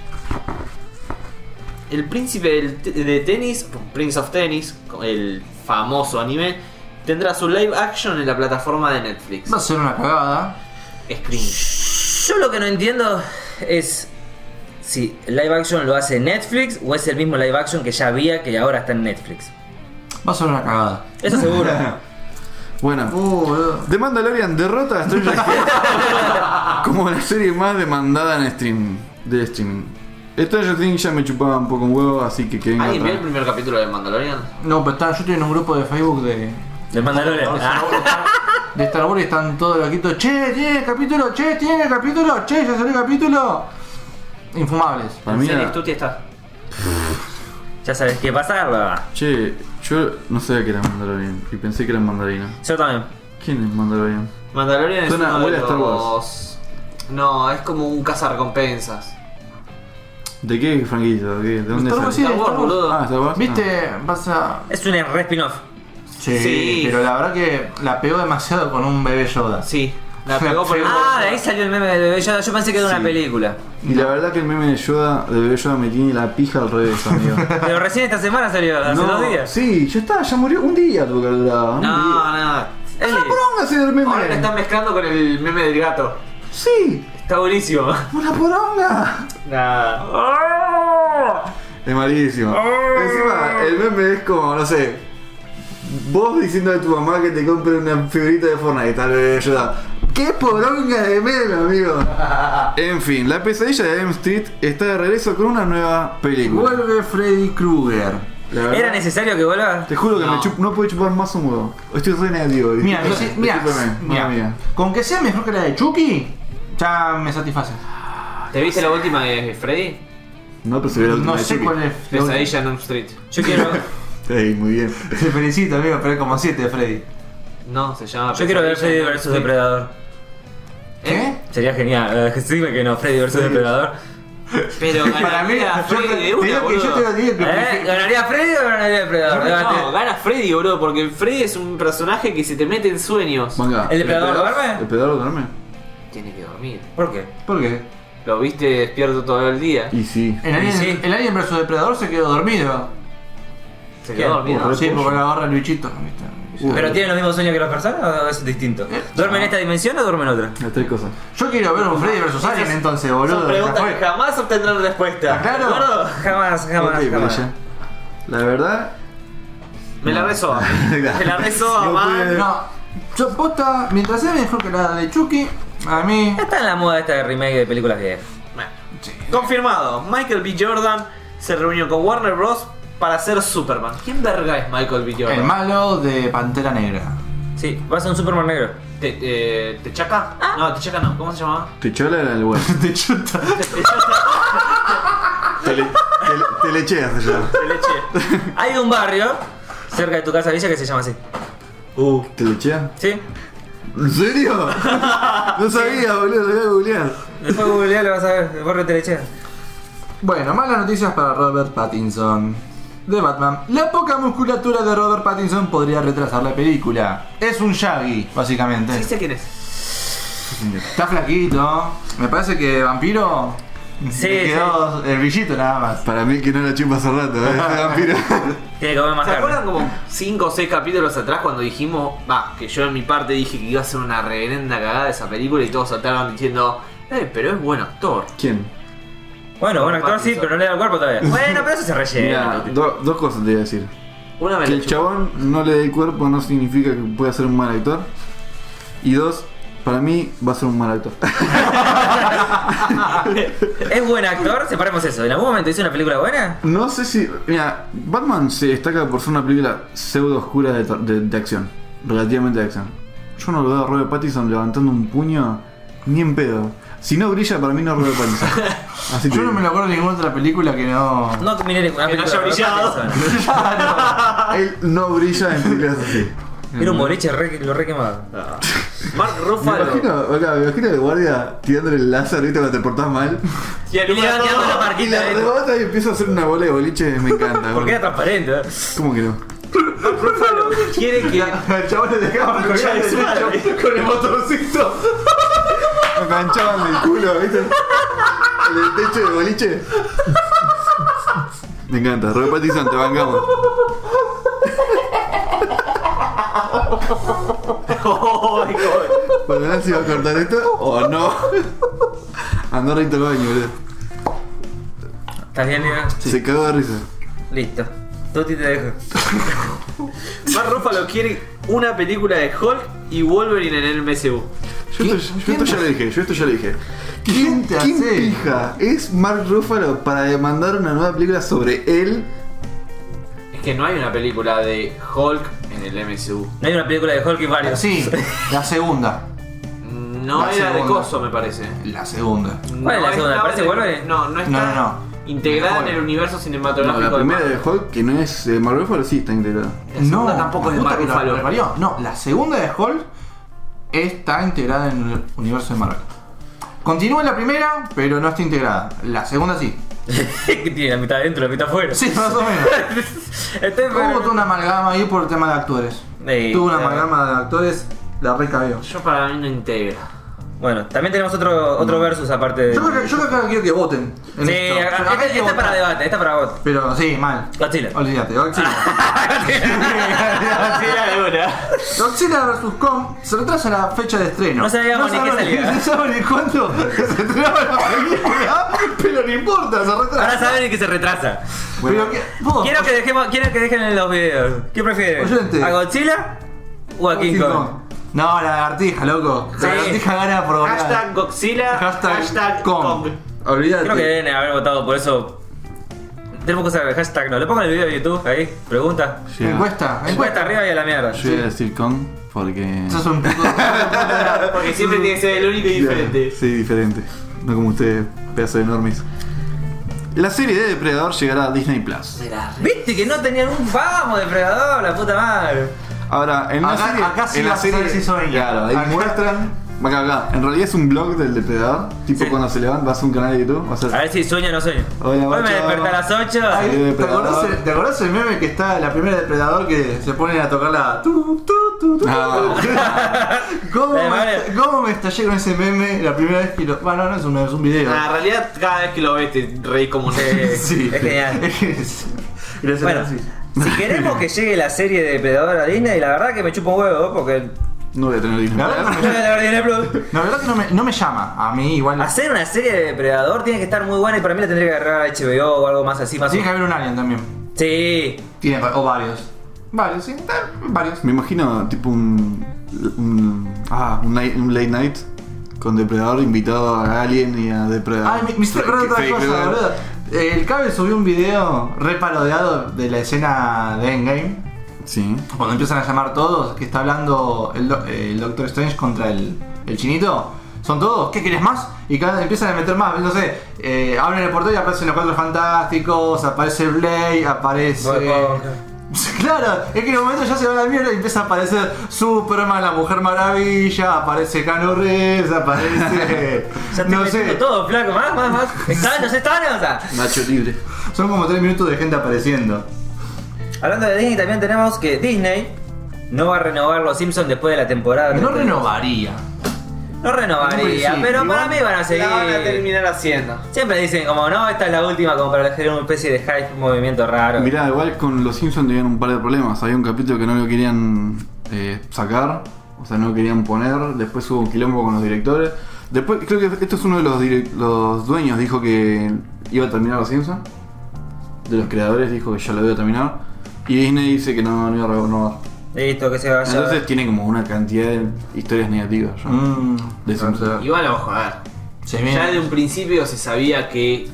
[SPEAKER 4] El príncipe del te- de tenis, Prince of Tennis, el famoso anime, tendrá su live action en la plataforma de Netflix.
[SPEAKER 2] juego. Va a ser una cagada.
[SPEAKER 4] Es cringe.
[SPEAKER 1] Yo lo que no entiendo es si el live action lo hace Netflix o es el mismo live action que ya había que ahora está en Netflix.
[SPEAKER 2] Va a ser una cagada.
[SPEAKER 1] Eso seguro.
[SPEAKER 3] Bueno,
[SPEAKER 2] Uh, boludo.
[SPEAKER 3] The Mandalorian derrota a Stranger Things como la serie más demandada en stream, de streaming. Stranger Things ya me chupaba un poco un huevo, así que que venga
[SPEAKER 4] ¿Alguien vio el
[SPEAKER 3] otra.
[SPEAKER 4] primer capítulo de Mandalorian?
[SPEAKER 2] No, pero está, yo estoy en un grupo de Facebook de,
[SPEAKER 1] Del Mandalorian. Ah,
[SPEAKER 2] de Star Wars y están todos loquitos. Che, tiene el capítulo, che, tiene el capítulo, che, ya salió el capítulo. Infumables.
[SPEAKER 3] Para mí
[SPEAKER 4] ¿En series
[SPEAKER 3] era-
[SPEAKER 4] tú está?
[SPEAKER 1] ya sabes qué pasarla.
[SPEAKER 3] Che, yo no sabía que era Mandalorian y pensé que era mandarina.
[SPEAKER 1] Yo también.
[SPEAKER 3] ¿Quién es Mandalorian?
[SPEAKER 4] Mandalorian es
[SPEAKER 3] Suena
[SPEAKER 4] uno de
[SPEAKER 3] abuela Star Wars.
[SPEAKER 4] los... No, es como un cazarrecompensas.
[SPEAKER 3] ¿De qué franquicia? ¿De, qué? ¿De dónde
[SPEAKER 2] Star
[SPEAKER 3] sale?
[SPEAKER 2] Wars, Sí,
[SPEAKER 4] Star Wars,
[SPEAKER 2] Star Wars.
[SPEAKER 4] boludo.
[SPEAKER 3] Ah, Star Wars.
[SPEAKER 2] ¿Viste? Vas a.
[SPEAKER 1] Es un re spin-off.
[SPEAKER 2] Sí,
[SPEAKER 4] Sí.
[SPEAKER 2] pero la verdad que la pegó demasiado con un bebé Yoda.
[SPEAKER 4] Sí, la pegó por el...
[SPEAKER 1] Ah, de ahí salió el meme del bebé Yoda. Yo pensé que era una
[SPEAKER 3] Sí.
[SPEAKER 1] película.
[SPEAKER 3] Ah. Y la verdad que el meme de Yoda, de bebé Yoda, me tiene la pija al revés, amigo.
[SPEAKER 1] Pero recién esta semana salió, hace
[SPEAKER 3] No,
[SPEAKER 1] dos días.
[SPEAKER 3] Sí, ya está, ya murió un día tu calculado.
[SPEAKER 4] No, no.
[SPEAKER 1] Ey,
[SPEAKER 3] poronga hacer el meme.
[SPEAKER 4] Ahora lo están mezclando con el meme del gato.
[SPEAKER 3] Sí,
[SPEAKER 4] Está buenísimo.
[SPEAKER 3] una poronga.
[SPEAKER 4] Nada.
[SPEAKER 3] Es malísimo.
[SPEAKER 2] Ah.
[SPEAKER 3] Encima, el meme es como, no sé. Vos diciéndole a tu mamá que te compre una figurita de Fortnite, tal vez ayuda. ¡Qué poronga de meme, amigo! En fin, la pesadilla de M Street está de regreso con una nueva película.
[SPEAKER 2] Vuelve Freddy Krueger.
[SPEAKER 3] La verdad,
[SPEAKER 1] ¿Era necesario que vuelva?
[SPEAKER 3] Te juro que me
[SPEAKER 4] No.
[SPEAKER 3] chup- no puedo chupar más un huevo. Estoy re negativo hoy.
[SPEAKER 2] Mira, sí, mira,
[SPEAKER 3] Discúlpame,
[SPEAKER 2] mira,
[SPEAKER 3] mamá mía.
[SPEAKER 2] con que sea mejor que la de Chucky, ya me satisface.
[SPEAKER 4] ¿Te viste la última de Freddy?
[SPEAKER 3] No, pero se ve la última
[SPEAKER 2] No
[SPEAKER 3] de
[SPEAKER 2] sé
[SPEAKER 3] Chucky.
[SPEAKER 2] cuál es.
[SPEAKER 4] Pesadilla en Elm Street.
[SPEAKER 1] Yo quiero,
[SPEAKER 3] Ey, muy bien.
[SPEAKER 2] Te felicito, amigo, pero es como 7 de Freddy.
[SPEAKER 4] ¿Eh? No, se llama
[SPEAKER 1] yo quiero ver
[SPEAKER 4] Pesadilla
[SPEAKER 1] Freddy
[SPEAKER 4] en Elm
[SPEAKER 1] vs.
[SPEAKER 4] Street.
[SPEAKER 1] Depredador.
[SPEAKER 2] ¿Qué?
[SPEAKER 1] Sería genial. eh, Decime que no, Freddy vs. Depredador.
[SPEAKER 4] Pero
[SPEAKER 2] Para mí,
[SPEAKER 4] gana
[SPEAKER 2] yo
[SPEAKER 4] Freddy
[SPEAKER 2] te,
[SPEAKER 4] de
[SPEAKER 2] te
[SPEAKER 4] una,
[SPEAKER 2] digo que yo te lo
[SPEAKER 4] boludo.
[SPEAKER 2] digo que
[SPEAKER 1] ¿Eh?
[SPEAKER 2] prefi-
[SPEAKER 1] ¿Ganaría Freddy o ganaría Depredador? Debate.
[SPEAKER 4] No, gana Freddy, boludo, porque Freddy es un personaje que se te mete en sueños.
[SPEAKER 3] Manga.
[SPEAKER 1] ¿El depredador duerme?
[SPEAKER 3] ¿El depredador duerme?
[SPEAKER 4] Tiene que dormir.
[SPEAKER 1] ¿Por qué?
[SPEAKER 2] ¿Por qué?
[SPEAKER 4] Lo viste despierto todo el día.
[SPEAKER 3] Y sí.
[SPEAKER 2] El alien,
[SPEAKER 1] sí.
[SPEAKER 2] el alien versus depredador se quedó dormido.
[SPEAKER 4] Se
[SPEAKER 1] ¿Qué?
[SPEAKER 4] quedó dormido.
[SPEAKER 3] Ujú.
[SPEAKER 2] Sí, porque lo agarra el bichito. ¿viste?
[SPEAKER 3] Uh.
[SPEAKER 1] ¿Pero tienen los mismos sueños que las personas o es distinto? ¿Duermen en esta dimensión o duermen en otra?
[SPEAKER 3] Las tres cosas.
[SPEAKER 2] Yo quiero ver un Freddy versus Alien entonces, boludo.
[SPEAKER 4] Son
[SPEAKER 2] Ya
[SPEAKER 4] preguntas
[SPEAKER 2] fue.
[SPEAKER 4] que jamás obtendrán respuesta.
[SPEAKER 2] Ah, claro.
[SPEAKER 4] ¿Gordo?
[SPEAKER 1] Jamás, jamás,
[SPEAKER 3] Ok,
[SPEAKER 1] jamás.
[SPEAKER 3] Brian. La verdad.
[SPEAKER 4] Me la rezo. Me la rezo,
[SPEAKER 3] No
[SPEAKER 4] man.
[SPEAKER 3] puede-
[SPEAKER 2] No, yo posta, mientras sea mejor que la de Chucky, a mí.
[SPEAKER 1] Está en la moda esta de remake de películas viejas.
[SPEAKER 4] Bueno.
[SPEAKER 2] Sí.
[SPEAKER 4] Confirmado, Michael B. Jordan se reunió con Warner Bros. para hacer Superman. ¿Quién verga es Michael B.
[SPEAKER 2] El
[SPEAKER 4] Jordan?
[SPEAKER 2] malo de Pantera Negra.
[SPEAKER 1] Sí, va a ser un Superman negro.
[SPEAKER 4] ¿Te, eh, ¿Techaca? No, Techaca no. ¿Cómo se llamaba?
[SPEAKER 3] Techola era el bueno.
[SPEAKER 2] Te chuta.
[SPEAKER 3] Tele, tele, telecheas se llama.
[SPEAKER 4] De leche.
[SPEAKER 1] Hay un barrio cerca de tu casa villa que se llama así.
[SPEAKER 4] Uh.
[SPEAKER 3] ¿Telechea?
[SPEAKER 1] ¿Sí?
[SPEAKER 3] ¿En serio? No sabía, boludo, lo voy a googlear.
[SPEAKER 1] Después googleá lo vas a ver, el barrio Telechea.
[SPEAKER 2] Bueno, malas noticias para Robert Pattinson. De Batman. La poca musculatura de Robert Pattinson podría retrasar la película. Es un Shaggy, básicamente.
[SPEAKER 4] Sí sé quién es.
[SPEAKER 2] Está flaquito. Me parece que vampiro.
[SPEAKER 1] Sí,
[SPEAKER 2] le quedó el brillito nada más.
[SPEAKER 3] Para mí que no la chupa hace rato, ¿eh? Este vampiro.
[SPEAKER 1] Tiene que comer más
[SPEAKER 4] ¿Se acuerdan
[SPEAKER 1] carne.
[SPEAKER 4] como 5 o 6 capítulos atrás cuando dijimos, va, que yo en mi parte dije que iba a ser una reverenda cagada esa película y todos saltaron diciendo, eh, pero es buen actor.
[SPEAKER 3] ¿Quién?
[SPEAKER 1] Bueno, buen actor sí, pero no le da el cuerpo todavía. Bueno, pero eso se
[SPEAKER 3] Mira,
[SPEAKER 1] rellena.
[SPEAKER 3] do- dos cosas te voy a decir.
[SPEAKER 4] Una me
[SPEAKER 3] Que
[SPEAKER 4] la
[SPEAKER 3] el
[SPEAKER 4] chupo.
[SPEAKER 3] chabón no le dé el cuerpo no significa que pueda ser un mal actor. Y dos, para mí va a ser un mal actor.
[SPEAKER 1] ¿Es buen actor? Separemos eso. ¿En algún momento hizo una película buena?
[SPEAKER 3] No sé si. Mira, Batman se destaca por ser una película pseudo oscura de, de- de acción. Relativamente de acción. Yo no lo veo a Robert Pattinson levantando un puño ni en pedo. Si no brilla, para mí no es Robert Pattinson. Así que.
[SPEAKER 2] Yo no me lo acuerdo de ninguna otra película que no.
[SPEAKER 1] No miré ninguna
[SPEAKER 4] Que no
[SPEAKER 1] película.
[SPEAKER 4] haya brillado.
[SPEAKER 1] de Robert Pattinson.
[SPEAKER 3] Él no brilla en películas así.
[SPEAKER 1] Era un boliche re- lo re quemado.
[SPEAKER 4] Mark
[SPEAKER 3] Me
[SPEAKER 4] Ruffalo.
[SPEAKER 3] imagino, acá, me imagino de guardia tirándole el láser ahorita cuando te portás mal.
[SPEAKER 4] Y el
[SPEAKER 1] Y le va
[SPEAKER 4] número
[SPEAKER 1] quedando
[SPEAKER 4] dos.
[SPEAKER 1] la marca.
[SPEAKER 3] Y la rebota y empieza a hacer una bola de boliche, me encanta.
[SPEAKER 1] Porque era
[SPEAKER 3] boludo.
[SPEAKER 1] transparente. ¿eh?
[SPEAKER 3] ¿Cómo que no?
[SPEAKER 4] Ruffalo quiere que.
[SPEAKER 2] El chabón le dejaba colgar el techo con el motorcito.
[SPEAKER 3] Me enganchaban el culo, ¿viste? En el techo de boliche. Me encanta, Robert Pattinson, te bancamos.
[SPEAKER 4] Ay, joder.
[SPEAKER 3] Para ver si va a cortar esto o no. Ah, Andó recto al baño, boludo.
[SPEAKER 1] ¿Estás bien, Leo?
[SPEAKER 3] Se cagó de risa.
[SPEAKER 1] Listo. Tuti te dejo.
[SPEAKER 4] Mark Ruffalo quiere una película de Hulk y Wolverine en el MCU.
[SPEAKER 3] Yo esto, yo esto ya lo dije, yo esto ya lo dije.
[SPEAKER 2] ¿Quién te
[SPEAKER 3] ¿Quién
[SPEAKER 2] hace?
[SPEAKER 3] pija es Mark Ruffalo para demandar una nueva película sobre él?
[SPEAKER 4] Es que no hay una película de Hulk en el MCU.
[SPEAKER 1] No hay una película de Hulk y varios.
[SPEAKER 2] Sí, la segunda.
[SPEAKER 4] No
[SPEAKER 2] La
[SPEAKER 4] era de
[SPEAKER 2] segunda.
[SPEAKER 4] Coso, me parece.
[SPEAKER 2] La segunda.
[SPEAKER 1] ¿Cuál es la
[SPEAKER 4] No
[SPEAKER 1] segunda?
[SPEAKER 4] estaba
[SPEAKER 1] ¿Parece
[SPEAKER 4] de-
[SPEAKER 1] Wolverine?
[SPEAKER 4] No, no está
[SPEAKER 2] No, no, no.
[SPEAKER 4] integrada en
[SPEAKER 2] Hulk.
[SPEAKER 4] el universo
[SPEAKER 3] No,
[SPEAKER 4] cinematográfico
[SPEAKER 3] la primera
[SPEAKER 4] de
[SPEAKER 3] de Hulk, que no es eh, Mark Ruffalo, sí está integrada.
[SPEAKER 4] La segunda tampoco es de
[SPEAKER 2] la puta
[SPEAKER 4] Mark
[SPEAKER 2] que la-
[SPEAKER 4] Ruffalo.
[SPEAKER 2] la parió. No, la segunda de Hulk está integrada en el universo de Marvel. Continúa en la primera, pero no está integrada. La segunda sí.
[SPEAKER 1] que tiene la mitad adentro, la mitad afuera.
[SPEAKER 2] Sí, más o menos.
[SPEAKER 1] Estoy
[SPEAKER 2] Hubo toda
[SPEAKER 1] pero...
[SPEAKER 2] una amalgama ahí por el tema de actores.
[SPEAKER 1] Sí,
[SPEAKER 2] Tuvo una
[SPEAKER 1] claro.
[SPEAKER 2] amalgama de actores, la recabió.
[SPEAKER 4] Yo para mí no integra.
[SPEAKER 1] Bueno, también tenemos otro, otro versus aparte de.
[SPEAKER 2] Yo creo que, yo creo que quiero que voten. en
[SPEAKER 1] Sí,
[SPEAKER 2] esto.
[SPEAKER 1] acá-
[SPEAKER 2] Acá hay
[SPEAKER 1] esta,
[SPEAKER 2] que
[SPEAKER 1] esta para
[SPEAKER 2] votar.
[SPEAKER 1] debate, esta para vos.
[SPEAKER 2] Pero sí, mal.
[SPEAKER 1] Godzilla.
[SPEAKER 2] Olvídate, Godzilla.
[SPEAKER 4] Era de una.
[SPEAKER 2] Godzilla vs. Kong se retrasa la fecha de estreno.
[SPEAKER 1] No sabíamos ni qué
[SPEAKER 2] saben-
[SPEAKER 1] salía.
[SPEAKER 2] No saben ni cuánto se estrenaba la película, pero no importa, se
[SPEAKER 1] Ahora
[SPEAKER 2] retrasa.
[SPEAKER 1] saben que se retrasa.
[SPEAKER 2] Pero que, vos,
[SPEAKER 1] Quiero que dejemos, quiero que dejen en los videos. ¿Qué prefieren?
[SPEAKER 2] Oyente.
[SPEAKER 1] ¿A Godzilla o a King
[SPEAKER 2] Godzilla.
[SPEAKER 1] Kong?
[SPEAKER 2] No, la lagartija, loco.
[SPEAKER 1] Sí.
[SPEAKER 2] La lagartija gana por goleada.
[SPEAKER 4] Hashtag Godzilla.
[SPEAKER 2] Hashtag
[SPEAKER 4] Hashtag,
[SPEAKER 2] Kong.
[SPEAKER 4] Kong.
[SPEAKER 3] Olvídate.
[SPEAKER 1] Creo que deben haber votado por eso. Tenemos que usar el hashtag, no. Lo pongo en el video de YouTube, ahí, pregunta.
[SPEAKER 3] Llega-
[SPEAKER 2] Encuesta,
[SPEAKER 1] Encuesta
[SPEAKER 2] encuesta.
[SPEAKER 1] arriba y a la mierda.
[SPEAKER 3] Yo voy a decir Kong porque.
[SPEAKER 2] Sos un puto.
[SPEAKER 4] Porque siempre tiene que ser el único y diferente.
[SPEAKER 3] Sí, diferente. No como ustedes, pedazo de enormes. La serie de Depredador llegará a Disney Plus.
[SPEAKER 1] ¿Viste que no tenían un vamos depredador, la puta madre?
[SPEAKER 3] Ahora, en la
[SPEAKER 2] Acá-
[SPEAKER 3] serie.
[SPEAKER 2] acá sí
[SPEAKER 3] en la
[SPEAKER 2] vas a
[SPEAKER 3] serie
[SPEAKER 2] ver si soy yo.
[SPEAKER 3] Claro, ahí
[SPEAKER 2] Acá-
[SPEAKER 3] muestran Acá, acá. En realidad es un blog del depredador. Tipo
[SPEAKER 1] Sí.
[SPEAKER 3] cuando se levanta, vas a un canal de YouTube. Vas
[SPEAKER 1] A
[SPEAKER 3] a...
[SPEAKER 1] ver si sueño o no sueño.
[SPEAKER 3] Hola,
[SPEAKER 1] Hoy me
[SPEAKER 3] guacho.
[SPEAKER 1] desperté a las 8.
[SPEAKER 2] Ay,
[SPEAKER 3] Sí,
[SPEAKER 2] ¿te,
[SPEAKER 3] depredador.
[SPEAKER 2] acordás, el- te acordás el meme que está la primera depredador que se pone a tocar la. tu, tu, tu, tu,
[SPEAKER 3] Ah.
[SPEAKER 2] tu? ¿Cómo,
[SPEAKER 1] Eh, vale.
[SPEAKER 2] me, ¿Cómo me estallé con ese meme la primera vez que lo.? Bueno, no es un, es un video.
[SPEAKER 4] Ah, en realidad, cada vez que lo ves, te reís como un.
[SPEAKER 2] sí.
[SPEAKER 1] es genial.
[SPEAKER 2] Es- Gracias,
[SPEAKER 1] Bueno,
[SPEAKER 2] Francis.
[SPEAKER 1] si queremos que llegue la serie de Depredador a Disney, la verdad que me chupa un huevo, porque.
[SPEAKER 3] No voy a tener
[SPEAKER 2] La
[SPEAKER 3] dinero.
[SPEAKER 2] verdad,
[SPEAKER 1] No voy a ver Disney Plus.
[SPEAKER 2] la verdad que no me, no me llama. A mí igual.
[SPEAKER 1] Hacer una serie de Depredador tiene que estar muy buena y para mí la tendría que agarrar a HBO o algo más así, más
[SPEAKER 2] Tiene que haber un alien también.
[SPEAKER 1] Sí.
[SPEAKER 2] Tiene, va- o varios. Varios, sí. eh, Varios.
[SPEAKER 3] Me imagino tipo un. un ah, un, night- un late night con depredador invitado a Alien y a depredador.
[SPEAKER 2] Ay, me, me hizo
[SPEAKER 3] Fake-
[SPEAKER 2] acordar otra
[SPEAKER 3] fake
[SPEAKER 2] cosa,
[SPEAKER 3] Predator.
[SPEAKER 2] boludo. El Cable subió un video reparodeado de la escena de Endgame.
[SPEAKER 3] Sí.
[SPEAKER 2] Cuando empiezan a llamar todos, que está hablando el, doc- el Doctor Strange contra el, el chinito. Son todos, ¿qué querés más? Y cada empiezan a meter más, no sé, eh, abren el portal y aparecen los cuatro fantásticos, aparece Blade, aparece. Claro, es que en un momento ya se va a la mierda y empieza a aparecer Superman, la Mujer Maravilla, aparece Cano Reeves, aparece.
[SPEAKER 1] Ya te
[SPEAKER 2] no sé,
[SPEAKER 1] todo, flaco, más, más, más. Estanos, estanos. ah.
[SPEAKER 3] Nacho libre.
[SPEAKER 2] son como 3 minutos de gente apareciendo.
[SPEAKER 1] Hablando de Disney, también tenemos que Disney no va a renovar los Simpsons después de la temporada.
[SPEAKER 2] No
[SPEAKER 1] 32.
[SPEAKER 2] renovaría.
[SPEAKER 1] No
[SPEAKER 2] En un
[SPEAKER 1] renovaría,
[SPEAKER 2] principio,
[SPEAKER 1] pero para
[SPEAKER 2] igual
[SPEAKER 1] mí van a seguir.
[SPEAKER 4] La van a terminar haciendo.
[SPEAKER 1] Siempre dicen como, no, esta es la última, como para hacer una especie de hype, un movimiento raro.
[SPEAKER 3] Mirá, igual con los Simpsons tenían un par de problemas. Había un capítulo que no lo querían eh, sacar, o sea, no lo querían poner. Después hubo un quilombo con los directores. Después, creo que esto es uno de los, direc- los dueños, dijo que iba a terminar los Simpsons. De los creadores, dijo que ya lo iba a terminar. Y Disney dice que no, no iba a renovar.
[SPEAKER 1] Listo, que se vaya.
[SPEAKER 3] Entonces tiene como una cantidad de historias negativas. ya.
[SPEAKER 2] Mm,
[SPEAKER 3] De Simpsons.
[SPEAKER 4] Igual vamos a joder.
[SPEAKER 2] se
[SPEAKER 4] Ya de
[SPEAKER 2] viene.
[SPEAKER 4] un principio se sabía que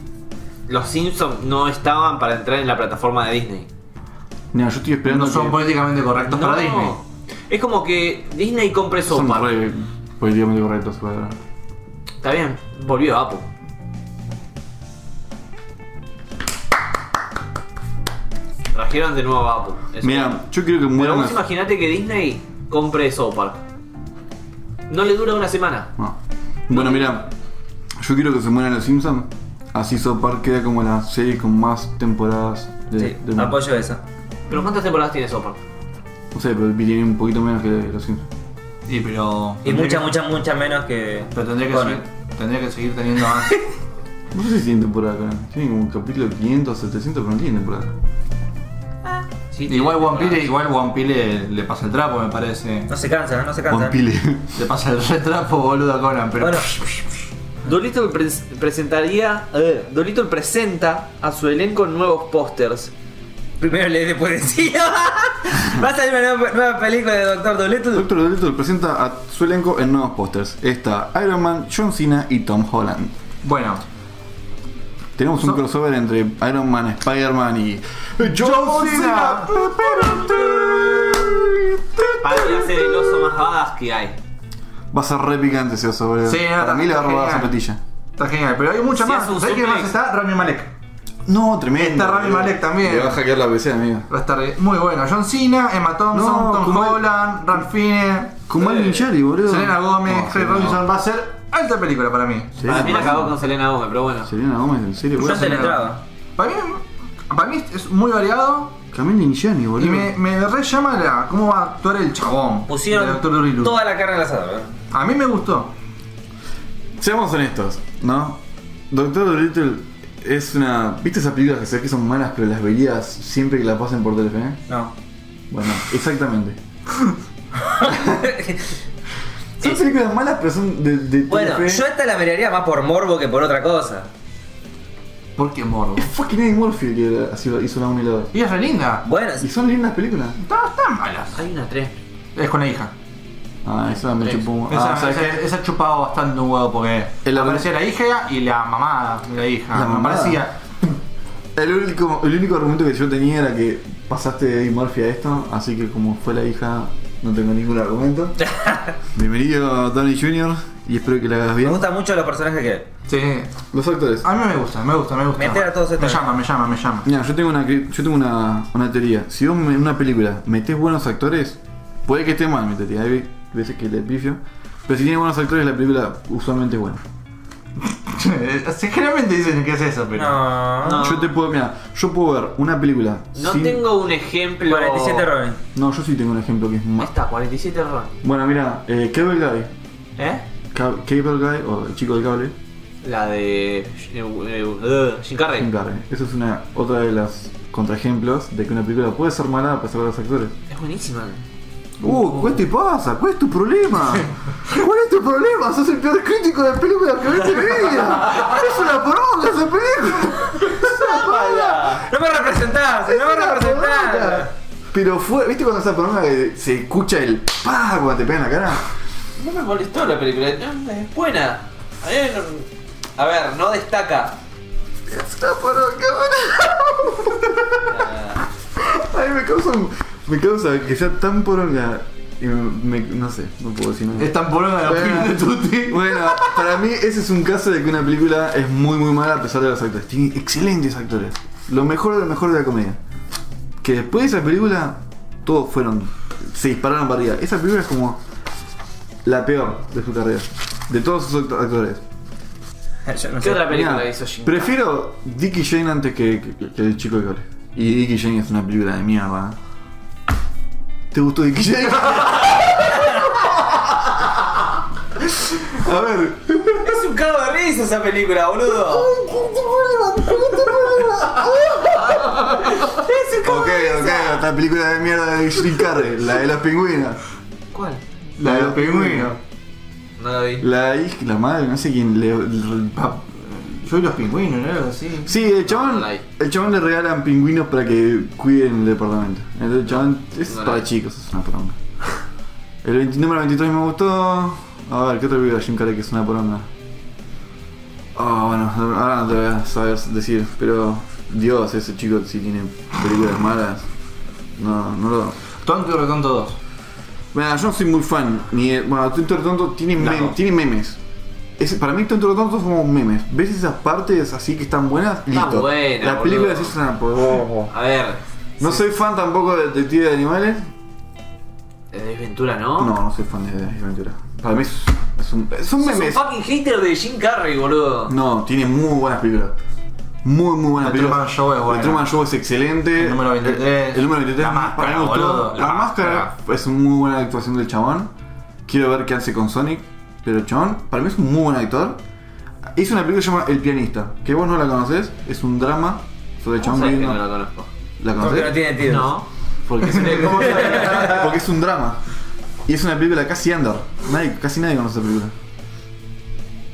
[SPEAKER 4] los Simpsons no estaban para entrar en la plataforma de Disney.
[SPEAKER 3] No, yo estoy esperando
[SPEAKER 2] No son
[SPEAKER 3] que
[SPEAKER 2] políticamente correctos
[SPEAKER 4] No.
[SPEAKER 2] para Disney.
[SPEAKER 4] Es como que Disney compre
[SPEAKER 3] son
[SPEAKER 4] sopa.
[SPEAKER 3] re políticamente correctos. pero-
[SPEAKER 4] Está bien, volvió Apple. Trajeron de nuevo a Apple. Eso.
[SPEAKER 3] Mira, yo creo que
[SPEAKER 4] Pero
[SPEAKER 3] mueran
[SPEAKER 4] vos
[SPEAKER 3] las-
[SPEAKER 4] imaginate que Disney compre South Park. No le dura una semana.
[SPEAKER 3] No. Ah. Bueno, mira, yo quiero que se mueran los Simpsons. Así South Park queda como la serie con más temporadas de.
[SPEAKER 1] Sí,
[SPEAKER 3] de-
[SPEAKER 1] apoyo eso.
[SPEAKER 4] Pero ¿cuántas temporadas tiene South Park?
[SPEAKER 3] No sé, pero tiene un poquito menos que los Simpsons.
[SPEAKER 2] Sí, pero.
[SPEAKER 1] Y muchas,
[SPEAKER 2] mucha
[SPEAKER 1] muchas, muchas menos que.
[SPEAKER 2] Pero tendría que,
[SPEAKER 1] Conan.
[SPEAKER 2] seguir, tendría que seguir teniendo más.
[SPEAKER 3] No sé si tienen temporada acá. Tienen como un capítulo de 500, 700, pero no tienen temporada.
[SPEAKER 4] Sí, tiene
[SPEAKER 2] igual One Piece,
[SPEAKER 4] temporadas.
[SPEAKER 2] igual One Piece le, le pasa el trapo, me parece.
[SPEAKER 1] No se cansa, no se cansa.
[SPEAKER 3] Vampile.
[SPEAKER 2] Le pasa el retrapo, boludo, a Conan, pero.
[SPEAKER 1] Bueno,
[SPEAKER 4] Dolittle pres- presentaría. eh, Dolittle presenta a su elenco nuevos pósters.
[SPEAKER 1] primero leí después decía. Va a salir una nueva, nueva película de Doctor Dolittle.
[SPEAKER 3] Doctor Dolittle presenta a su elenco en nuevos pósters. Está Iron Man, John Cena y Tom Holland.
[SPEAKER 2] Bueno,
[SPEAKER 3] Tenemos un
[SPEAKER 2] So-
[SPEAKER 3] crossover entre Iron Man, Spider-Man y.
[SPEAKER 2] John Cena.
[SPEAKER 4] Para ir a ser el oso más badass que hay.
[SPEAKER 3] Va a ser re picante ese oso, boludo.
[SPEAKER 2] Sí, no,
[SPEAKER 3] Para mí le va a robar la
[SPEAKER 2] genial.
[SPEAKER 3] zapatilla.
[SPEAKER 2] está genial, pero hay muchas
[SPEAKER 4] Si
[SPEAKER 2] más.
[SPEAKER 4] hace un
[SPEAKER 2] ¿Sabés qué
[SPEAKER 4] suplex.
[SPEAKER 2] más está? Rami Malek.
[SPEAKER 3] No, tremendo.
[SPEAKER 2] Está Rami
[SPEAKER 3] boludo.
[SPEAKER 2] Malek también.
[SPEAKER 3] Le va a hackear la PC, amigo.
[SPEAKER 2] Va a estar eh, muy bueno. John Cena, Emma Thompson,
[SPEAKER 3] No,
[SPEAKER 2] Tom
[SPEAKER 3] Kumail-
[SPEAKER 2] Holland, Ralph Fiennes,
[SPEAKER 3] Kumail Nanjiani, boludo.
[SPEAKER 2] Selena Gómez,
[SPEAKER 3] No,
[SPEAKER 2] Craig
[SPEAKER 3] no.
[SPEAKER 2] Robinson. Va a ser alta película para mí.
[SPEAKER 4] Para mí la
[SPEAKER 3] Selena-
[SPEAKER 4] acabó con Selena Gomez, pero bueno.
[SPEAKER 3] Selena Gómez, en serio,
[SPEAKER 1] Yo
[SPEAKER 3] boludo.
[SPEAKER 1] antes le entraba.
[SPEAKER 2] Para mí, para mí es muy variado
[SPEAKER 3] Camil Ninjani,
[SPEAKER 2] y
[SPEAKER 3] boludo.
[SPEAKER 2] me, me re llama la, cómo va a actuar el chabón. del
[SPEAKER 1] Pusieron
[SPEAKER 2] Dr. Dolittle.
[SPEAKER 1] toda la carne al asador. ¿eh?
[SPEAKER 2] A mí me gustó.
[SPEAKER 3] Seamos honestos, ¿no? Doctor Dolittle es una. ¿Viste esas películas que sé que son malas, pero las verías siempre que la pasen por Telefe?
[SPEAKER 1] No.
[SPEAKER 3] Bueno, exactamente. Son películas malas, pero son de, de
[SPEAKER 1] bueno,
[SPEAKER 3] Telefe.
[SPEAKER 1] yo esta la miraría más por morbo que por otra cosa.
[SPEAKER 2] ¿Por qué morbo?
[SPEAKER 3] Es fucking Eddie Murphy el que hacía- hizo la 1 y la 2.
[SPEAKER 2] Y es re linda.
[SPEAKER 1] Bueno,
[SPEAKER 3] Y son lindas películas.
[SPEAKER 2] No están malas.
[SPEAKER 4] Hay una 3.
[SPEAKER 2] Es con la hija.
[SPEAKER 3] Ah, esa me chupó.
[SPEAKER 2] Esa,
[SPEAKER 3] Ah, ¿sabes
[SPEAKER 2] esa-
[SPEAKER 3] qué?
[SPEAKER 2] esa chupaba bastante un huevo porque
[SPEAKER 3] El-
[SPEAKER 2] aparecía la hija y la mamá de la hija.
[SPEAKER 3] La
[SPEAKER 2] Me
[SPEAKER 3] mamá.
[SPEAKER 2] parecía-
[SPEAKER 3] El único, el único argumento que yo tenía era que pasaste de Eddie Murphy a esto, así que como fue la hija, no tengo ningún argumento. Bienvenido, Donnie Jr. Y espero que la hagas
[SPEAKER 1] me
[SPEAKER 3] bien.
[SPEAKER 1] gustan mucho los personajes que.
[SPEAKER 2] Sí.
[SPEAKER 3] Los actores.
[SPEAKER 2] A mí me gusta, me gusta, me gusta.
[SPEAKER 1] Meter a todos estos.
[SPEAKER 2] me llama, me llama, me llama.
[SPEAKER 3] Mira, yo tengo una cri- yo tengo una, una teoría. Si vos en una película metés buenos actores, puede que esté mal mi teoría, hay veces que le pifio, Pero si tiene buenos actores, la película usualmente es buena.
[SPEAKER 2] Generalmente dicen que es eso, pero.
[SPEAKER 1] No.
[SPEAKER 4] No.
[SPEAKER 3] Yo te puedo, mira, yo puedo ver una película.
[SPEAKER 4] No
[SPEAKER 3] sin-
[SPEAKER 4] tengo un ejemplo.
[SPEAKER 1] 47 Robin.
[SPEAKER 3] No, yo sí tengo un ejemplo que es
[SPEAKER 4] Ahí
[SPEAKER 3] más.
[SPEAKER 4] está, 47 Ronin.
[SPEAKER 3] Bueno, mira, eh, Cable Guy.
[SPEAKER 4] ¿Eh?
[SPEAKER 3] Ca- Cable Guy, o el chico del cable,
[SPEAKER 4] La de. eh, eh, Jim Carrey.
[SPEAKER 3] Jim Carrey. Eso es una otra de las contraejemplos de que una película puede ser mala a pesar de los actores.
[SPEAKER 4] Es buenísima.
[SPEAKER 3] Uh, ¿qué te pasa? ¿Cuál es tu problema? ¿Cuál es tu problema? Sos el peor crítico de películas que viste en mi vida. Es una poronga esa película. Es una poronga.
[SPEAKER 1] No me representás, no me
[SPEAKER 3] Es una poronga.
[SPEAKER 1] representás.
[SPEAKER 3] Pero fue, ¿viste cuando esa poronga que se escucha el pa cuando te pegan la cara?
[SPEAKER 4] No me molestó la película, no, es buena. A, mí no- a ver, no destaca.
[SPEAKER 3] Es una poronga, boludo. A mí me causa, un- me causa que sea tan poronga. y me- me- no sé, no puedo decir nada.
[SPEAKER 2] Es tan poronga la opinión de Tuti.
[SPEAKER 3] Bueno, para mí ese es un caso de que una película es muy muy mala a pesar de los actores. Tiene excelentes actores. Lo mejor de lo mejor de la comedia. Que después de esa película, todos fueron. se dispararon para arriba. Esa película es como la peor de su carrera. De todos sus act- actores.
[SPEAKER 1] Yo no
[SPEAKER 4] ¿Qué
[SPEAKER 1] sé.
[SPEAKER 4] otra película
[SPEAKER 3] Mirá,
[SPEAKER 4] hizo Jim Carrey?
[SPEAKER 3] prefiero Dick y Jane antes que, que- que el chico de Cole. Y Dick y Jane es una película de mierda. ¿Te gustó Dick y Jane? A ver,
[SPEAKER 4] Es un cago de risa esa película, boludo. es un cago
[SPEAKER 3] Ok,
[SPEAKER 4] de
[SPEAKER 3] ok,
[SPEAKER 4] risa.
[SPEAKER 3] otra película de mierda de Jim Carrey, la de las pingüinas.
[SPEAKER 4] ¿Cuál?
[SPEAKER 2] La de los pingüinos.
[SPEAKER 4] No la vi.
[SPEAKER 3] La hija, la madre, no sé quién le. le-
[SPEAKER 2] Pa- Yo y los pingüinos, ¿no? Algo así.
[SPEAKER 3] Sí, el chabón,
[SPEAKER 4] no la vi.
[SPEAKER 3] el chabón le regalan pingüinos para que cuiden el departamento. El chabón es
[SPEAKER 4] no la
[SPEAKER 3] para
[SPEAKER 4] vi.
[SPEAKER 3] chicos, es una poronga. El 20 número 23 me gustó. A ver, ¿qué otra película de Jim Carrey que es una poronga? Ah, bueno, ahora no te voy a saber decir, pero Dios, ese chico si tiene películas malas. No, no lo.
[SPEAKER 2] Tonto y retonto 2.
[SPEAKER 3] Bueno, yo no soy muy fan. Ni, bueno, Tonto y Tonto tiene,
[SPEAKER 2] No.
[SPEAKER 3] mem- tiene memes. Es- para mí, Tonto y Tonto son como memes. ¿Ves esas partes así que están buenas? Listo.
[SPEAKER 4] buena,
[SPEAKER 3] La película
[SPEAKER 4] boludo.
[SPEAKER 3] sí es una por-
[SPEAKER 4] A ver,
[SPEAKER 3] No soy fan tampoco de Detective de Animales.
[SPEAKER 4] ¿de Desventura no?
[SPEAKER 3] No, no soy fan de Ace Ventura. Para mí es, es un, son
[SPEAKER 4] Sos un
[SPEAKER 3] memes.
[SPEAKER 4] fucking hater de Jim Carrey, boludo.
[SPEAKER 3] No, tiene muy buenas películas. Muy, muy buenas
[SPEAKER 2] El
[SPEAKER 3] películas.
[SPEAKER 2] Truman Show es
[SPEAKER 3] El
[SPEAKER 2] bueno.
[SPEAKER 3] Truman Show es excelente.
[SPEAKER 2] El número 23.
[SPEAKER 3] El, número 23.
[SPEAKER 2] La máscara,
[SPEAKER 3] para mí me gustó.
[SPEAKER 2] boludo,
[SPEAKER 3] La,
[SPEAKER 2] la
[SPEAKER 3] máscara,
[SPEAKER 2] máscara.
[SPEAKER 3] es una muy buena actuación del chabón. Quiero ver qué hace con Sonic. Pero el chabón, para mí es un muy buen actor. Hizo una película que se llama El Pianista. Que vos no la conocés. Es un drama sobre el
[SPEAKER 4] ¿Cómo
[SPEAKER 3] chabón
[SPEAKER 4] sabés que
[SPEAKER 3] viviendo.
[SPEAKER 4] no la conozco?
[SPEAKER 3] ¿La
[SPEAKER 1] Porque
[SPEAKER 3] conocés?
[SPEAKER 1] no tiene tío.
[SPEAKER 4] No.
[SPEAKER 3] Porque es,
[SPEAKER 4] ¿Cómo sabés?
[SPEAKER 3] porque es un drama. Y es una película casi under. Nadie, casi nadie conoce esa película.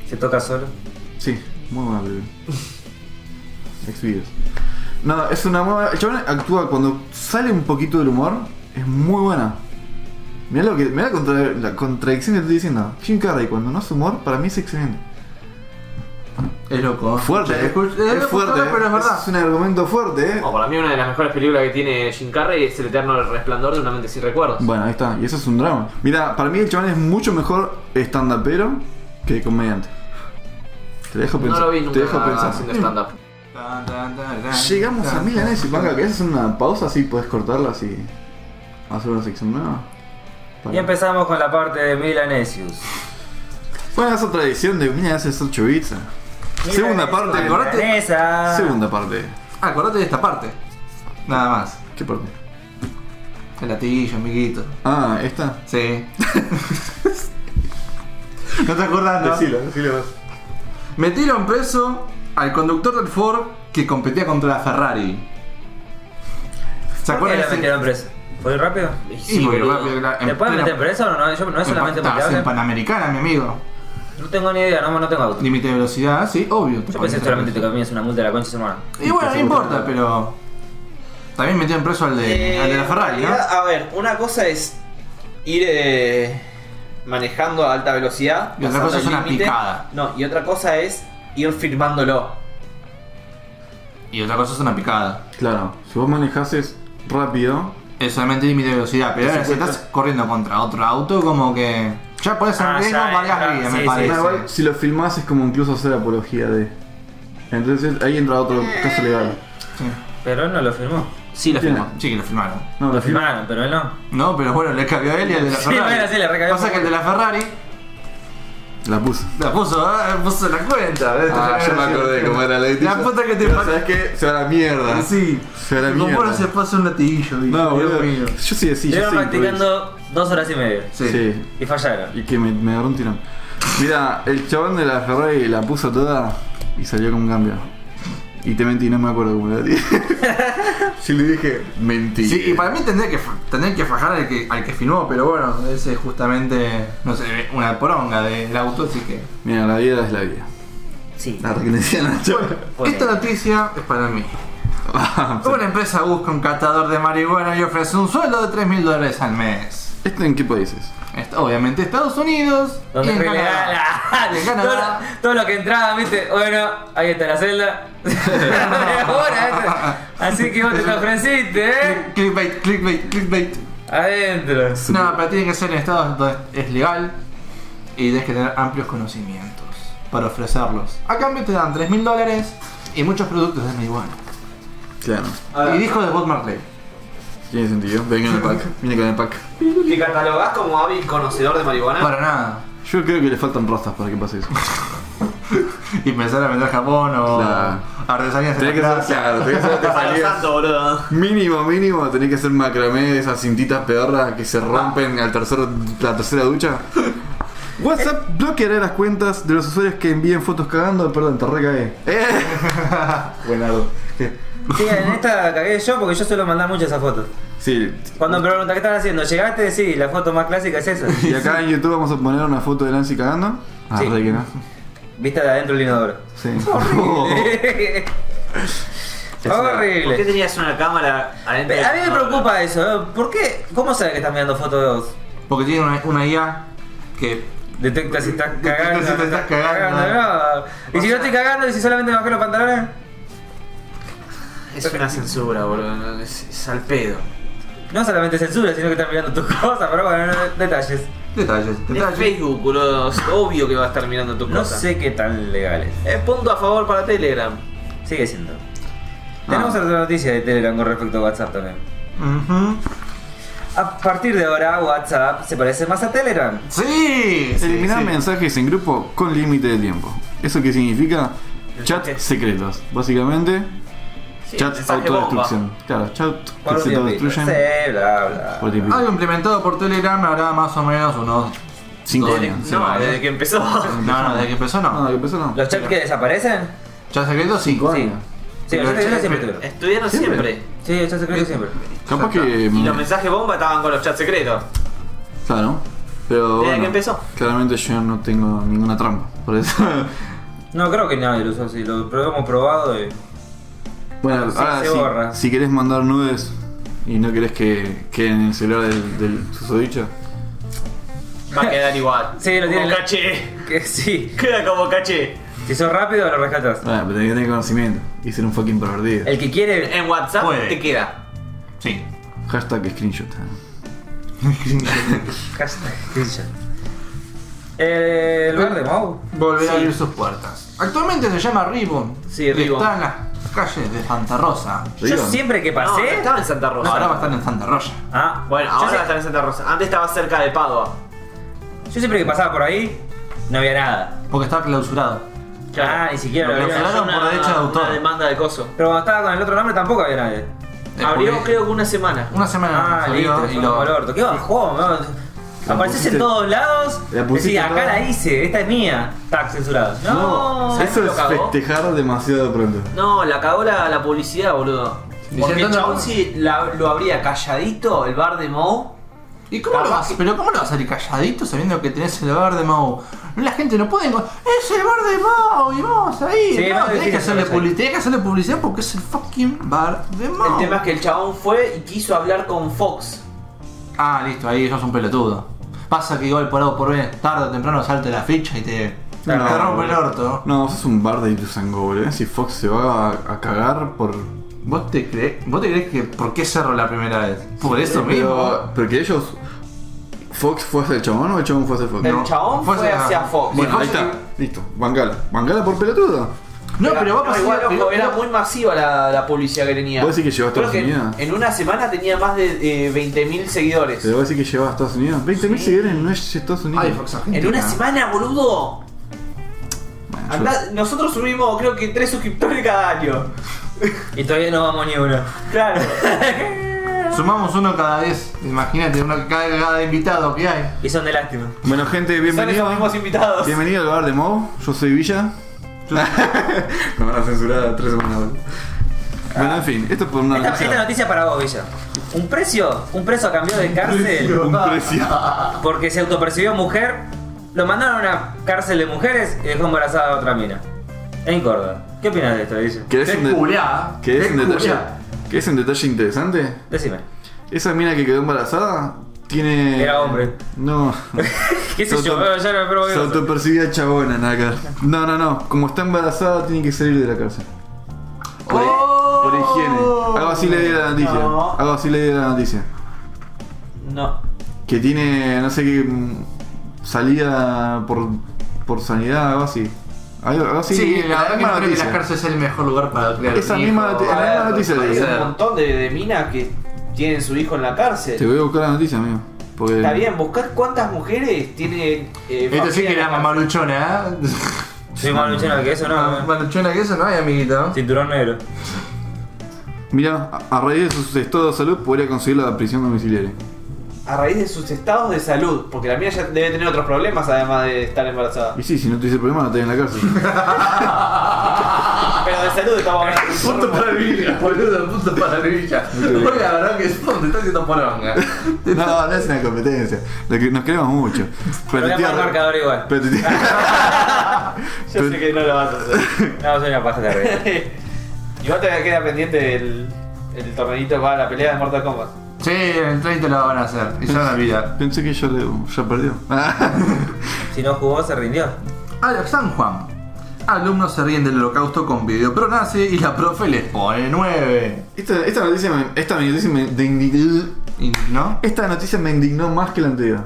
[SPEAKER 1] Se toca solo.
[SPEAKER 3] Sí, muy buena película. Exvideos. No, es una muy buena. El chabón actúa cuando sale un poquito del humor, es muy buena. Mirá, lo que, mirá la, contra- la contradicción que te estoy diciendo. Jim Carrey, cuando no hace humor, para mí es excelente.
[SPEAKER 2] Es loco.
[SPEAKER 3] Fuerte, eh.
[SPEAKER 2] Escucha, escucha,
[SPEAKER 3] es fuerte, eh.
[SPEAKER 2] Pero es verdad.
[SPEAKER 3] Es un argumento fuerte, eh.
[SPEAKER 4] No, Oh, para mí una de las mejores películas que tiene Jim Carrey es El Eterno Resplandor de una mente sin recuerdos.
[SPEAKER 3] Bueno, ahí está, y eso es un drama. Mira, para mí el chabón es mucho mejor stand-upero que comediante. Te dejo
[SPEAKER 4] no
[SPEAKER 3] pensar.
[SPEAKER 4] lo vi nunca
[SPEAKER 3] te dejo pensar.
[SPEAKER 4] haciendo stand-up.
[SPEAKER 2] Tan, tan, tan, tan,
[SPEAKER 3] Llegamos a
[SPEAKER 2] tan,
[SPEAKER 3] Milanes y
[SPEAKER 2] tan,
[SPEAKER 3] Manga, ¿querés hacer una pausa así? Podés cortarlas y hacer una sección nueva. Para-
[SPEAKER 1] Y empezamos con la parte de Milanesius.
[SPEAKER 3] Bueno, es otra edición de Milanes 8 bits. Segunda parte,
[SPEAKER 2] acordate.
[SPEAKER 1] Milanesa.
[SPEAKER 3] Segunda parte.
[SPEAKER 2] Ah, acordate de esta parte. Nada más.
[SPEAKER 3] ¿Qué parte?
[SPEAKER 2] El latillo, amiguito.
[SPEAKER 3] Ah, esta.
[SPEAKER 2] Sí. no te acordás, ¿no?
[SPEAKER 3] Ah, decilo vos.
[SPEAKER 2] Metieron preso al conductor del Ford que competía contra la Ferrari. ¿Se
[SPEAKER 1] ¿Por qué
[SPEAKER 2] acuerdan
[SPEAKER 1] la
[SPEAKER 2] ese-
[SPEAKER 1] metieron preso? ¿Fue rápido?
[SPEAKER 2] Sí, porque
[SPEAKER 4] boludo.
[SPEAKER 2] rápido, la- en
[SPEAKER 1] ¿Me pueden
[SPEAKER 2] plena-
[SPEAKER 1] meter preso o no? Yo no es
[SPEAKER 2] en
[SPEAKER 1] solamente
[SPEAKER 2] pa-
[SPEAKER 1] porque
[SPEAKER 2] estás en
[SPEAKER 1] hablen.
[SPEAKER 2] Panamericana, mi amigo.
[SPEAKER 1] No tengo ni idea, no, no tengo auto.
[SPEAKER 2] Límite de velocidad, sí, obvio.
[SPEAKER 1] Yo pensé que solamente te comías una multa de la concha de su hermana.
[SPEAKER 2] Y bueno, no
[SPEAKER 3] Te
[SPEAKER 2] importa,
[SPEAKER 3] aseguro.
[SPEAKER 2] pero. También metieron preso al de,
[SPEAKER 6] Eh,
[SPEAKER 2] al de la Ferrari,
[SPEAKER 6] en
[SPEAKER 2] ¿no?
[SPEAKER 6] realidad, A ver, una cosa es ir eh, manejando a alta velocidad.
[SPEAKER 2] Y otra
[SPEAKER 6] pasando
[SPEAKER 2] cosa es
[SPEAKER 6] el
[SPEAKER 2] una
[SPEAKER 6] límite.
[SPEAKER 2] picada.
[SPEAKER 6] No, y otra cosa es ir firmándolo.
[SPEAKER 2] Y otra cosa es una picada.
[SPEAKER 3] Claro, si vos manejases rápido,
[SPEAKER 2] Es solamente límite de velocidad, pero ahora si estás corriendo contra otro auto, como que. Ya puedes
[SPEAKER 1] Ah,
[SPEAKER 2] en riesgo
[SPEAKER 1] ya,
[SPEAKER 2] varias
[SPEAKER 1] ya,
[SPEAKER 2] vías,
[SPEAKER 1] sí,
[SPEAKER 2] me
[SPEAKER 1] sí.
[SPEAKER 3] Ah, igual,
[SPEAKER 2] parece.
[SPEAKER 3] si lo filmás es como incluso hacer apología de. Entonces ahí entra otro
[SPEAKER 2] Eh.
[SPEAKER 3] caso legal.
[SPEAKER 2] Sí.
[SPEAKER 1] Pero él no lo firmó.
[SPEAKER 4] Sí, la
[SPEAKER 3] Bien.
[SPEAKER 4] firmó.
[SPEAKER 2] Sí, que lo firmaron.
[SPEAKER 3] No,
[SPEAKER 1] Lo
[SPEAKER 3] lo filmás.
[SPEAKER 1] firmaron, pero él no.
[SPEAKER 2] No, pero bueno, le cabió a él y al de la
[SPEAKER 1] Sí,
[SPEAKER 2] Ferrari.
[SPEAKER 1] bueno, sí, le recabió.
[SPEAKER 2] Pasa que el de la Ferrari
[SPEAKER 3] La puse.
[SPEAKER 2] La puso, ah, puso la cuenta. ¿ves?
[SPEAKER 3] Ah, yo me acordé cómo era la
[SPEAKER 2] La puta que te
[SPEAKER 3] Pero,
[SPEAKER 2] pa-
[SPEAKER 3] ¿Sabes qué? Se va a la mierda.
[SPEAKER 2] Sí.
[SPEAKER 3] Se va a la
[SPEAKER 2] Como
[SPEAKER 3] mierda.
[SPEAKER 2] bueno, se pasa un latillo,
[SPEAKER 3] No, boludo.
[SPEAKER 2] Dios mío.
[SPEAKER 3] Yo sí, sí, yo
[SPEAKER 1] Estuvieron
[SPEAKER 3] sí.
[SPEAKER 1] practicando dos horas y media.
[SPEAKER 2] Sí.
[SPEAKER 3] Sí.
[SPEAKER 1] Y fallaron.
[SPEAKER 3] Y que me, me agarró un tirón. Mira, el chabón de la Ferrari la puso toda y salió con un cambio. Y te mentí, no me acuerdo cómo la dije. Yo le dije, mentí.
[SPEAKER 2] Sí, y para mí tendría que, fa- tendría que fajar al que, al que filmó, pero bueno, ese es justamente, no sé, una poronga del auto, así que...
[SPEAKER 3] Mira, la vida es la vida.
[SPEAKER 1] Sí.
[SPEAKER 3] La que le decía Nacho.
[SPEAKER 1] Bueno.
[SPEAKER 2] Esta noticia es para mí. Una empresa busca un catador de marihuana y ofrece un sueldo de 3 mil dólares al mes.
[SPEAKER 3] ¿Esto en qué países?
[SPEAKER 2] Est- obviamente Estados Unidos y
[SPEAKER 1] Donde
[SPEAKER 2] en
[SPEAKER 1] fue
[SPEAKER 2] Canadá.
[SPEAKER 1] legal.
[SPEAKER 2] Y en
[SPEAKER 1] todo, lo-
[SPEAKER 2] Canadá.
[SPEAKER 1] todo lo que entraba, viste, bueno, ahí está la celda. Ahora, ¿viste? Así que vos te lo ofreciste, ¿eh?
[SPEAKER 2] Click- Clickbait, clickbait, clickbait.
[SPEAKER 1] Adentro.
[SPEAKER 2] No, pero tiene que ser en estados donde es legal y tienes que tener amplios conocimientos para ofrecerlos. A cambio te dan 3 mil dólares y muchos productos de marihuana.
[SPEAKER 3] Claro.
[SPEAKER 4] Ahora,
[SPEAKER 2] Y dijo de Bob Marley.
[SPEAKER 3] Tiene sentido. Venga en el pack. Viene con el pack.
[SPEAKER 4] ¿Te
[SPEAKER 6] ¿Te catalogás como hábil conocedor de
[SPEAKER 3] Ah.
[SPEAKER 6] marihuana?
[SPEAKER 2] Para nada.
[SPEAKER 3] Yo creo que le faltan rostas para que pase eso.
[SPEAKER 2] Y pensar a vender a Japón o
[SPEAKER 3] Claro.
[SPEAKER 2] artesanías en
[SPEAKER 3] Tenés que
[SPEAKER 2] la
[SPEAKER 3] ser, claro, tenés que ser artesanías.
[SPEAKER 4] boludo.
[SPEAKER 3] Mínimo, mínimo, tenés que hacer macramé de esas cintitas pedorras que se rompen al tercer, la tercera ducha. WhatsApp bloqueará las cuentas de los usuarios que envíen fotos cagando. Perdón, te recagué. Eh. Buenardo.
[SPEAKER 1] Sí, en esta cagué yo porque yo suelo mandar muchas esas fotos.
[SPEAKER 3] Sí.
[SPEAKER 1] Cuando me preguntan qué estás haciendo, llegaste, sí, la foto más clásica es esa.
[SPEAKER 3] Y acá en YouTube vamos a poner una foto de Nancy cagando. Ah,
[SPEAKER 1] Sí.
[SPEAKER 3] re que no.
[SPEAKER 1] Vista de adentro del inodoro.
[SPEAKER 3] Sí.
[SPEAKER 4] ¿Por qué
[SPEAKER 1] Horrible.
[SPEAKER 4] tenías una cámara adentro?
[SPEAKER 1] A mí me
[SPEAKER 4] No,
[SPEAKER 1] preocupa eso, ¿eh? ¿por qué? ¿Cómo sabes que estás mirando fotos?
[SPEAKER 2] Porque tiene una, una IA que.
[SPEAKER 1] Detecta si estás
[SPEAKER 2] Detecta
[SPEAKER 1] cagando.
[SPEAKER 2] si te estás cagando.
[SPEAKER 1] ¿no? Y si no estoy cagando y si solamente me bajé los pantalones.
[SPEAKER 4] Es una censura, boludo. no, Es, es al pedo.
[SPEAKER 1] No solamente censura, sino que estás mirando tus cosas, pero bueno, no- detalles.
[SPEAKER 2] Detalles,
[SPEAKER 6] En
[SPEAKER 2] detalles.
[SPEAKER 6] Facebook, boludo. Es obvio que va a estar mirando tu
[SPEAKER 1] No
[SPEAKER 6] cosa.
[SPEAKER 1] sé qué tan legales.
[SPEAKER 6] Es punto a favor para Telegram.
[SPEAKER 1] Sigue siendo. Tenemos otra noticia de Telegram con respecto a WhatsApp también.
[SPEAKER 2] Ujú.
[SPEAKER 1] A partir de ahora, WhatsApp se parece más a Telegram.
[SPEAKER 2] Sí, sí,
[SPEAKER 3] Eliminar
[SPEAKER 2] sí.
[SPEAKER 3] mensajes en grupo con límite de tiempo. ¿Eso qué significa? Chats secretos. Básicamente, chats
[SPEAKER 4] mensaje bomba.
[SPEAKER 3] autodestrucción. Claro, chats que
[SPEAKER 1] Por
[SPEAKER 3] se
[SPEAKER 1] un tiempito.
[SPEAKER 3] autodestruyen.
[SPEAKER 1] Sí, bla, bla.
[SPEAKER 3] Por tiempo.
[SPEAKER 2] Algo implementado por Telegram hará más o menos unos.
[SPEAKER 3] Cinco
[SPEAKER 2] Dole.
[SPEAKER 3] años.
[SPEAKER 4] No, desde que empezó.
[SPEAKER 3] Ah,
[SPEAKER 2] No, no, desde que empezó no.
[SPEAKER 3] No, que empezó no.
[SPEAKER 1] ¿Los chats que desaparecen?
[SPEAKER 2] Ya secreto sí.
[SPEAKER 3] Ah, Cinco
[SPEAKER 1] Sí.
[SPEAKER 3] años.
[SPEAKER 1] Sí, los chats secretos siempre estuvieron.
[SPEAKER 4] Estuvieron
[SPEAKER 3] Siempre.
[SPEAKER 4] siempre.
[SPEAKER 1] Sí, los chats secretos siempre.
[SPEAKER 3] Capaz que. mm,
[SPEAKER 4] Y los mensajes bomba estaban con los chats secretos.
[SPEAKER 3] Claro. Pero.
[SPEAKER 4] Desde
[SPEAKER 3] bueno,
[SPEAKER 4] que empezó.
[SPEAKER 3] Claramente yo no tengo ninguna trampa. Por eso.
[SPEAKER 1] No, creo que nadie lo usó así. Lo pro- hemos probado y...
[SPEAKER 3] bueno,
[SPEAKER 1] Sí,
[SPEAKER 3] ahora
[SPEAKER 1] se
[SPEAKER 3] sí,
[SPEAKER 1] borra.
[SPEAKER 3] si querés mandar nudes y no querés que queden en el celular del, del susodicho.
[SPEAKER 4] Va a quedar igual.
[SPEAKER 1] Sí, lo
[SPEAKER 4] como
[SPEAKER 1] tiene-
[SPEAKER 4] caché.
[SPEAKER 1] Que sí.
[SPEAKER 4] Queda como caché.
[SPEAKER 1] Si sos rápido, lo rescatas.
[SPEAKER 3] Bueno, pero tenés que tener conocimiento y ser un fucking pervertido.
[SPEAKER 1] El que
[SPEAKER 3] Eh.
[SPEAKER 1] quiere...
[SPEAKER 4] En WhatsApp
[SPEAKER 2] Puede.
[SPEAKER 4] te queda.
[SPEAKER 2] Sí.
[SPEAKER 3] Hashtag screenshot. ¿eh?
[SPEAKER 1] Hashtag Grisha. El Eh, lugar de Mau.
[SPEAKER 2] Volver a abrir sus puertas. Actualmente se llama Ribbon.
[SPEAKER 6] Sí,
[SPEAKER 2] y
[SPEAKER 6] Ribbon.
[SPEAKER 2] Está en las calles de Santa Rosa.
[SPEAKER 3] Ah.
[SPEAKER 1] Yo siempre que
[SPEAKER 4] No,
[SPEAKER 1] pasé...
[SPEAKER 4] estaba en Santa Rosa.
[SPEAKER 2] Ahora va a estar en Santa Rosa.
[SPEAKER 1] Ah,
[SPEAKER 4] Bueno,
[SPEAKER 1] yo
[SPEAKER 4] ahora
[SPEAKER 1] sie-
[SPEAKER 4] va a estar en Santa Rosa. Antes estaba cerca de Padua.
[SPEAKER 1] Yo siempre que pasaba por ahí, no había nada.
[SPEAKER 2] Porque está clausurado.
[SPEAKER 1] Ah, ni siquiera
[SPEAKER 2] Lo
[SPEAKER 1] lo había.
[SPEAKER 2] clausuraron. Claro, por derecho de autor.
[SPEAKER 6] Una demanda de coso.
[SPEAKER 1] Pero cuando estaba con el otro nombre tampoco había nadie.
[SPEAKER 2] Es
[SPEAKER 6] Abrió
[SPEAKER 2] porque-
[SPEAKER 6] creo que una semana.
[SPEAKER 2] Una semana
[SPEAKER 1] Ah,
[SPEAKER 2] más
[SPEAKER 1] listo,
[SPEAKER 2] salió
[SPEAKER 1] fue
[SPEAKER 2] y
[SPEAKER 1] como el
[SPEAKER 2] lo.
[SPEAKER 1] orto. Qué bajón, ¿no?
[SPEAKER 3] La
[SPEAKER 1] Apareces
[SPEAKER 3] pusiste-
[SPEAKER 1] en todos lados.
[SPEAKER 3] La pusiste
[SPEAKER 1] Decís, acá
[SPEAKER 3] toda.
[SPEAKER 1] la hice, esta es mía. Tac, censurado. No,
[SPEAKER 3] No, eso
[SPEAKER 6] lo
[SPEAKER 3] es
[SPEAKER 6] cagó?
[SPEAKER 3] festejar demasiado pronto.
[SPEAKER 6] No, la cagó la, la publicidad, boludo.
[SPEAKER 2] Y
[SPEAKER 6] Porque
[SPEAKER 2] sentando-
[SPEAKER 6] chabón si la- lo abría calladito, el bar de Mo.
[SPEAKER 2] ¿Y cómo lo
[SPEAKER 6] Capaz
[SPEAKER 2] vas?
[SPEAKER 6] que-
[SPEAKER 2] Pero cómo lo vas a salir calladito sabiendo que tenés el bar de Mau? La gente no puede encontrar. ¡Es el bar de Mau! Y vamos ahí.
[SPEAKER 1] Sí,
[SPEAKER 2] no,
[SPEAKER 1] no,
[SPEAKER 2] tenés
[SPEAKER 1] sí,
[SPEAKER 2] que hacerle
[SPEAKER 1] sí.
[SPEAKER 2] publicidad. Tenés que hacerle publicidad porque es el fucking bar de Mau.
[SPEAKER 6] El tema es que el chabón fue y quiso hablar con Fox.
[SPEAKER 2] Ah, listo, ahí sos un pelotudo. Pasa que igual por A o por B, tarde o temprano salte la ficha y te,
[SPEAKER 3] No,
[SPEAKER 2] te rompe el
[SPEAKER 3] boludo.
[SPEAKER 2] orto.
[SPEAKER 3] No, sos un bar de Ituzaingó, boludo. Si Fox se va a, a cagar por.
[SPEAKER 2] ¿Vos te, crees, ¿Vos te crees que por qué cerró la primera vez? Por eso mismo.
[SPEAKER 3] Pero, pero que ellos. ¿Fox fue hacia el chabón o el chabón fue hacia Fox?
[SPEAKER 6] El chabón
[SPEAKER 2] fue
[SPEAKER 6] fue
[SPEAKER 2] hacia-
[SPEAKER 6] hacia Fox.
[SPEAKER 3] Bueno,
[SPEAKER 2] Fox-
[SPEAKER 3] ahí está. Listo. Bangala. Bangala por pelotudo.
[SPEAKER 2] No, pero va a
[SPEAKER 4] no,
[SPEAKER 2] pasar.
[SPEAKER 4] igual, ojo,
[SPEAKER 2] pero-
[SPEAKER 4] era
[SPEAKER 2] pero-
[SPEAKER 4] muy masiva la, la publicidad que tenía.
[SPEAKER 3] ¿Vos decís que llegó a
[SPEAKER 4] Creo
[SPEAKER 3] Estados
[SPEAKER 4] que en,
[SPEAKER 3] Unidos?
[SPEAKER 4] en una semana tenía más de eh, 20.000 seguidores.
[SPEAKER 3] ¿Te voy a decir que llevaba a Estados Unidos? 20.000 seguidores no es Estados Unidos.
[SPEAKER 2] Ay, Fox Argentina.
[SPEAKER 4] En una semana, boludo.
[SPEAKER 3] Bueno, yo-
[SPEAKER 4] Andá- nosotros subimos creo que tres suscriptores cada año.
[SPEAKER 1] Y todavía no vamos ni uno.
[SPEAKER 4] Claro.
[SPEAKER 2] Sumamos uno cada 10. Imagínate, uno cada, cada invitado que hay.
[SPEAKER 1] Y son de lástima.
[SPEAKER 3] Bueno, gente,
[SPEAKER 4] Son esos mismos
[SPEAKER 3] bienvenido.
[SPEAKER 4] invitados.
[SPEAKER 3] Bienvenido al bar de Mo. Yo soy Villa. Me van a censurar tres semanas. boludo. Bueno, en fin, esto es por una
[SPEAKER 1] Esta,
[SPEAKER 3] noticia.
[SPEAKER 1] esta noticia para vos, Villa. Un precio, un preso cambió de cárcel
[SPEAKER 3] Un precio.
[SPEAKER 1] porque se autopercibió mujer, lo mandaron a una cárcel de mujeres y dejó embarazada a otra mina. En Córdoba. ¿Qué opinas de esto, Villa?
[SPEAKER 3] ¿Querés un, de-
[SPEAKER 2] Descubriá,
[SPEAKER 3] ¿Querés un detalle?
[SPEAKER 2] descubriá.
[SPEAKER 3] ¿Querés un detalle interesante?
[SPEAKER 1] Decime.
[SPEAKER 3] Esa mina que quedó embarazada tiene.
[SPEAKER 1] Era hombre.
[SPEAKER 3] No.
[SPEAKER 1] ¿Qué sé yo?
[SPEAKER 3] Auto-
[SPEAKER 1] Eh, ya no me
[SPEAKER 3] Se
[SPEAKER 1] provoqué.
[SPEAKER 3] autopercibía chabona, nada que ver. No, no, no. Como está embarazada, tiene que salir de la cárcel. Por,
[SPEAKER 2] Oh.
[SPEAKER 3] por higiene. Algo así le di la noticia.
[SPEAKER 4] No.
[SPEAKER 3] Algo así le di la noticia.
[SPEAKER 4] No.
[SPEAKER 3] Que tiene, no sé qué. mm, Salida por, por sanidad, algo así. Algo, algo así.
[SPEAKER 2] Sí, la verdad que no
[SPEAKER 3] misma
[SPEAKER 2] creo que la
[SPEAKER 3] noticia.
[SPEAKER 2] cárcel es el mejor lugar para crear
[SPEAKER 3] Esa
[SPEAKER 2] un
[SPEAKER 3] misma
[SPEAKER 2] hijo.
[SPEAKER 3] noti- la misma noticia
[SPEAKER 4] hay
[SPEAKER 3] leí.
[SPEAKER 4] un montón de, de minas que tienen su hijo en la
[SPEAKER 3] Te
[SPEAKER 4] cárcel.
[SPEAKER 3] voy a buscar la noticia, amigo. Porque
[SPEAKER 4] Está bien, buscás cuántas mujeres tienen. eh,
[SPEAKER 2] Esto sí
[SPEAKER 4] familia
[SPEAKER 2] que
[SPEAKER 4] en la
[SPEAKER 2] era
[SPEAKER 4] cárcel.
[SPEAKER 2] mamaluchona, ¿eh?
[SPEAKER 1] Soy más luchero que eso,
[SPEAKER 3] Ah,
[SPEAKER 2] Ah,
[SPEAKER 1] no. eh.
[SPEAKER 2] Mamaluchona que eso no hay, amiguito.
[SPEAKER 1] Cinturón negro.
[SPEAKER 3] Mira, a a raíz de su estado de salud podría conseguir la prisión domiciliaria.
[SPEAKER 4] A raíz de sus estados de salud. Porque la mina ya debe tener otros problemas además de estar embarazada.
[SPEAKER 3] Y sí, si no tuviese problema no te en la cárcel.
[SPEAKER 2] Ah.
[SPEAKER 4] Pero de salud estamos hablando.
[SPEAKER 2] Punto para Villa, boludo, punto para Villa.
[SPEAKER 3] Porque
[SPEAKER 2] la verdad que es donde está haciendo poronga.
[SPEAKER 3] no, no es una competencia. Lo que nos queremos mucho.
[SPEAKER 1] Pero voy
[SPEAKER 3] te
[SPEAKER 1] a
[SPEAKER 3] tira-
[SPEAKER 1] poner marcador igual.
[SPEAKER 3] Pero te tira-
[SPEAKER 4] Yo sé que no lo vas a hacer.
[SPEAKER 1] No, soy una paja terrible.
[SPEAKER 4] Igual todavía queda pendiente el, el torneito para la pelea de Mortal Kombat.
[SPEAKER 2] Sí, en el 30 lo van a hacer, y se van a olvidar.
[SPEAKER 3] Pensé que ya, le, ya perdió.
[SPEAKER 1] Si no jugó, se rindió.
[SPEAKER 2] Alex Ah, San Juan. Alumnos se ríen del holocausto con video pero nace y la profe les pone 9.
[SPEAKER 3] esta, esta noticia me, esta noticia me de- de-
[SPEAKER 2] ¿Y no?
[SPEAKER 3] esta noticia me indignó más que la anterior.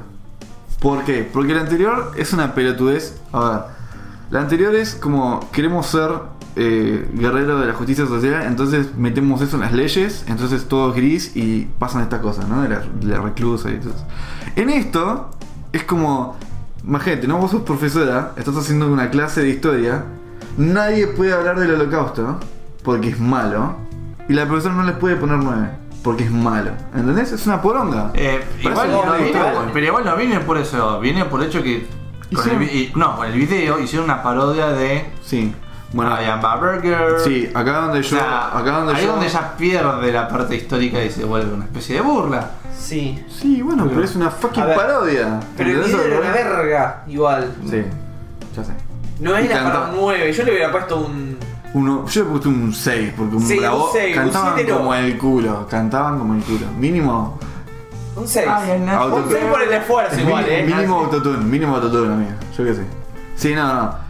[SPEAKER 3] ¿Por qué? Porque la anterior es una pelotudez. A ver. La anterior es como queremos ser eh, guerreros de la justicia social, entonces metemos eso en las leyes, entonces todo es gris y pasan estas cosas, ¿no? De la, de la reclusa y todo eso. En esto es como, imagínate, ¿no? Vos sos profesora, estás haciendo una clase de historia, nadie puede hablar del holocausto, porque es malo, y la profesora no les puede poner nueve, porque es malo. ¿Entendés? Es una poronga.
[SPEAKER 2] Eh,
[SPEAKER 3] Parece
[SPEAKER 2] igual
[SPEAKER 3] un
[SPEAKER 2] no,
[SPEAKER 3] video.
[SPEAKER 2] igual- pero igual no viene por eso, viene por el hecho que. Con el,
[SPEAKER 3] Hicieron-
[SPEAKER 2] vi- y- no, con el video hicieron una parodia de
[SPEAKER 3] Sí. Bueno,
[SPEAKER 2] I am a burger.
[SPEAKER 3] sí, acá donde yo...
[SPEAKER 2] O sea,
[SPEAKER 3] acá donde
[SPEAKER 2] ahí
[SPEAKER 3] yo...
[SPEAKER 2] donde ya pierde la parte histórica y se vuelve una especie de burla.
[SPEAKER 4] Sí.
[SPEAKER 3] Sí, bueno, pero es una fucking
[SPEAKER 4] A ver.
[SPEAKER 3] parodia.
[SPEAKER 4] Pero el
[SPEAKER 3] ¿Entendés?
[SPEAKER 4] video era una verga, igual.
[SPEAKER 3] Sí, ya sé.
[SPEAKER 4] No
[SPEAKER 3] Y
[SPEAKER 4] era para
[SPEAKER 3] cantaba.
[SPEAKER 4] un 9, yo le hubiera puesto un.
[SPEAKER 3] Uno, yo le puse un 6 porque un
[SPEAKER 4] Sí, un
[SPEAKER 3] bravo-
[SPEAKER 4] seis, un
[SPEAKER 3] cantaban
[SPEAKER 4] siete no.
[SPEAKER 3] como el culo, cantaban como el culo. Mínimo
[SPEAKER 4] un 6.
[SPEAKER 2] Ay, no.
[SPEAKER 3] Auto-
[SPEAKER 4] Un 6 por el esfuerzo,
[SPEAKER 3] mínimo,
[SPEAKER 4] igual, eh.
[SPEAKER 3] mínimo autotune, mínimo autotune, amigo. Yo qué sé. Sí, no, no.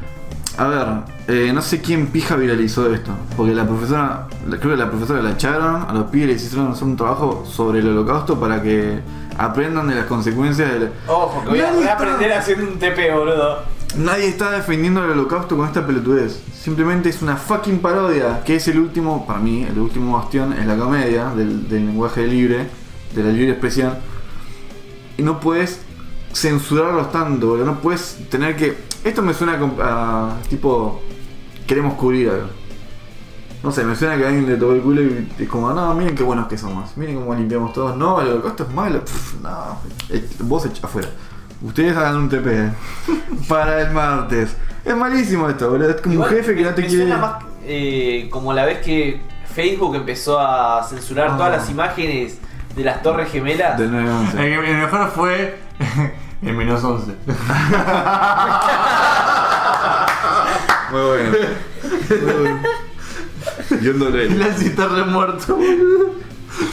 [SPEAKER 3] A ver, eh, no sé quién pija viralizó esto, porque la profesora, la- creo que la profesora la echaron, a los pibes les hicieron hacer un trabajo sobre el holocausto para que aprendan de las consecuencias del...
[SPEAKER 4] Ojo, que voy a,
[SPEAKER 3] Nadie
[SPEAKER 4] voy a
[SPEAKER 3] está-
[SPEAKER 4] aprender a hacer un TP, boludo.
[SPEAKER 3] Nadie está defendiendo el holocausto con esta pelotudez. Simplemente es una fucking parodia, que es el último, para mí, el último bastión es la comedia del, del lenguaje libre, de la libre expresión. Y no puedes censurarlos tanto, boludo. No puedes tener que. Esto me suena como- a, tipo. Queremos cubrir algo. No sé, me suena que alguien le tocó el culo y es como, no, miren qué buenos que somos, miren cómo limpiamos todos. No, el holocausto es malo, Pff, no, Eh, vos echa afuera. Ustedes hagan un TP eh. para el martes. Es malísimo esto, boludo. Es como un
[SPEAKER 4] Igual
[SPEAKER 3] jefe que
[SPEAKER 4] me-
[SPEAKER 3] no te
[SPEAKER 4] me
[SPEAKER 3] quiere.
[SPEAKER 4] suena más, eh, como la vez que Facebook empezó a censurar
[SPEAKER 3] Ah.
[SPEAKER 4] todas las imágenes de las Torres Gemelas.
[SPEAKER 3] Del 911.
[SPEAKER 2] El, el mejor fue el menos 11.
[SPEAKER 3] Muy bueno. Muy bueno. Guión doble.
[SPEAKER 2] Lancy está remuerto.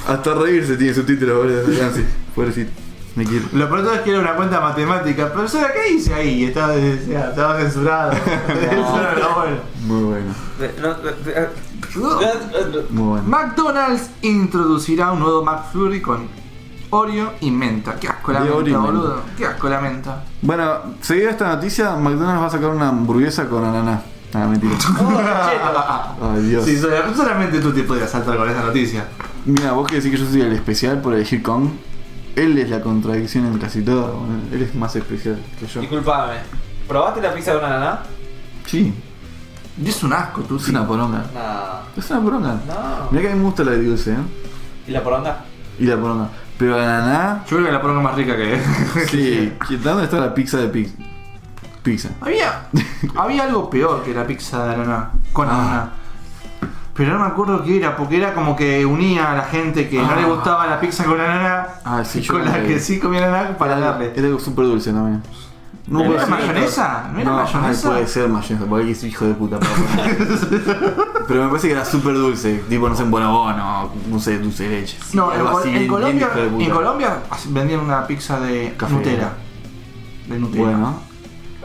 [SPEAKER 3] Hasta reírse tiene subtítulos, boludo. Nancy, pobrecito. Me quiero.
[SPEAKER 2] Lo peor de todo es que era una cuenta matemática. Profesora, ¿qué dice ahí? Estaba, decía, estaba censurado. Eso era lo bueno.
[SPEAKER 3] Muy bueno.
[SPEAKER 1] Eh, no, eh, eh,
[SPEAKER 3] Muy bueno.
[SPEAKER 2] McDonald's introducirá un nuevo McFlurry con Oreo y menta. Qué asco la
[SPEAKER 3] De Oreo y
[SPEAKER 2] menta,
[SPEAKER 3] menta.
[SPEAKER 2] boludo. Qué asco la menta.
[SPEAKER 3] Bueno, seguida esta noticia, McDonald's va a sacar una hamburguesa con ananá. Ah, mentira. Ay, Dios.
[SPEAKER 2] Sí, sola- solamente tú te podías saltar con esa noticia.
[SPEAKER 3] Mira, vos que decís que yo soy el especial por elegir Kong. Él es la contradicción en casi todo. boludo. Él es más especial que yo.
[SPEAKER 6] Disculpame. ¿Probaste la pizza de una nana?
[SPEAKER 3] Sí,
[SPEAKER 2] Y es un asco, tú.
[SPEAKER 3] es una poronga.
[SPEAKER 6] No.
[SPEAKER 3] Es una poronga.
[SPEAKER 6] No.
[SPEAKER 3] Mira que a mí me gusta la de dulce, ¿eh?
[SPEAKER 6] ¿Y la poronga?
[SPEAKER 3] Y la poronga. Pero la naná.
[SPEAKER 2] Yo creo que la poronga más rica que es.
[SPEAKER 3] Sí, ¿dónde está la pizza de pizza? Pizza.
[SPEAKER 2] Había, había algo peor que la pizza de ananá. Con
[SPEAKER 3] Ah.
[SPEAKER 2] ananá. Pero no me acuerdo qué era, porque era como que unía a la gente que no le
[SPEAKER 3] Ah.
[SPEAKER 2] gustaba la pizza con ananá
[SPEAKER 3] Ah, sí,
[SPEAKER 2] y
[SPEAKER 3] yo
[SPEAKER 2] con la
[SPEAKER 3] creo que-
[SPEAKER 2] que sí comía ananá para
[SPEAKER 3] Era-
[SPEAKER 2] darle.
[SPEAKER 3] Era algo súper dulce también.
[SPEAKER 2] ¿No
[SPEAKER 3] puede
[SPEAKER 2] era
[SPEAKER 3] ser.
[SPEAKER 2] mayonesa? ¿No era
[SPEAKER 3] No, ay,
[SPEAKER 2] mayonesa?
[SPEAKER 3] puede ser mayonesa, porque es hijo de puta. para poner. Pero me parece que era súper dulce, tipo, no sé, en bonabono, no sé, dulce de leche.
[SPEAKER 2] No, en,
[SPEAKER 3] algo
[SPEAKER 2] Col-
[SPEAKER 3] así,
[SPEAKER 2] en
[SPEAKER 3] bien
[SPEAKER 2] Colombia,
[SPEAKER 3] hijo de puta.
[SPEAKER 2] en Colombia vendían una pizza de
[SPEAKER 3] Café.
[SPEAKER 2] Nutella. De Nutella.
[SPEAKER 3] Bueno,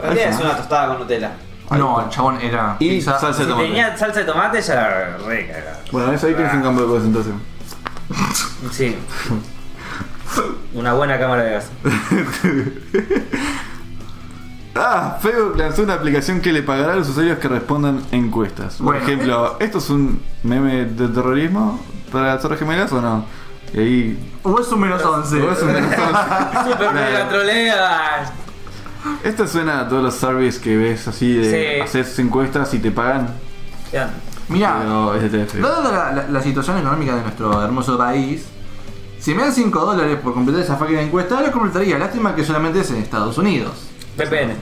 [SPEAKER 6] Realidad es
[SPEAKER 3] está.
[SPEAKER 6] una tostada con Nutella.
[SPEAKER 2] No, el chabón era
[SPEAKER 3] y
[SPEAKER 2] pizza.
[SPEAKER 3] salsa de
[SPEAKER 1] Si
[SPEAKER 3] tomate.
[SPEAKER 1] tenía salsa de tomate ya la recaga.
[SPEAKER 3] Bueno, eso ahí tienes un cambio de cosas entonces.
[SPEAKER 1] Sí. Una buena cámara de gas.
[SPEAKER 3] Ah, Facebook lanzó una aplicación que le pagará a los usuarios que respondan encuestas. Por
[SPEAKER 2] Bueno.
[SPEAKER 3] ejemplo, ¿esto es un meme de terrorismo para las gemelas o no? Y ahí
[SPEAKER 2] O es un menos 11.
[SPEAKER 3] Vos un menos 11.
[SPEAKER 1] Super mega troleada.
[SPEAKER 3] Esto suena a todos los services que ves así de
[SPEAKER 1] Sí.
[SPEAKER 3] haces encuestas y te pagan.
[SPEAKER 1] Ya.
[SPEAKER 2] Mirá,
[SPEAKER 3] Pero es de TF.
[SPEAKER 2] dada la, la- la situación económica de nuestro hermoso país, si me dan 5 dólares por completar esa fucking encuesta, lo completaría. Lástima que solamente es en Estados Unidos.
[SPEAKER 1] VPN.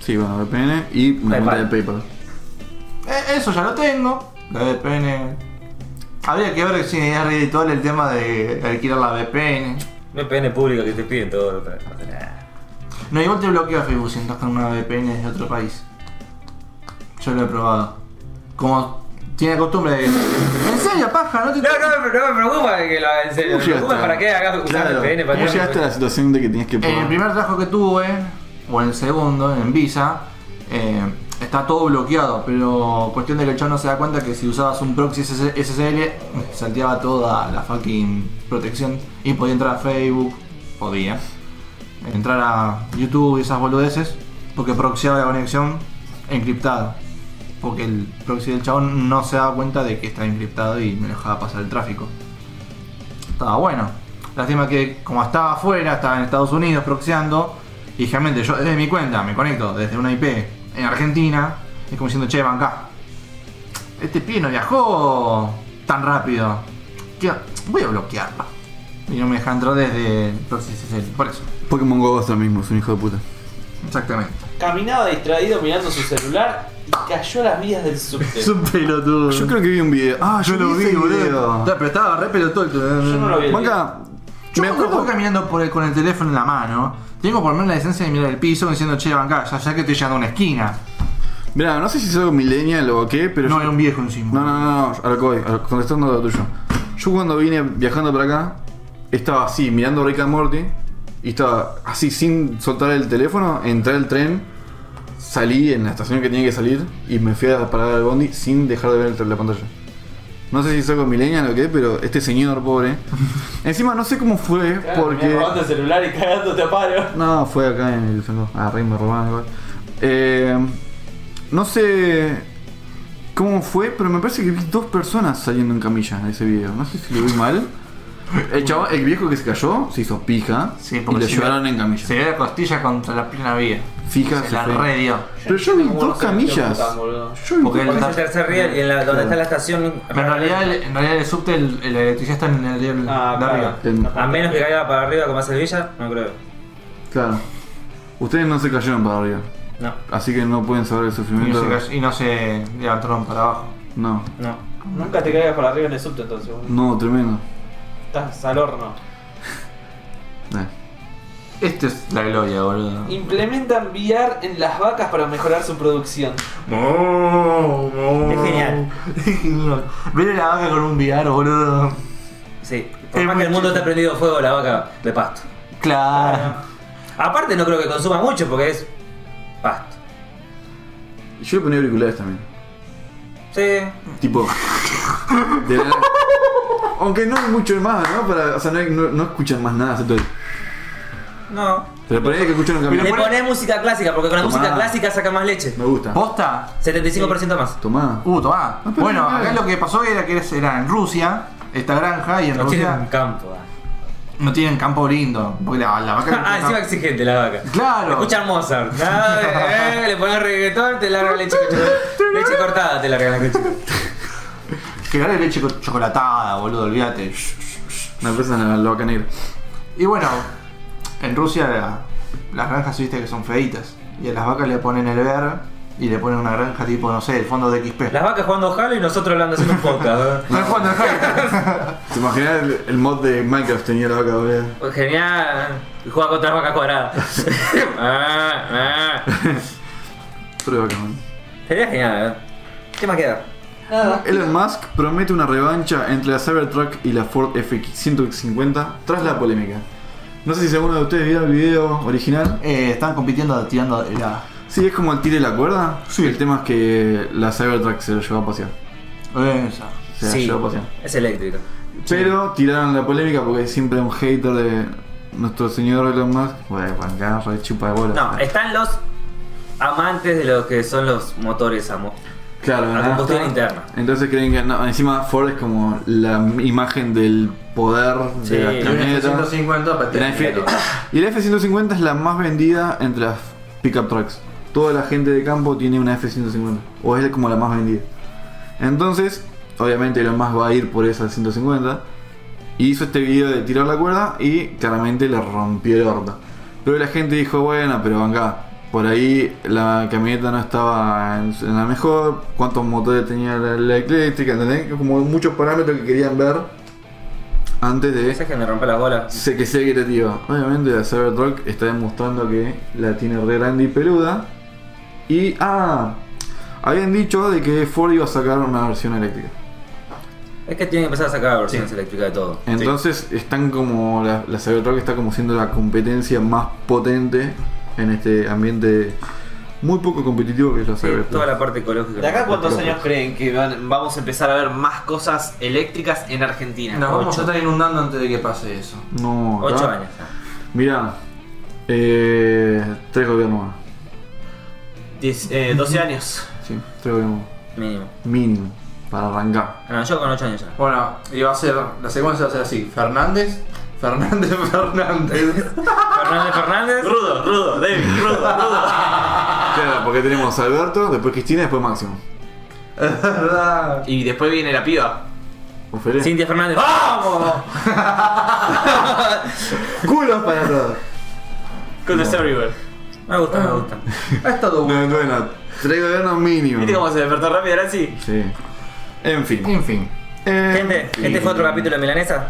[SPEAKER 3] Sí, bueno, VPN y una
[SPEAKER 1] PayPal.
[SPEAKER 3] cuenta de PayPal.
[SPEAKER 2] Eh, eso ya lo tengo. La VPN. Habría que ver si es reditual el tema de alquilar la VPN.
[SPEAKER 1] VPN público que te piden todo. otra cosa. Nah.
[SPEAKER 2] No, igual te bloquea Facebook si entras con una VPN de otro país. Yo lo he probado. Como tiene costumbre de. ¿En serio, paja? No te
[SPEAKER 1] No, no, me- no me preocupa que lo en serio.
[SPEAKER 3] ¿Cómo
[SPEAKER 1] Me preocupa
[SPEAKER 3] llegaste?
[SPEAKER 1] para qué hagas usar
[SPEAKER 3] Claro,
[SPEAKER 1] VPN para
[SPEAKER 3] ¿Cómo llegaste a la situación de que tenías que
[SPEAKER 2] En el
[SPEAKER 3] pagar?
[SPEAKER 2] Eh, primer trabajo que tuve, o en el segundo, en Visa, eh, está todo bloqueado, pero cuestión de que el chavo no se da cuenta que si usabas un proxy SS SSL, salteaba toda la fucking protección y podía entrar a Facebook, podía entrar a YouTube y esas boludeces, porque proxeaba la conexión encriptada. Porque el proxy del chabón no se daba cuenta de que estaba encriptado y no dejaba pasar el tráfico. Estaba bueno. Lástima que como estaba afuera, estaba en Estados Unidos proxeando, y realmente yo desde mi cuenta me conecto desde una IP en Argentina, es como diciendo, che, banca. Este pie no viajó tan rápido. ¿Qué? Voy a bloquearlo. Y no me deja entrar desde el proxy SSL, por eso.
[SPEAKER 3] Pokémon Go es lo mismo, es un hijo de puta.
[SPEAKER 2] Exactamente.
[SPEAKER 6] Caminaba distraído mirando su celular y cayó a las vías del subte.
[SPEAKER 2] un pelotudo.
[SPEAKER 3] Yo creo que vi un video. Ah, yo, lo vi, boludo.
[SPEAKER 2] Pero estaba re pelotudo. el-
[SPEAKER 6] Yo no lo vi.
[SPEAKER 3] Banca,
[SPEAKER 2] Yo
[SPEAKER 3] me
[SPEAKER 2] me acuerdo
[SPEAKER 3] acuerdo.
[SPEAKER 2] caminando por el- con el teléfono en la mano. Tengo por lo menos la decencia de mirar el piso diciendo, che, bancá, ya, ya que estoy llegando a una esquina.
[SPEAKER 3] Mira, no sé si soy algo millennial o qué, pero.
[SPEAKER 2] No,
[SPEAKER 3] yo-
[SPEAKER 2] era un viejo encima.
[SPEAKER 3] No, no, no, no, a lo que voy, a lo- contestando lo tuyo. Yo cuando vine viajando para acá, estaba así, mirando Rick and Morty, y estaba así, sin soltar el teléfono, entré al tren, salí en la estación que tenía que salir, y me fui a parar al bondi sin dejar de ver el tel- la pantalla. No sé si soy con Millennial o qué, pero este señor pobre. encima no sé cómo fue,
[SPEAKER 6] Claro,
[SPEAKER 3] porque.
[SPEAKER 6] terminás robando el celular y cagándote a paro.
[SPEAKER 3] No, fue acá en el Fengo. Ah, rey, me robaron igual. Eh, no sé cómo fue, pero me parece que vi dos personas saliendo en camilla en ese video. No sé si lo vi mal. El, chabón- el viejo que se cayó se hizo pija
[SPEAKER 2] Sí,
[SPEAKER 3] y
[SPEAKER 2] porque
[SPEAKER 3] lo
[SPEAKER 2] sí.
[SPEAKER 3] llevaron en camilla.
[SPEAKER 2] Se ve la costilla contra la plena vía.
[SPEAKER 3] Fija,
[SPEAKER 2] Se
[SPEAKER 3] se
[SPEAKER 2] la
[SPEAKER 3] fue.
[SPEAKER 2] redio.
[SPEAKER 3] Pero yo vi
[SPEAKER 6] ¿Cómo no
[SPEAKER 3] dos
[SPEAKER 6] se metió
[SPEAKER 3] camillas.
[SPEAKER 6] puta, boludo?
[SPEAKER 3] Yo vi
[SPEAKER 2] Porque
[SPEAKER 3] dos-
[SPEAKER 1] Es el tercer riel y en la- donde está la estación.
[SPEAKER 2] Pero en realidad, el, en realidad el subte, el, el- la electricidad está en el nivel
[SPEAKER 6] Ah,
[SPEAKER 2] de
[SPEAKER 6] claro.
[SPEAKER 2] arriba.
[SPEAKER 3] en-
[SPEAKER 1] A menos que caiga para arriba como hace el Villa, no creo.
[SPEAKER 3] Claro. Ustedes no se cayeron para arriba.
[SPEAKER 1] No,
[SPEAKER 3] Así que no pueden saber el
[SPEAKER 2] Y no,
[SPEAKER 3] sufrimiento.
[SPEAKER 2] se cayó- y no se levantaron para abajo.
[SPEAKER 3] No,
[SPEAKER 1] no.
[SPEAKER 6] Nunca te caigas para arriba en el subte entonces, boludo.
[SPEAKER 3] no, tremendo.
[SPEAKER 6] Estás al horno.
[SPEAKER 3] Eh.
[SPEAKER 2] Esta es la gloria, boludo.
[SPEAKER 6] Implementan VR en las vacas para mejorar su producción.
[SPEAKER 1] Es genial.
[SPEAKER 2] Es genial. Ver a la vaca con un VR, boludo.
[SPEAKER 1] Sí.
[SPEAKER 2] Es
[SPEAKER 1] Por más
[SPEAKER 2] muy
[SPEAKER 1] que el mundo
[SPEAKER 2] chido.
[SPEAKER 1] esté prendido fuego, la vaca de pasto.
[SPEAKER 2] Claro.
[SPEAKER 1] Aparte, no creo que consuma mucho porque es. pasto.
[SPEAKER 3] Yo le ponía auriculares también.
[SPEAKER 1] Sí.
[SPEAKER 3] Tipo. de la- Aunque no hay mucho más, ¿no? Para, o sea, no, hay- no- no escuchan más nada, excepto el-
[SPEAKER 1] No.
[SPEAKER 3] Pero por ahí hay que escuchar un
[SPEAKER 1] Le
[SPEAKER 3] camino.
[SPEAKER 2] Pero-
[SPEAKER 1] ponés música clásica, porque con la
[SPEAKER 3] Tomá.
[SPEAKER 1] música clásica saca más leche.
[SPEAKER 3] Me gusta.
[SPEAKER 2] ¿Posta?
[SPEAKER 1] 75% más.
[SPEAKER 3] Tomá.
[SPEAKER 2] Uh, tomá.
[SPEAKER 3] No, pero
[SPEAKER 2] bueno,
[SPEAKER 3] no, no.
[SPEAKER 2] acá lo que pasó era que era en Rusia, esta granja, y en
[SPEAKER 1] No tiene
[SPEAKER 2] Rusia
[SPEAKER 1] un campo. ah.
[SPEAKER 2] no tienen campo lindo. Porque la, la vaca.
[SPEAKER 1] Ah, encima exigente la vaca.
[SPEAKER 2] Claro.
[SPEAKER 1] Escucha Mozart. Ah, eh, le pones reggaetón, te larga leche. leche cortada te larga la leche.
[SPEAKER 2] Que era leche con chocolatada, boludo, olvídate.
[SPEAKER 3] Me empiezan la, la vaca negra.
[SPEAKER 2] Y bueno, en Rusia la- las granjas viste que son feitas. Y a las vacas le ponen el ver y le ponen una granja tipo, no sé, el fondo de XP.
[SPEAKER 1] Las vacas jugando Halo y nosotros hablando haciendo un podcast.
[SPEAKER 2] No el fondo, el fondo.
[SPEAKER 3] ¿Te imaginas el, el mod de Minecraft tenía la vaca doblada?
[SPEAKER 1] ¿verdad? Pues Genial. Y Juega contra las vacas cuadradas. ah, ah.
[SPEAKER 3] Prueba, cabrón.
[SPEAKER 1] Sería genial. ¿eh? ¿verdad? ¿Qué más queda?
[SPEAKER 3] Elon Musk promete una revancha entre la Cybertruck y la Ford F-150 tras la polémica. No sé si alguno de ustedes vio el video original.
[SPEAKER 2] Eh, están compitiendo tirando la.
[SPEAKER 3] Sí, es como el tire la cuerda.
[SPEAKER 2] Sí.
[SPEAKER 3] El tema es que la Cybertruck se lo llevó a pasear.
[SPEAKER 2] Esa.
[SPEAKER 3] Se la llevó a pasear.
[SPEAKER 1] es eléctrico.
[SPEAKER 3] Pero tiraron la polémica porque siempre hay un hater de nuestro señor Elon Musk. Bueno, acá re chupa de bola.
[SPEAKER 1] No, están los amantes de lo que son los motores a, mo-
[SPEAKER 3] claro,
[SPEAKER 1] a
[SPEAKER 3] nada.
[SPEAKER 1] combustión interna.
[SPEAKER 3] Entonces creen que no, encima Ford es como la imagen del poder
[SPEAKER 1] Sí,
[SPEAKER 3] de las
[SPEAKER 1] y un
[SPEAKER 3] camionetas. La F- y la F-150 es la más vendida entre las pickup trucks. Toda la gente de campo tiene una F-150. O es como la más vendida. Entonces, obviamente Elon Musk va a ir por esa 150. Y hizo este video de tirar la cuerda y claramente le rompió el horta. Pero la gente dijo, bueno, pero acá. Por ahí la camioneta no estaba en, en la mejor. ¿Cuántos motores tenía la, la eléctrica? ¿Entendés? Como muchos parámetros que querían ver antes de
[SPEAKER 1] ¿Sabes que me rompe las bolas?
[SPEAKER 3] Sé que sea creativa. Obviamente la Cybertruck está demostrando que la tiene re grande y peluda. Y. ah. Habían dicho de que Ford iba a sacar una versión eléctrica.
[SPEAKER 1] Es que tienen que empezar a sacar versiones eléctricas de todo.
[SPEAKER 3] Entonces están como. La, la Cybertruck está como siendo la competencia más potente en este ambiente muy poco competitivo que es la
[SPEAKER 1] Sí,
[SPEAKER 3] Cybertruck.
[SPEAKER 1] toda la parte ecológica.
[SPEAKER 6] ¿De acá cuántos
[SPEAKER 3] Otro.
[SPEAKER 6] años creen que van- vamos a empezar a ver más cosas eléctricas en Argentina?
[SPEAKER 2] Nos vamos
[SPEAKER 1] Ocho.
[SPEAKER 2] a estar inundando antes de que pase eso.
[SPEAKER 3] No, acá-
[SPEAKER 1] 8 años.
[SPEAKER 3] Mirá. eh, tres gobiernos más.
[SPEAKER 6] Diez- eh, 12 años.
[SPEAKER 3] Sí, tres gobiernos más.
[SPEAKER 1] Mínimo.
[SPEAKER 3] Mínimo. Para arrancar.
[SPEAKER 1] No, yo con 8 años ya.
[SPEAKER 2] Bueno, y va a ser. La secuencia va a ser así: Fernández, Fernández, Fernández.
[SPEAKER 1] Fernández Fernández.
[SPEAKER 6] Rudo, rudo, David, rudo, rudo.
[SPEAKER 3] Claro, porque tenemos a Alberto, después Cristina, después Máximo.
[SPEAKER 2] ¿Verdad?
[SPEAKER 6] Y después viene la piba.
[SPEAKER 3] ¿O Feré?
[SPEAKER 1] Cintia Fernández.
[SPEAKER 3] Ah.
[SPEAKER 1] ¡Vamos!
[SPEAKER 3] culos para todos.
[SPEAKER 6] Con The Everywhere.
[SPEAKER 1] Me gusta, me gusta.
[SPEAKER 2] Ha estado bueno.
[SPEAKER 3] No, bueno, tres gobiernos mínimo.
[SPEAKER 6] ¿Viste cómo se despertó rápido ahora sí?
[SPEAKER 3] Sí. En fin.
[SPEAKER 2] En fin.
[SPEAKER 3] En
[SPEAKER 1] Gente,
[SPEAKER 3] fin.
[SPEAKER 1] este fue otro capítulo de Milanesa.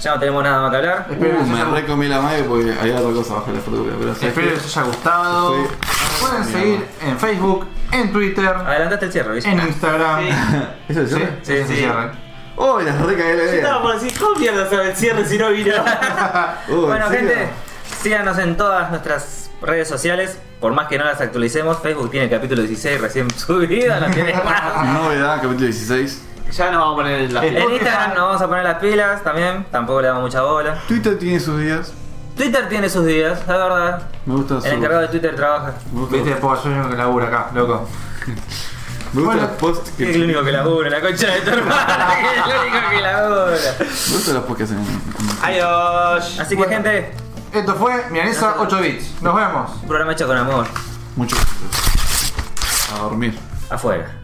[SPEAKER 1] Ya no tenemos nada más que hablar.
[SPEAKER 2] Espero que
[SPEAKER 3] Uh,
[SPEAKER 2] les
[SPEAKER 3] me
[SPEAKER 2] haya-
[SPEAKER 3] recomí la madre porque hay otra cosa bajo la fruta. Pero ¿sabes
[SPEAKER 2] Espero que
[SPEAKER 3] qué?
[SPEAKER 2] les haya gustado.
[SPEAKER 3] Sí.
[SPEAKER 2] Nos pueden seguir en Facebook, en Twitter,
[SPEAKER 1] Adelantaste el cierre, ¿viste?
[SPEAKER 2] en Instagram.
[SPEAKER 3] ¿Eso es
[SPEAKER 2] Sí,
[SPEAKER 3] cierre?
[SPEAKER 2] sí, sí,
[SPEAKER 6] Sí.
[SPEAKER 2] cierran.
[SPEAKER 3] ¡Oh, la recagué la
[SPEAKER 6] Yo estaba
[SPEAKER 3] idea!
[SPEAKER 6] por decir, ¿cómo mierda sabe el cierre si no vino?
[SPEAKER 3] Oh, ¿en
[SPEAKER 1] Bueno,
[SPEAKER 3] serio?
[SPEAKER 1] gente, síganos en todas nuestras redes sociales. Por más que no las actualicemos, Facebook tiene el capítulo 16 recién subido, no tiene más.
[SPEAKER 3] Novedad, capítulo 16.
[SPEAKER 6] Ya nos vamos a poner en la
[SPEAKER 2] Eh.
[SPEAKER 1] En Instagram nos vamos a poner las pilas también, tampoco le damos mucha bola.
[SPEAKER 3] Twitter tiene sus días.
[SPEAKER 1] Twitter tiene sus días, la verdad.
[SPEAKER 3] Me gusta su.
[SPEAKER 1] El encargado de Twitter trabaja.
[SPEAKER 3] Me gusta,
[SPEAKER 2] Viste, por soy yo que labura acá, loco.
[SPEAKER 3] me gusta
[SPEAKER 2] Bueno.
[SPEAKER 3] los posts que.
[SPEAKER 1] Es el único que labura, la concha de tu hermana, que es el único que labura.
[SPEAKER 3] Me gustan los posts que hacen.
[SPEAKER 6] Adiós.
[SPEAKER 1] Así que, gente,
[SPEAKER 2] Esto fue Milanesa 8 bits. Nos vemos.
[SPEAKER 1] un programa hecho con amor,
[SPEAKER 3] Mucho. A dormir.
[SPEAKER 1] afuera.